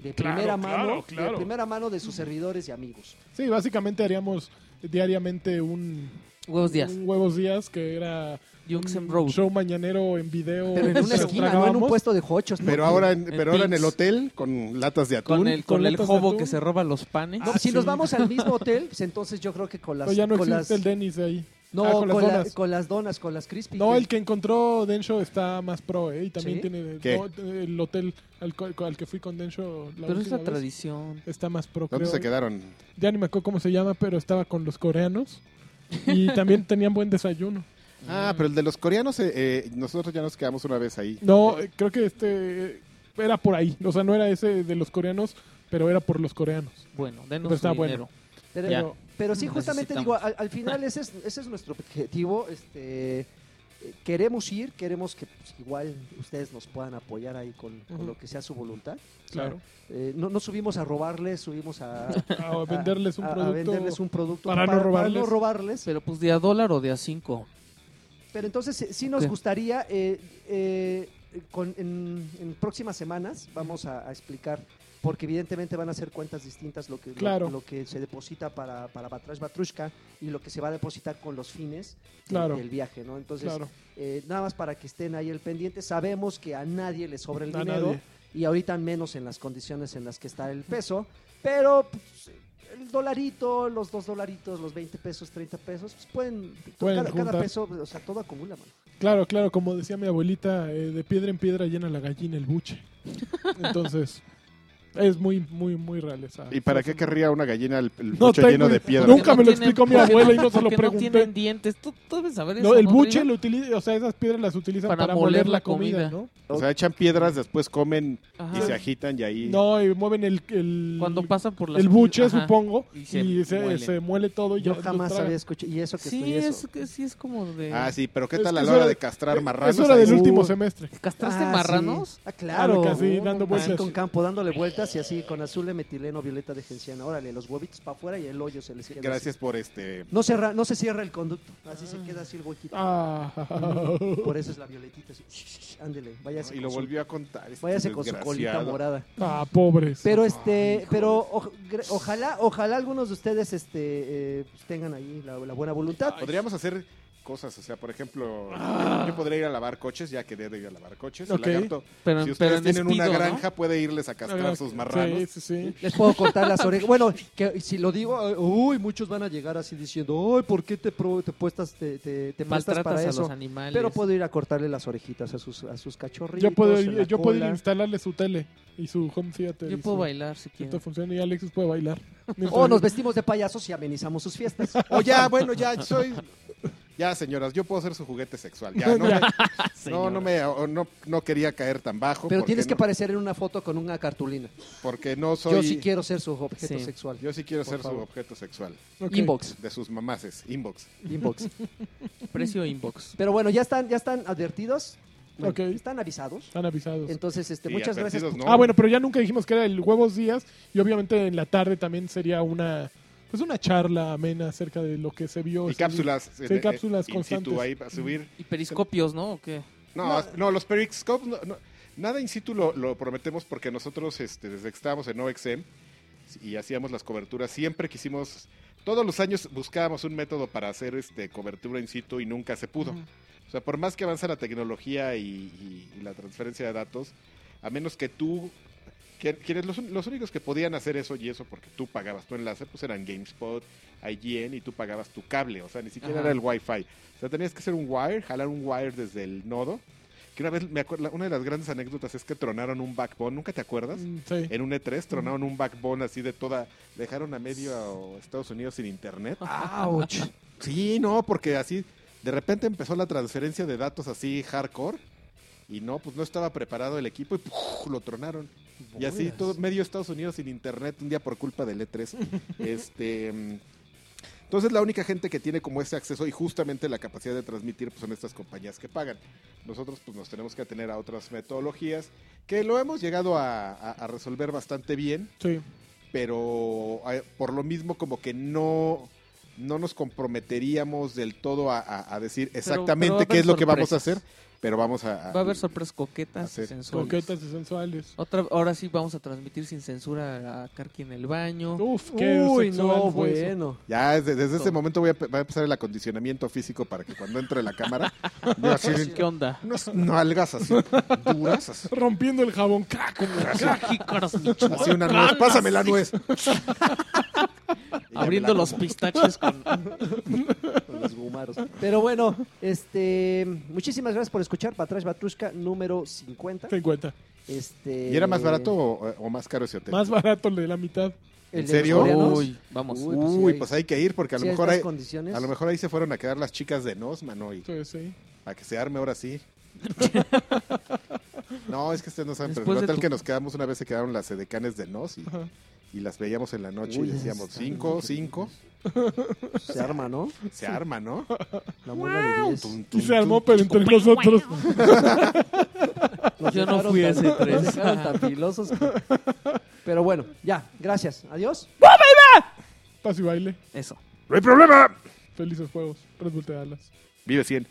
De
Claro,
primera
claro,
mano, de
claro.
primera mano de sus servidores y amigos.
Sí, básicamente haríamos diariamente un,
Huevos días.
un Huevos Días, que era
Junction
un
Road.
show mañanero en video.
Pero en una
mientras
esquina, no en un
tragábamos.
puesto de hochos. ¿no?
Pero ahora, en,
En
pero ahora en el
Pix.
hotel con latas de atún.
Con el, con el
Coletas de
hobo
atún.
que se roba los panes.
No,
Ah,
si
sí.
nos vamos al mismo hotel, pues entonces yo creo que con las.
Pero ya no
con
existe
las-
el Dennis ahí.
No,
Ah,
con,
las
la-
donas.
con las donas, con las crispy.
No,
que-
el que encontró Densho está más pro, ¿eh? Y también
¿Sí?
tiene
¿Qué?
no, el hotel al, cual- al que fui con Densho la
Pero es
última
la
vez,
tradición.
Está más pro,
¿Dónde
creo.
se quedaron?
Ya ni me acuerdo cómo se llama, pero estaba con los coreanos. Y también tenían buen desayuno.
Ah, pero el de los coreanos, eh, eh, nosotros ya nos quedamos una vez ahí.
No, eh, creo que este eh, era por ahí. O sea, no era ese de los coreanos, pero era por los coreanos.
Bueno,
Pero
denos su
está bueno.
dinero.
pero,
Ya.
pero sí,
Lo
justamente digo,
necesitamos.
al, al final ese es, ese es nuestro objetivo. Este, eh, queremos ir, queremos que pues, igual ustedes nos puedan apoyar ahí con, con
Ujú.
lo que sea su voluntad.
Claro.
Eh, no, no subimos a robarles, subimos a.
A venderles un
a- a
producto.
venderles un producto
para no robarles.
robarles.
Pero pues de a dólar o de a cinco.
Pero entonces eh, sí nos
Ok.
gustaría, eh, eh, con- en, en próximas semanas vamos a, a explicar, porque evidentemente van a ser cuentas distintas lo que, lo-
Claro.
lo, que se deposita para, para Batrash Batrushka y lo que se va a depositar con los fines de-
Claro.
del viaje, ¿no? Entonces,
Claro.
eh, nada más para que estén ahí el pendiente, sabemos que a nadie le sobra el
A
dinero
nadie.
y ahorita menos en las condiciones en las que está el peso, pero... pues, el dolarito, los dos dolaritos, los 20 pesos, 30 pesos, pues pueden,
Pueden
cada, cada
juntar.
peso, o sea, todo acumula, mano.
Claro, claro, como decía mi abuelita, eh, de piedra en piedra llena la gallina el buche. Entonces, es muy, muy, muy real esa.
¿Y para qué querría una gallina el, el
No
buche
tengo
lleno de
idea.
piedra?
Nunca me
Porque
lo
tienen-
explicó mi
porque
abuela y
no-
no se lo
porque
pregunté.
No tienen dientes. Tú, tú debes saber
No,
eso,
el
¿no,
buche
Rodrigo?
lo utiliza, o sea, esas piedras las utilizan para,
Para
moler,
moler
la
la
comida,
comida.
¿no?
O sea, echan piedras, después comen
Ajá.
y se agitan y ahí...
No, y mueven el, el,
Cuando pasa por las
el buche,
ajá.
supongo, y
Y
se,
se
se muele.
muele.
todo. Y
Yo
ya
jamás
lo traga.
había escuchado. Y eso que
Sí,
estudié
es,
eso.
que sí es como de...
Ah, sí, pero ¿qué
Es
tal
que
a
eso
la hora
era-
de castrar marranos?
Eso era
ahí?
Eh, del
Uh,
último semestre.
¿Castraste
Ah,
marranos?
sí. Ah, claro.
Claro que sí,
Oh,
dando
papá,
vueltas.
Con campo dándole vueltas y así, con azul de metileno, violeta de genciana. Órale, los huevitos para afuera y el hoyo se les queda. así.
Gracias por este...
No, cerra- no se cierra el conducto. Así se queda así el huequito.
Ah,
Por eso es la violetita. Así. Shh, shh, Ándele, váyase.
Y
con
lo
su-
volvió a contar. este
Váyase con su colita
desgraciado.
morada.
ah, pobres.
Pero este, pero o- gra- ojalá, ojalá algunos de ustedes este eh, pues, tengan ahí la, la buena voluntad.
Podríamos hacer cosas, o sea, por ejemplo,
Ah.
yo podría ir a lavar coches, ya quedé de ir a lavar coches.
Ok.
El lagarto,
Pero,
si
pero
ustedes
en
tienen una
despido, ¿no?
granja, puede irles a castrar sus marranos.
Sí, sí, sí.
Les puedo cortar las orejas. Bueno, que si lo digo, eh, uy, muchos van a llegar así diciendo, ay, ¿por qué te, pro- te puestas, te, te, te prestas
Maltratas
para
a
eso?
los animales.
Pero puedo ir a cortarle las orejitas a sus, a sus cachorritos.
Yo puedo,
a la
yo puedo
cola.
instalarle su tele y su home theater.
Yo
y
puedo
su-
bailar si
Esta
quieren.
función y Alexis puede bailar.
O Oh, nos vestimos de payasos y amenizamos sus fiestas.
O ya, Ah, bueno, ya soy. Ya, señoras, yo puedo ser su juguete sexual. Ya, no, me- no, no me, o no, no quería caer tan bajo.
Pero
porque
tienes que
no-
aparecer en una foto con una cartulina.
Porque no soy.
Yo sí quiero ser su objeto
Sí.
sexual.
yo sí quiero
Por
ser su
favor.
objeto sexual.
Ok.
Inbox,
De sus mamaces, inbox.
inbox.
Precio inbox.
Pero bueno, ya están, ya están advertidos. Bueno,
Ok.
Están avisados.
Están avisados.
Entonces, este,
Sí,
muchas gracias.
advertidos,
por-
¿no?
Ah, bueno, pero ya nunca dijimos que era el huevos días y obviamente en la tarde también sería una pues una charla amena acerca de lo que se vio.
Y cápsulas. eh,
Sí,
eh,
cápsulas
in situ
constantes.
ahí para subir.
Y periscopios, ¿no? ¿O qué?
No, no, los periscopes. no- no, nada in situ lo, lo prometemos porque nosotros, este, desde que estábamos en OXM y hacíamos las coberturas, siempre quisimos. Todos los años buscábamos un método para hacer este, cobertura in situ y nunca se pudo. O sea, por más que avanza la tecnología y, y- y la transferencia de datos, a menos que tú, que- quienes los, un- los únicos que podían hacer eso y eso porque tú pagabas tu enlace, pues eran GameSpot, IGN y tú pagabas tu cable, o sea, ni siquiera
Ajá.
era el Wi-Fi. O sea, tenías que hacer un wire, jalar un wire desde el nodo. Que una vez, me acuerdo, una de las grandes anécdotas es que tronaron un backbone, ¿nunca te acuerdas?
Mm, sí.
En un E3 tronaron un backbone así de toda, dejaron a medio Estados Unidos sin internet.
Ouch.
Sí, no, porque así de repente empezó la transferencia de datos así hardcore y no, pues no estaba preparado el equipo y ¡puf! lo tronaron. Y así todo medio Estados Unidos sin internet un día por culpa del E3. este E mm, Entonces la única gente que tiene como ese acceso y justamente la capacidad de transmitir pues, son estas compañías que pagan. Nosotros pues nos tenemos que atener a otras metodologías que lo hemos llegado a- a- a resolver bastante bien
Sí.
pero eh, por lo mismo como que no, no nos comprometeríamos del todo a, a- a decir exactamente
va a
qué es
haber
lo que vamos a hacer,
sorpresas.
pero vamos a... a-
Va a haber sorpresas coquetas
Hacer
y sensuales.
Coquetas y sensuales.
Otra, ahora sí vamos a transmitir sin censura a Karki en el baño.
Uf, qué
Uy,
sexual
no,
fue eso.
bueno.
Ya desde, desde ese momento voy a, pe- va a empezar el acondicionamiento físico para que cuando entre la cámara, yo así,
¿Qué onda?
unas nalgas así, duras, así,
Rompiendo el jabón, crack, como crack.
Jícaras
así una nuez,
michoacanas.
pásame la nuez. Y ya me la
Abriendo los
como.
pistaches con...
Con los gumaros. Pero bueno, este, muchísimas gracias por escuchar Batrash Batrushka número 50.
50.
Este,
¿Y era más barato o, o más caro ese hotel?
Más barato el de la mitad.
el
¿En
de los
serio?
coreanos.
Uy, vamos.
Uy, pues sí
Uy,
hay-
pues hay que ir porque a
Sí,
lo mejor
estas
hay...
condiciones.
A lo mejor ahí se fueron a quedar las chicas de Nos, mano, y
Sí, sí.
A que se arme ahora sí. no, es que ustedes no saben, pero
Después
en el
de
hotel
tu-
que nos quedamos una vez se quedaron las edecanes de nos y,
Ajá.
y las veíamos en la noche
Uy,
y decíamos,
están
cinco, cinco,
se arma, ¿no?
se arma, ¿no?
La bola de 10.
Tun,
Y
tun,
se armó,
tun.
pero entre nosotros.
Nos
Yo no
dejaron
fui
tan-
ese tres.
Nos dejaron tan filosos. que- Pero bueno, ya, gracias. Adiós.
Paso y baile.
Eso.
¡No hay problema!
Felices juegos. Red Bull te da alas.
Vive 100.